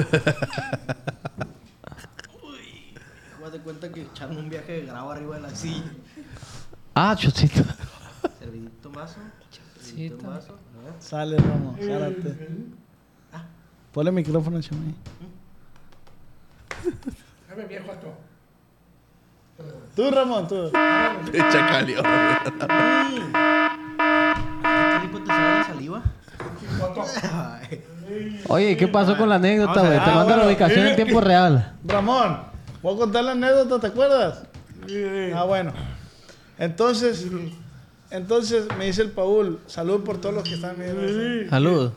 D: Haz de cuenta que echaron un viaje de grado arriba de la
B: *laughs*
D: silla.
E: ah, chocito.
D: Servidito vaso. Servidito un vaso. a ver.
B: Sale, Ramón, jálate. Ponle el micrófono, Chema. Tú, Ramón, tú.
G: Te chacaleó.
D: ¿Qué tipo te sale la saliva? Ay.
E: Oye, ¿qué pasó con la anécdota, güey? Te
B: Ah,
E: mando la
B: bueno.
E: ubicación en tiempo real.
B: Ramón, voy a contar la anécdota, ¿te acuerdas? Ah, bueno. Entonces, entonces me dice el Paul, salud por todos los que están viendo.
E: Saludos.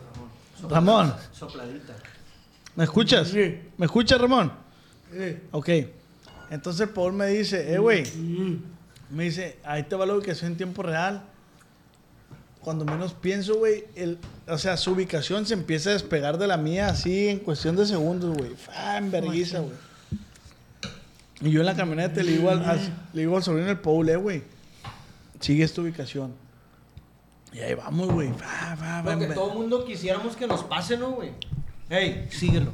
B: Ramón,
D: Sopladita.
B: ¿me escuchas? ¿Me escuchas, Ramón? Ok. Entonces el Paul me dice, eh, güey. Me dice, ahí te va la ubicación en tiempo real. Cuando menos pienso, güey, el- o sea, su ubicación se empieza a despegar de la mía así en cuestión de segundos, güey. Ah, en vergüenza, güey. Y yo en la camioneta le digo al, al- le digo al sobrino del Paul, eh, güey, sigue esta ubicación. Y ahí vamos, güey. Fa, fa, fa,
D: Lo que
B: en-
D: todo mundo quisiéramos que nos pase, ¿no, güey? Ey, síguelo.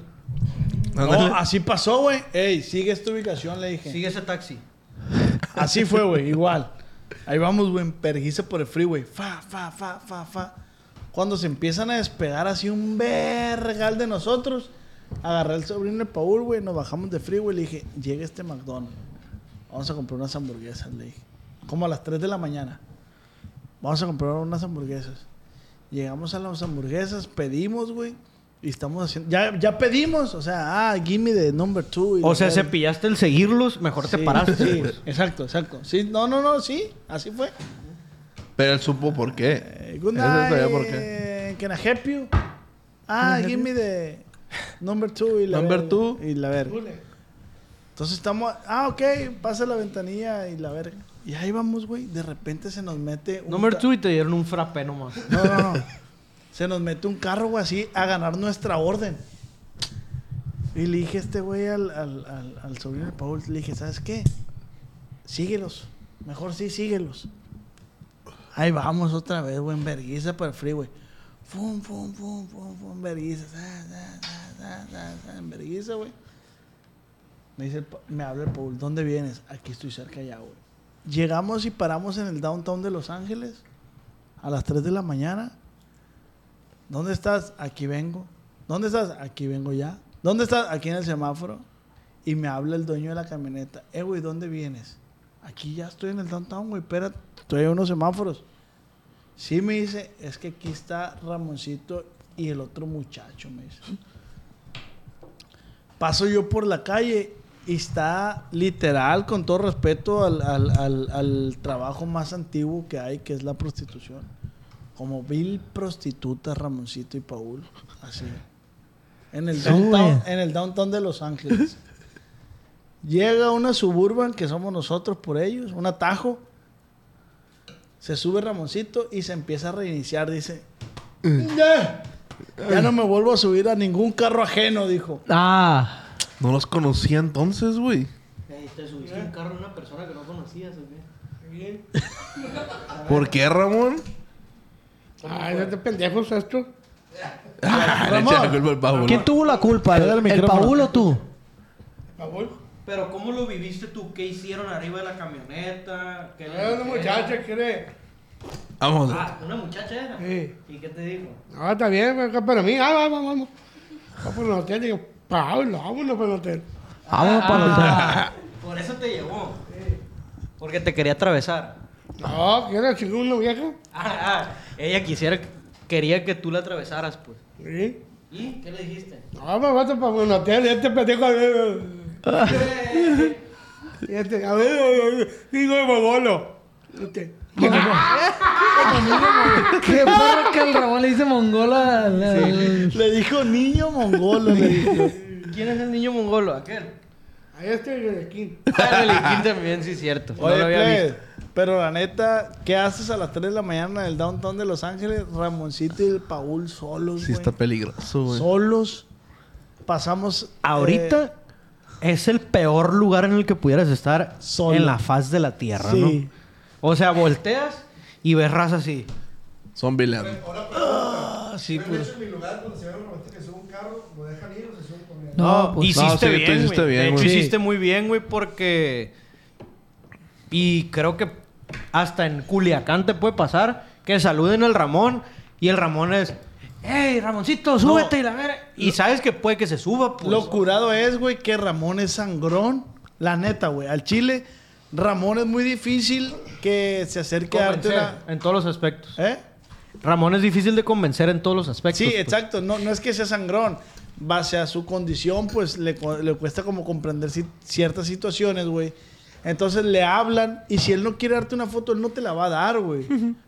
B: No, así pasó, güey. Ey, sigue esta ubicación, le dije.
D: Sigue ese taxi.
B: Así fue, güey, igual. Ahí vamos, güey, en perguisa por el freeway. Fa, fa, fa, fa, fa. Cuando se empiezan a despegar así un vergal de nosotros, agarré el sobrino de Paul, güey, nos bajamos de freeway y le dije, llega este McDonald's. Vamos a comprar unas hamburguesas, le dije. Como a las 3 de la mañana. Vamos a comprar unas hamburguesas. Llegamos a las hamburguesas, pedimos, güey. Y estamos haciendo... Ya, ya pedimos, o sea, ah, give me the number two. y
D: O
B: la
D: sea,
B: verga.
D: se pillaste el seguirlos, mejor te
B: Sí,
D: paraste.
B: sí,
D: pues.
B: exacto, exacto. Sí, no, no, no, sí, así fue.
G: Pero él supo por qué.
B: Eh, Good
G: Él
B: night.
G: sabía por qué.
B: Can I help you? Ah, give me the number two y la
G: Number
B: verga.
G: two.
B: Y la verga. Entonces estamos, ah, ok, pasa la ventanilla y la verga. Y ahí vamos, güey. De repente se nos mete un
D: Number
B: ca-
D: two y te dieron un frappé nomás.
B: No, no,
D: *laughs*
B: no. Se nos mete un carro, güey, así a ganar nuestra orden. Y le dije a este güey al, al, al- al sobrino de Paul, le dije, ¿sabes qué? Síguelos. Mejor sí, síguelos. Ahí vamos otra vez, güey, en vergüenza para el freeway. Fum, fum, fum, fum, fum, vergüenza. sa, sa, sa, sa, sa, sa, En vergüenza, güey. Me, dice el pa- me habla el Paul, ¿dónde vienes? Aquí estoy cerca ya, güey. Llegamos y paramos en el downtown de Los Ángeles a las 3 de la mañana. ¿Dónde estás? Aquí vengo. ¿Dónde estás? Aquí vengo ya. ¿Dónde estás? Aquí en el semáforo. Y me habla el dueño de la camioneta. Eh, güey, ¿dónde vienes? Aquí ya estoy en el downtown, güey. Espérate, estoy en unos semáforos. Sí, me dice, es que aquí está Ramoncito y el otro muchacho, me dice. Paso yo por la calle y está literal, con todo respeto, al, al- al- al trabajo más antiguo que hay, que es la prostitución. Como vil prostituta Ramoncito y Paul. Así. En el
E: Sí,
B: downtown,
E: güey.
B: en el downtown de Los Ángeles. Llega una suburban, que somos nosotros por ellos, un atajo. Se sube Ramoncito y se empieza a reiniciar. Dice:
G: Mm.
B: Ya, ya no me vuelvo a subir a ningún carro ajeno, dijo.
E: Ah.
G: No los conocía entonces, güey.
D: Ey, te subiste un carro a una persona que no conocías, ¿o qué?
G: ¿Por qué, Ramón?
L: Ay, no te pendejos este esto.
G: *laughs*
E: ¿Quién tuvo la culpa?
L: Pégale
E: ¿El,
L: el
E: el
L: micrófono.
E: Paul o tú?
D: Pero ¿cómo lo viviste tú? ¿Qué hicieron arriba de la camioneta? ¿Qué
L: Era una muchacha que era-
G: Vamos.
D: Ah, una muchacha era.
L: Sí.
D: ¿Y qué te dijo?
L: Ah, está bien, acá para mí. Ah, vamos, vamos. Ah, Vamos por el hotel. Digo, Pablo, vámonos por el hotel.
E: Vámonos
D: Ah, *laughs* Por eso te llevó. Porque te quería atravesar. *laughs*
L: No, que era chingón una vieja.
D: Ah, ah, ella quisiera, quería que tú la atravesaras, pues.
L: Sí.
D: ¿Y qué le dijiste?
L: No, me vas para el hotel. Este pendejo. eh, eh. Y este, a ver, eh, eh, digo de mogolo. Este,
C: Ah.
L: *laughs*
F: Qué perro que el Ramón le dice mongola.
B: Le dijo niño mongolo. le dijo.
D: *laughs* ¿Quién es el niño mongolo? Aquel.
L: Ahí está el esquín.
D: *laughs* Ah, el Eliquín también, sí, cierto.
B: Oye,
D: no lo había
B: plebe,
D: visto.
B: pero la neta, ¿qué haces a las 3 de la mañana en el downtown de Los Ángeles? Ramoncito y el Paul solos,
G: Sí,
B: güey.
G: está peligroso, güey.
B: Solos. Pasamos... eh,
D: Ahorita, Es el peor lugar en el que pudieras estar
B: Solo.
D: en la faz de la tierra,
B: Sí.
D: ¿no? O sea, volteas y ves raza así.
G: Zombieland.
D: Ah, sí, pues.
M: en mi lugar, cuando se ve un momento que sube un carro, lo dejan ir o se suben con él.
D: No,
G: pues-
D: hiciste
G: No, sí, tú
D: bien, güey.
G: hiciste bien,
D: De hecho,
G: güey. Sí.
D: hiciste muy bien, güey, porque... Y creo que hasta en Culiacán te puede pasar que saluden al Ramón y el Ramón es... ¡Ey, Ramoncito, súbete! y la verga". Y sabes que puede que se suba, pues.
B: Lo curado es, güey, que Ramón es sangrón. La neta, güey. Al Chile, Ramón es muy difícil que se acerque a darte
D: Convencer
B: una...
D: en todos los aspectos.
B: ¿Eh?
D: Ramón es difícil de convencer en todos los aspectos.
B: Sí,
D: pues.
B: exacto. No, no es que sea sangrón. Base a su condición, pues le, cu- le cuesta como comprender ci- ciertas situaciones, güey. Entonces le hablan y si él no quiere darte una foto, él no te la va a dar, güey.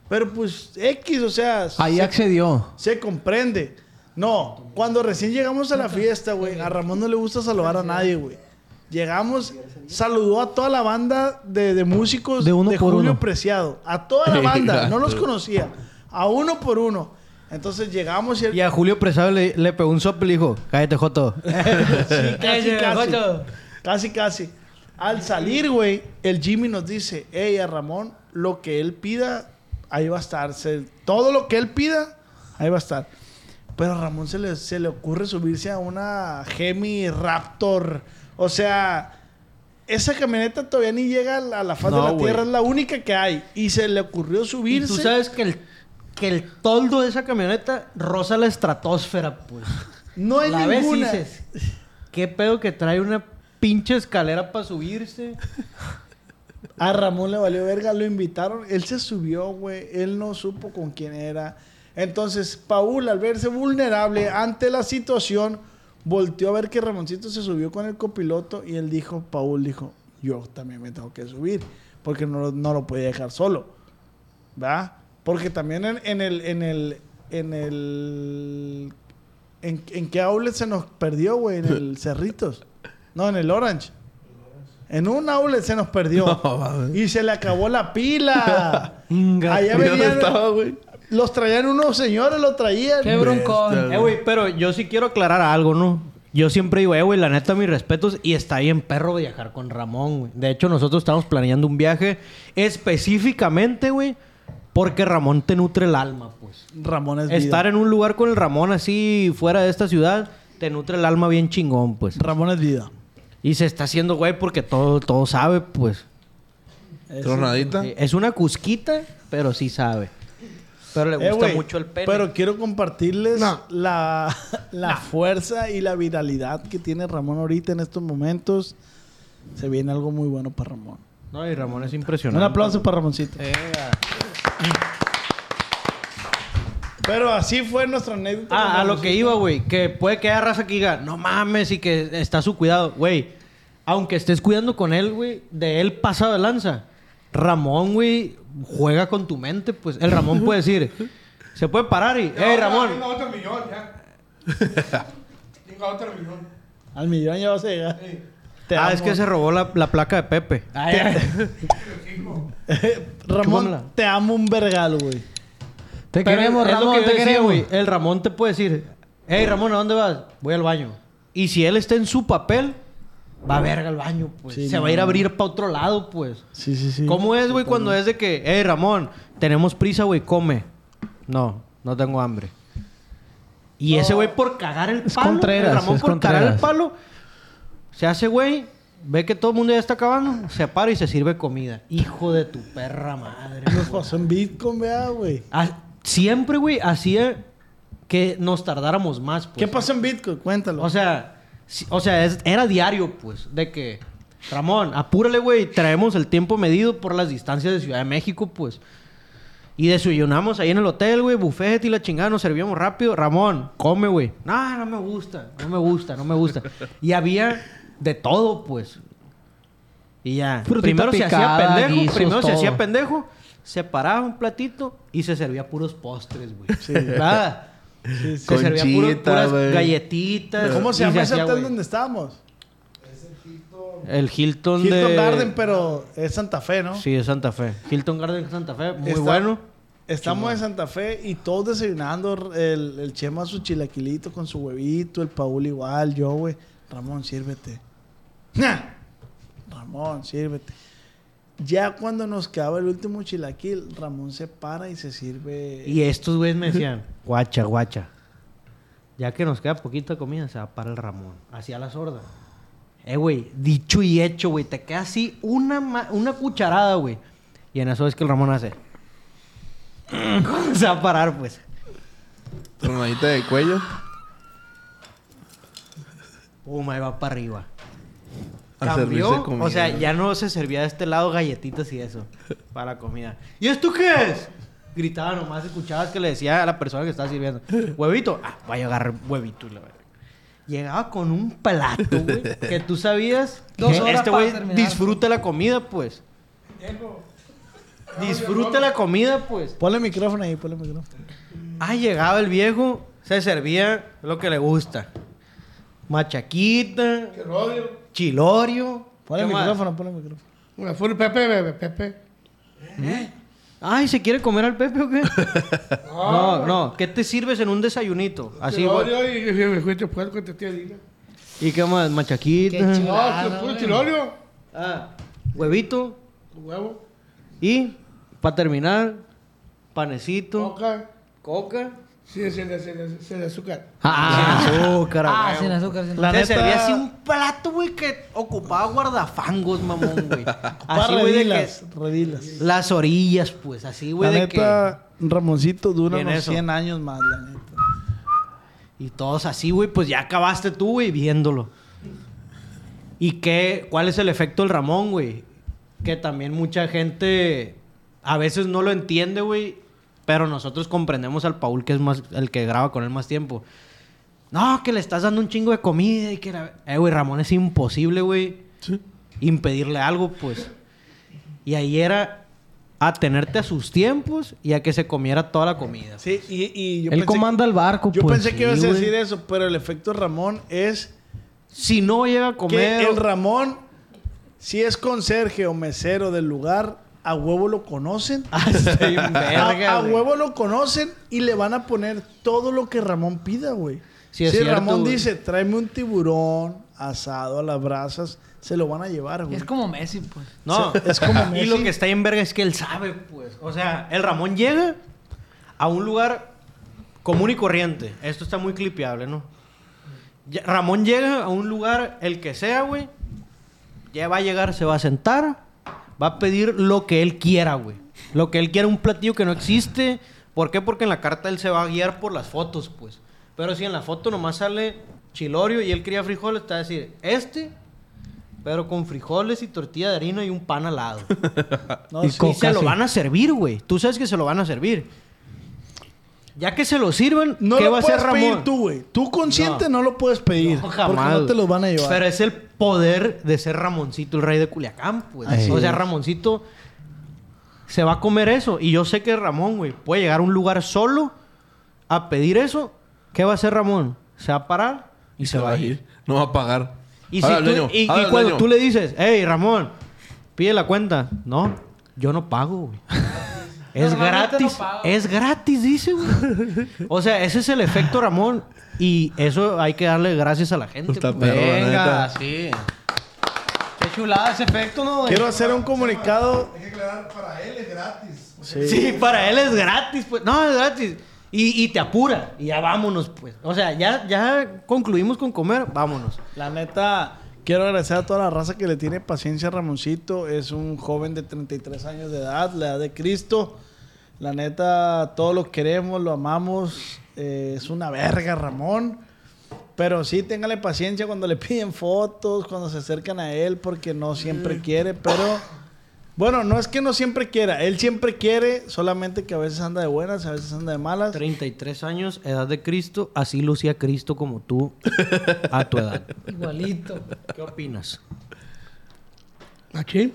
B: Pero pues X, o sea...
E: Ahí
B: se-
E: accedió.
B: Se comprende. No, cuando recién llegamos a la fiesta, güey, a Ramón no le gusta saludar a nadie, güey. Llegamos, saludó a toda la banda de, de músicos
E: De uno por
B: Julio
E: uno.
B: Preciado. A toda la banda, no los
D: Exacto.
B: conocía. A uno por uno. Entonces llegamos y el-
D: Y a Julio Presado le, le pegó un sope y le dijo, cállate, Joto.
B: Sí, *laughs* casi,
D: Ella,
B: casi.
D: Joto.
B: Casi, casi. Al salir, güey, el Jimmy nos dice, hey, a Ramón, lo que él pida, ahí va a estar. Se- todo lo que él pida, ahí va a estar. Pero a Ramón se le, se le ocurre subirse a una Gemi Raptor. O sea, esa camioneta todavía ni llega a la, a la faz de
D: No,
B: la
D: güey.
B: Tierra, es la única que hay. Y se le ocurrió
D: Y
B: subirse.
D: tú sabes que el, que el toldo de esa camioneta roza la estratosfera, pues.
B: No hay
D: La ves y
B: ninguna.
D: dices, ¿Qué pedo que trae una pinche escalera para subirse?
B: A Ramón le valió verga, lo invitaron, él se subió, güey, él no supo con quién era. Entonces, Paul, al verse vulnerable ante la situación, volteó a ver que Ramoncito se subió con el copiloto y él dijo, Paul dijo, yo también me tengo que subir, porque no, lo- no lo podía dejar solo, ¿verdad? Porque también en, en el, en el, en el, en, en qué outlet se nos perdió, güey, en
D: *laughs*
B: el Cerritos, no, en el Orange. En un outlet se nos
D: *laughs*
B: perdió. y se le acabó la pila.
D: ¿Y
B: Allá
D: dónde
B: venían,
D: estaba,
B: Los traían unos señores, los traían.
D: Eh, güey, pero yo sí quiero aclarar algo, ¿no? Yo siempre digo, eh, güey, la neta, mis respetos. Y está bien perro viajar con Ramón, güey. De hecho, nosotros estamos planeando un viaje específicamente, güey, porque Ramón te nutre el alma, pues.
B: Ramón es
D: Estar
B: vida.
D: en un lugar con el Ramón así fuera de esta ciudad te nutre el alma bien chingón, pues.
B: Ramón es vida.
D: Y se está haciendo güey porque todo, todo sabe, pues.
G: Tronadita.
D: Sí, Es una cusquita, pero sí sabe. Pero le
B: Eh,
D: gusta
B: güey,
D: mucho el pene.
B: Pero quiero compartirles *laughs* la, la fuerza y la viralidad que tiene Ramón ahorita en estos momentos. Se viene algo muy bueno para Ramón.
D: No, y Ramón es impresionante.
B: Un aplauso para Ramoncito. Pero así fue nuestra anécdota.
D: Ah, a
B: con
D: lo que
B: Ramoncito.
D: iba, güey. Que puede que haya raza que diga, no mames, y que está a su cuidado. Güey, aunque estés cuidando con él, güey, de él pasado de lanza. Ramón, güey, juega con tu mente, pues. El Ramón puede decir, se puede parar y, hey, Ramón.
L: Tengo otro millón, ya. Tengo otro millón.
B: Al millón ya vas a llegar. Te
D: ah,
B: amo.
D: es que se robó la, la placa de Pepe. *laughs* Chúpamela.
B: *laughs* Ramón, te amo un vergal, güey.
D: Te
B: queremos, Ramón, te queremos.
D: El Ramón te puede decir, hey, Ramón, ¿a dónde vas? Voy al baño. Y si él está en su papel, va a verga al baño, pues.
B: Sí,
D: se
B: no.
D: va a ir a abrir para otro lado, pues.
B: Sí, sí, sí.
D: ¿Cómo es, güey, cuando es de que, hey, Ramón, tenemos prisa, güey, come? No. no tengo hambre. Y ese güey por cagar el palo,
E: Contreras,
D: el Ramón
E: es
D: por cagar el
E: Contreras.
D: palo, se hace güey, ve que todo el mundo ya está acabando, se para y se sirve comida. Hijo de tu perra
B: *laughs*
D: madre.
B: Nos pasó en Bitcoin, vea, güey.
D: Ah, Siempre, güey, hacía que nos tardáramos más. Pues.
B: ¿Qué pasó en Bitcoin? Cuéntalo.
D: O sea, si- o sea es- era diario, pues, de que, Ramón, apúrale, güey, traemos el tiempo medido por las distancias de Ciudad de México, pues. Y desayunamos ahí en el hotel, güey, buffet y la chingada, nos servíamos rápido. Ramón, come, güey. No, no me gusta, no me gusta, no me gusta. Y había de todo, pues. Y ya.
E: Frutita
D: primero
E: picada,
D: se hacía pendejo,
E: guisos,
D: primero se
E: todo.
D: hacía pendejo, se paraba un platito y se servía puros postres, güey. ¿Verdad?
B: Sí, sí.
D: Se servía puro-
B: Conchita,
D: puras
B: güey.
D: galletitas.
B: ¿Cómo se
D: y
B: llama ese
D: hacía,
B: hotel
D: güey.
B: donde estábamos?
D: El Hilton,
B: Hilton
D: de...
B: Garden, pero es Santa Fe, ¿no?
D: Sí, de Santa Fe. Hilton Garden de Santa Fe, muy
B: Está-
D: bueno.
B: Estamos
D: Chingón.
B: en Santa Fe y todos desayunando. El, el Chema su chilaquilito con su huevito, el Paul igual, yo, güey. Ramón, sírvete. ¡Nah! Ramón, sírvete. Ya cuando nos quedaba el último chilaquil, Ramón se para y se sirve.
D: Y estos güeyes me
B: *laughs*
D: decían, guacha, guacha. Ya que nos queda poquita comida, se va para el Ramón. Hacia la sorda. Eh, güey, dicho y hecho, güey. Te queda así una, ma- una cucharada, güey. Y en eso es que el Ramón hace. *laughs* se va a parar, pues.
G: Tronadita de cuello.
D: Pum, ahí va para arriba.
G: A servirse
D: Cambió.
G: comida.
D: O sea, ya no se servía de este lado galletitas y eso. Para la comida. ¿Y esto qué es? Gritaba nomás, escuchabas que le decía a la persona que estaba sirviendo. Huevito. Ah, vaya a agarrar huevito. y la verga. Llegaba con un plato, güey. Que tú sabías.
I: Dos
D: que
I: horas
D: este
I: para
D: güey
I: terminar.
D: disfruta la comida, pues. Disfruta la comida, pues.
B: Ponle el micrófono ahí, ponle el micrófono.
D: Ah, llegaba el viejo, se servía lo que le gusta. Machaquita, chilorio.
B: Ponle el
D: ¿qué más?
B: micrófono, ponle el micrófono.
L: Una full Pepe, bebé, Pepe.
D: ¿Eh? Ay, ¿se quiere comer al Pepe o qué? Ah. no, no. ¿Qué te sirves en un desayunito? Así, güey.
L: Chilorio y- y me fuiste puerco, te estoy diciendo.
D: ¿Y qué más? Machaquita,
L: No, que puro chilorio.
D: Ah. huevito
L: Huevo.
D: y, para terminar, panecito.
L: Coca.
D: Coca.
L: Sí, sin, sin, sin azúcar.
D: Ah, sin azúcar,
L: Ah,
D: güey.
L: sin azúcar, sin
D: Te
L: azúcar.
D: servía así un plato, güey, que ocupaba guardafangos, mamón,
B: *laughs*
D: güey. así, güey, de que
B: Redilas, redilas.
D: las orillas, pues, así, güey,
B: La
D: de
B: neta, Ramoncito dura
D: Y en
B: unos
D: eso.
B: 100 años más, la neta.
D: que... Y todos así, güey, pues ya acabaste tú, güey, viéndolo. ¿Y qué, cuál es el efecto del Ramón, güey? Que también mucha gente a veces no lo entiende, güey. Pero nosotros comprendemos al Paul, que es más el que graba con él más tiempo. No, que le estás dando un chingo de comida y que la... Eh, güey, Ramón es imposible, güey. Impedirle algo, pues. Y ahí era a tenerte a sus tiempos y a que se comiera toda la comida.
B: Sí, y, y yo
D: Él
B: pensé
D: comanda el barco,
B: Yo
D: pues.
B: pensé que
D: Sí,
B: ibas a
D: güey.
B: decir eso, pero el efecto Ramón es
D: Si no llega a comer...
B: que el Ramón, si es conserje o mesero del lugar, a huevo lo conocen.
D: Ah, bien verga,
B: a, a
D: güey.
B: huevo lo conocen y le van a poner todo lo que Ramón pida, güey.
D: Sí, es
B: si
D: cierto,
B: Ramón
D: güey.
B: dice, tráeme un tiburón asado a las brasas, se lo van a llevar, güey.
F: Es como Messi, pues.
D: No,
B: Se- es como
D: *laughs* Y
B: Messi.
D: lo que está ahí en verga es que él sabe, pues. O sea, el Ramón llega a un lugar común y corriente. Esto está muy clipeable, ¿no? Ya- Ramón llega a un lugar, el que sea, güey. Ya va a llegar, se va a sentar. Va a pedir lo que él quiera, güey. Lo que él quiera, un platillo que no existe. ¿Por qué? Porque en la carta él se va a guiar por las fotos, pues. Pero si en la foto nomás sale chilorio y él cría frijoles, está a decir, este, pero con frijoles y tortilla de harina y un pan al *laughs* lado.
B: No,
D: y
B: sí.
D: coca, se lo
B: sí.
D: van a servir, güey. Tú sabes que se lo van a servir. Ya que se lo sirven,
B: No
D: ¿qué
B: lo
D: va a hacer
B: puedes
D: Ramón?
B: pedir tú, güey. Tú consciente no, lo puedes pedir.
D: No,
B: Porque no te los van a llevar.
D: Pero es el poder de ser Ramoncito, el rey de Culiacán, pues.
B: Así
D: o sea,
B: es.
D: Ramoncito se va a comer eso. Y yo sé que Ramón, güey, puede llegar a un lugar solo a pedir eso. ¿Qué va a hacer Ramón? Se va a parar y, se, va a ir.
G: No va a pagar.
D: Y,
G: Habla
D: si
G: al
D: tú-
G: dueño,
D: y- y
G: habla al
D: cuando
G: dueño.
D: tú le dices, hey, Ramón, pide la cuenta. No, yo no
B: *laughs*
D: pago, güey. es
I: Normalmente
D: gratis.
I: no pago.
D: es gratis, dice, güey. o sea, ese es el efecto Ramón. Y eso hay que darle gracias a la gente.
G: Está
D: pues.
G: perro, la neta.
D: sí. Qué chulada ese efecto, ¿no? güey?
B: Quiero hacer un comunicado.
M: Hay que aclarar, para él es gratis.
D: Sí, para él es gratis, pues. No, es gratis. Y, y te apura. Y ya vámonos, pues. O sea, ya, ya concluimos con comer, vámonos.
B: La neta, quiero agradecer a toda la raza que le tiene paciencia a Ramoncito. Es un joven de 33 años de edad, la edad de Cristo. La neta, todos lo queremos, lo amamos. Eh, es una verga, Ramón. Pero sí, téngale paciencia cuando le *laughs* piden fotos, cuando se acercan a él, porque no
D: Mm.
B: siempre quiere, pero... Bueno, no es que no siempre quiera, él siempre quiere, solamente que a veces anda de buenas, a veces anda de malas.
D: 33 años, edad de Cristo, así lucía Cristo como tú a tu edad.
I: Igualito.
D: ¿Qué opinas?
L: ¿Machín?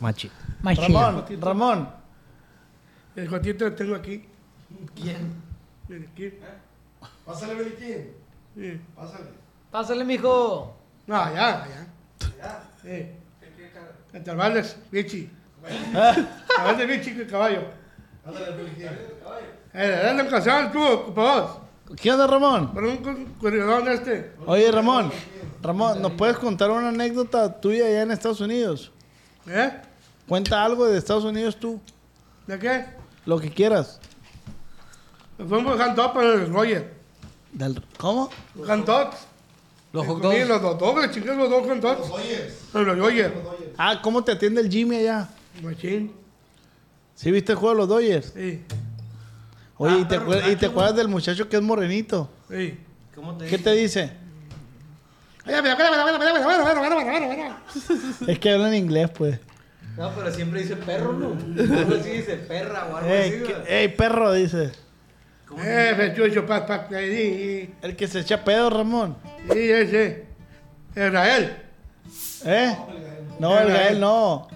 D: Machi.
B: Ramón, Ramón.
L: El Jotito lo tengo aquí.
I: ¿Quién?
L: Beliquín.
D: ¿Eh?
M: Pásale, Beliquín.
L: Sí.
M: Pásale.
I: Pásale, mijo.
L: No, allá, allá. Sí. En Termales, Vichy. Termales de Vichy, el caballo.
M: Ándale, Beliquín.
L: Eh, dale ocasión, tú, por vos.
B: ¿Qué onda, Ramón?
L: Por un curiosidad este.
B: Oye, Ramón, Ramón, ¿nos puedes contar una anécdota tuya allá en Estados Unidos?
L: ¿Eh?
B: Cuenta algo de Estados Unidos tú,
L: ¿De qué?
B: lo que quieras.
L: Nos fuimos a Hot para el Roger.
B: Del- ¿Cómo?
L: Hot Dogs.
B: Los hot
L: Sí,
B: dogs.
L: los hot dogs, le chingué los dos hot dogs. Pero yo oye,
B: Ah, ¿cómo te atiende el Jimmy allá?
L: machín.
B: ¿Sí viste el juego de los Dodgers?
L: Sí. Ah,
B: Oye, ¿y, te acuer- y te acuerdas del muchacho que es morenito?
L: Sí.
D: ¿Cómo
B: ¿Qué te dice?
L: Oye, mira, mira, mira, mira, mira, mira, mira, mira, mira, mira, mira.
B: Es que habla en inglés, pues.
I: No, pero siempre dice perro,
B: *laughs*
I: ¿no? Algo así dice perra o algo así.
B: Ey,
I: güey.
B: Eh, que- ey, perro, dice.
L: Eh, me estoy hecho pa, pa, ahí,
B: El que se echa pedo, Ramón.
L: y, y ese. Israel.
B: ¿Eh? No, el
L: eh.
B: Gael no.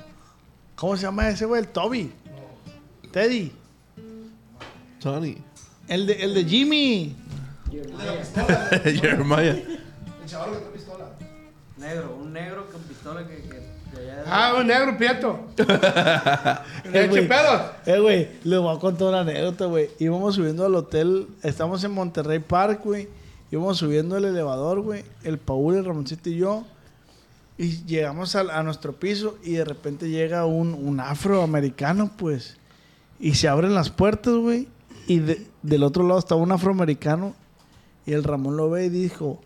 B: ¿Cómo se llama ese güey? El Toby. Teddy.
G: Sorry.
B: El de, el de Jimmy. *laughs*
G: *laughs*
D: *laughs*
G: Jeremiah.
M: El chaval que trae pistola.
I: Negro, un negro con pistola que, que, que allá.
L: Ah, un negro prieto. Le
B: Eh, güey.
L: eche pedos.
B: Eh, güey, les voy a contar una anécdota, güey. Íbamos subiendo al hotel, estamos en Monterrey Park, güey. Íbamos subiendo el elevador, güey. El Paul, el Ramoncito y yo. Y llegamos al- a, nuestro piso y de repente llega un, un afroamericano, pues. Y se abren las puertas, güey. Y de- del otro lado estaba un afroamericano. Y el Ramón lo ve y dijo,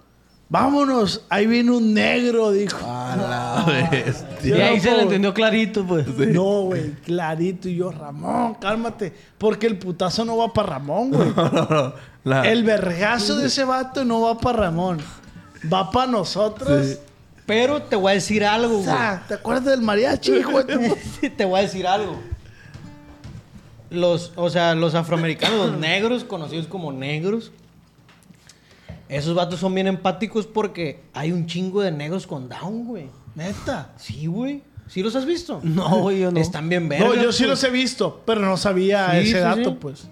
B: vámonos, ahí viene un negro, dijo.
D: *laughs*
G: A la Ah, bestia.
E: Y ahí se le
B: güey.
E: entendió clarito, pues.
B: No, güey, clarito. Y yo, Ramón, cálmate. Porque el putazo no va para Ramón, güey.
G: La-
B: El vergazo de ese vato no va para Ramón. Va para nosotros.
D: Sí. Pero te voy a decir algo,
B: O
D: güey.
B: sea, ¿Te acuerdas del mariachi, hijo de tu-
D: *laughs* te voy a decir algo. Los, o sea, los afroamericanos, los negros, conocidos como negros, esos vatos son bien empáticos porque hay un chingo de negros con down, güey.
B: Neta.
D: Sí, güey. ¿Sí los has visto?
E: No, güey, yo no.
D: Están bien verdes.
B: No, yo sí los he visto, pero no sabía
D: pues. Sí,
B: ese
D: sí,
B: dato,
D: sí. Mm.
B: pues.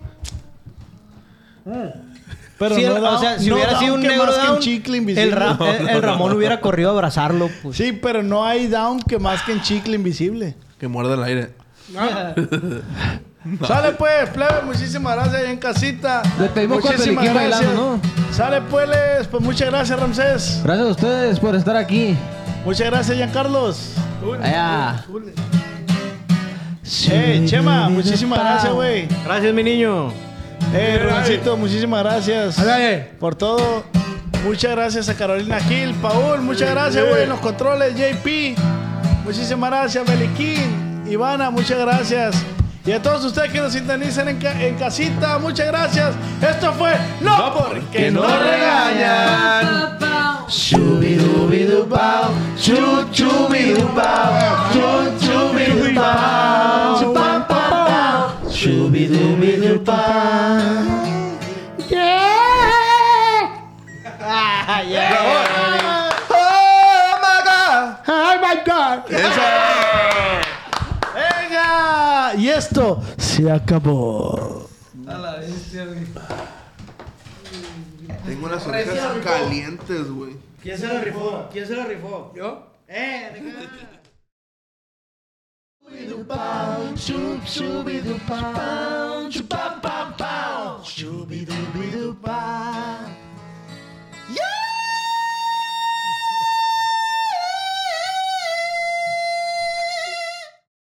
B: Pero
D: Sí,
B: no
D: el-
B: down-
D: o sea, si
B: no
D: hubiera
B: down
D: sido un
B: que
D: negro
B: más que en
D: down,
B: chicle
D: el,
B: invisible.
D: Ra- el- el Ramón hubiera corrido a abrazarlo, pues.
B: Sí, pero no hay down que más que en chicle invisible.
G: Que muerde el aire. *laughs*
B: Sale pues, plebe, muchísimas gracias ahí en casita.
E: Le pedimos con el
B: muchísimas
E: Beliquín bailando,
B: Sale pues, les, pues muchas gracias, Ramsés.
E: Gracias a ustedes por estar aquí.
B: Muchas gracias, Giancarlos.
E: Allá.
B: Eh, Chema, muchísimas gracias, güey.
D: Gracias, mi niño.
B: Eh, Ramoncito, muchísimas gracias. Por todo. Muchas gracias a Carolina Gil, Paul, muchas gracias, güey, en los controles, JP. Muchísimas gracias, Beliquín, Ivana, muchas gracias. Y a todos ustedes que nos sintonizan en, ca- en casita, muchas gracias. Esto fue No, porque no, regañan.
C: Chubidubidupau, chuchubidupau, chuchubidupau, chupam pam pam, chubidubidupau. *laughs* Yeah!
D: Ah, yeah.
C: Oh my god!
L: Oh my god!
B: Venga, y esto se acabó.
I: A la bestia, güey.
G: Tengo unas
I: Recién
G: orejas
I: rifó.
G: calientes, güey.
I: ¿Quién se la rifó? ¿Quién se la rifó?
L: ¿Yo?
I: ¡Eh! deja.
C: Chubidupau, chubidupau, chupam pam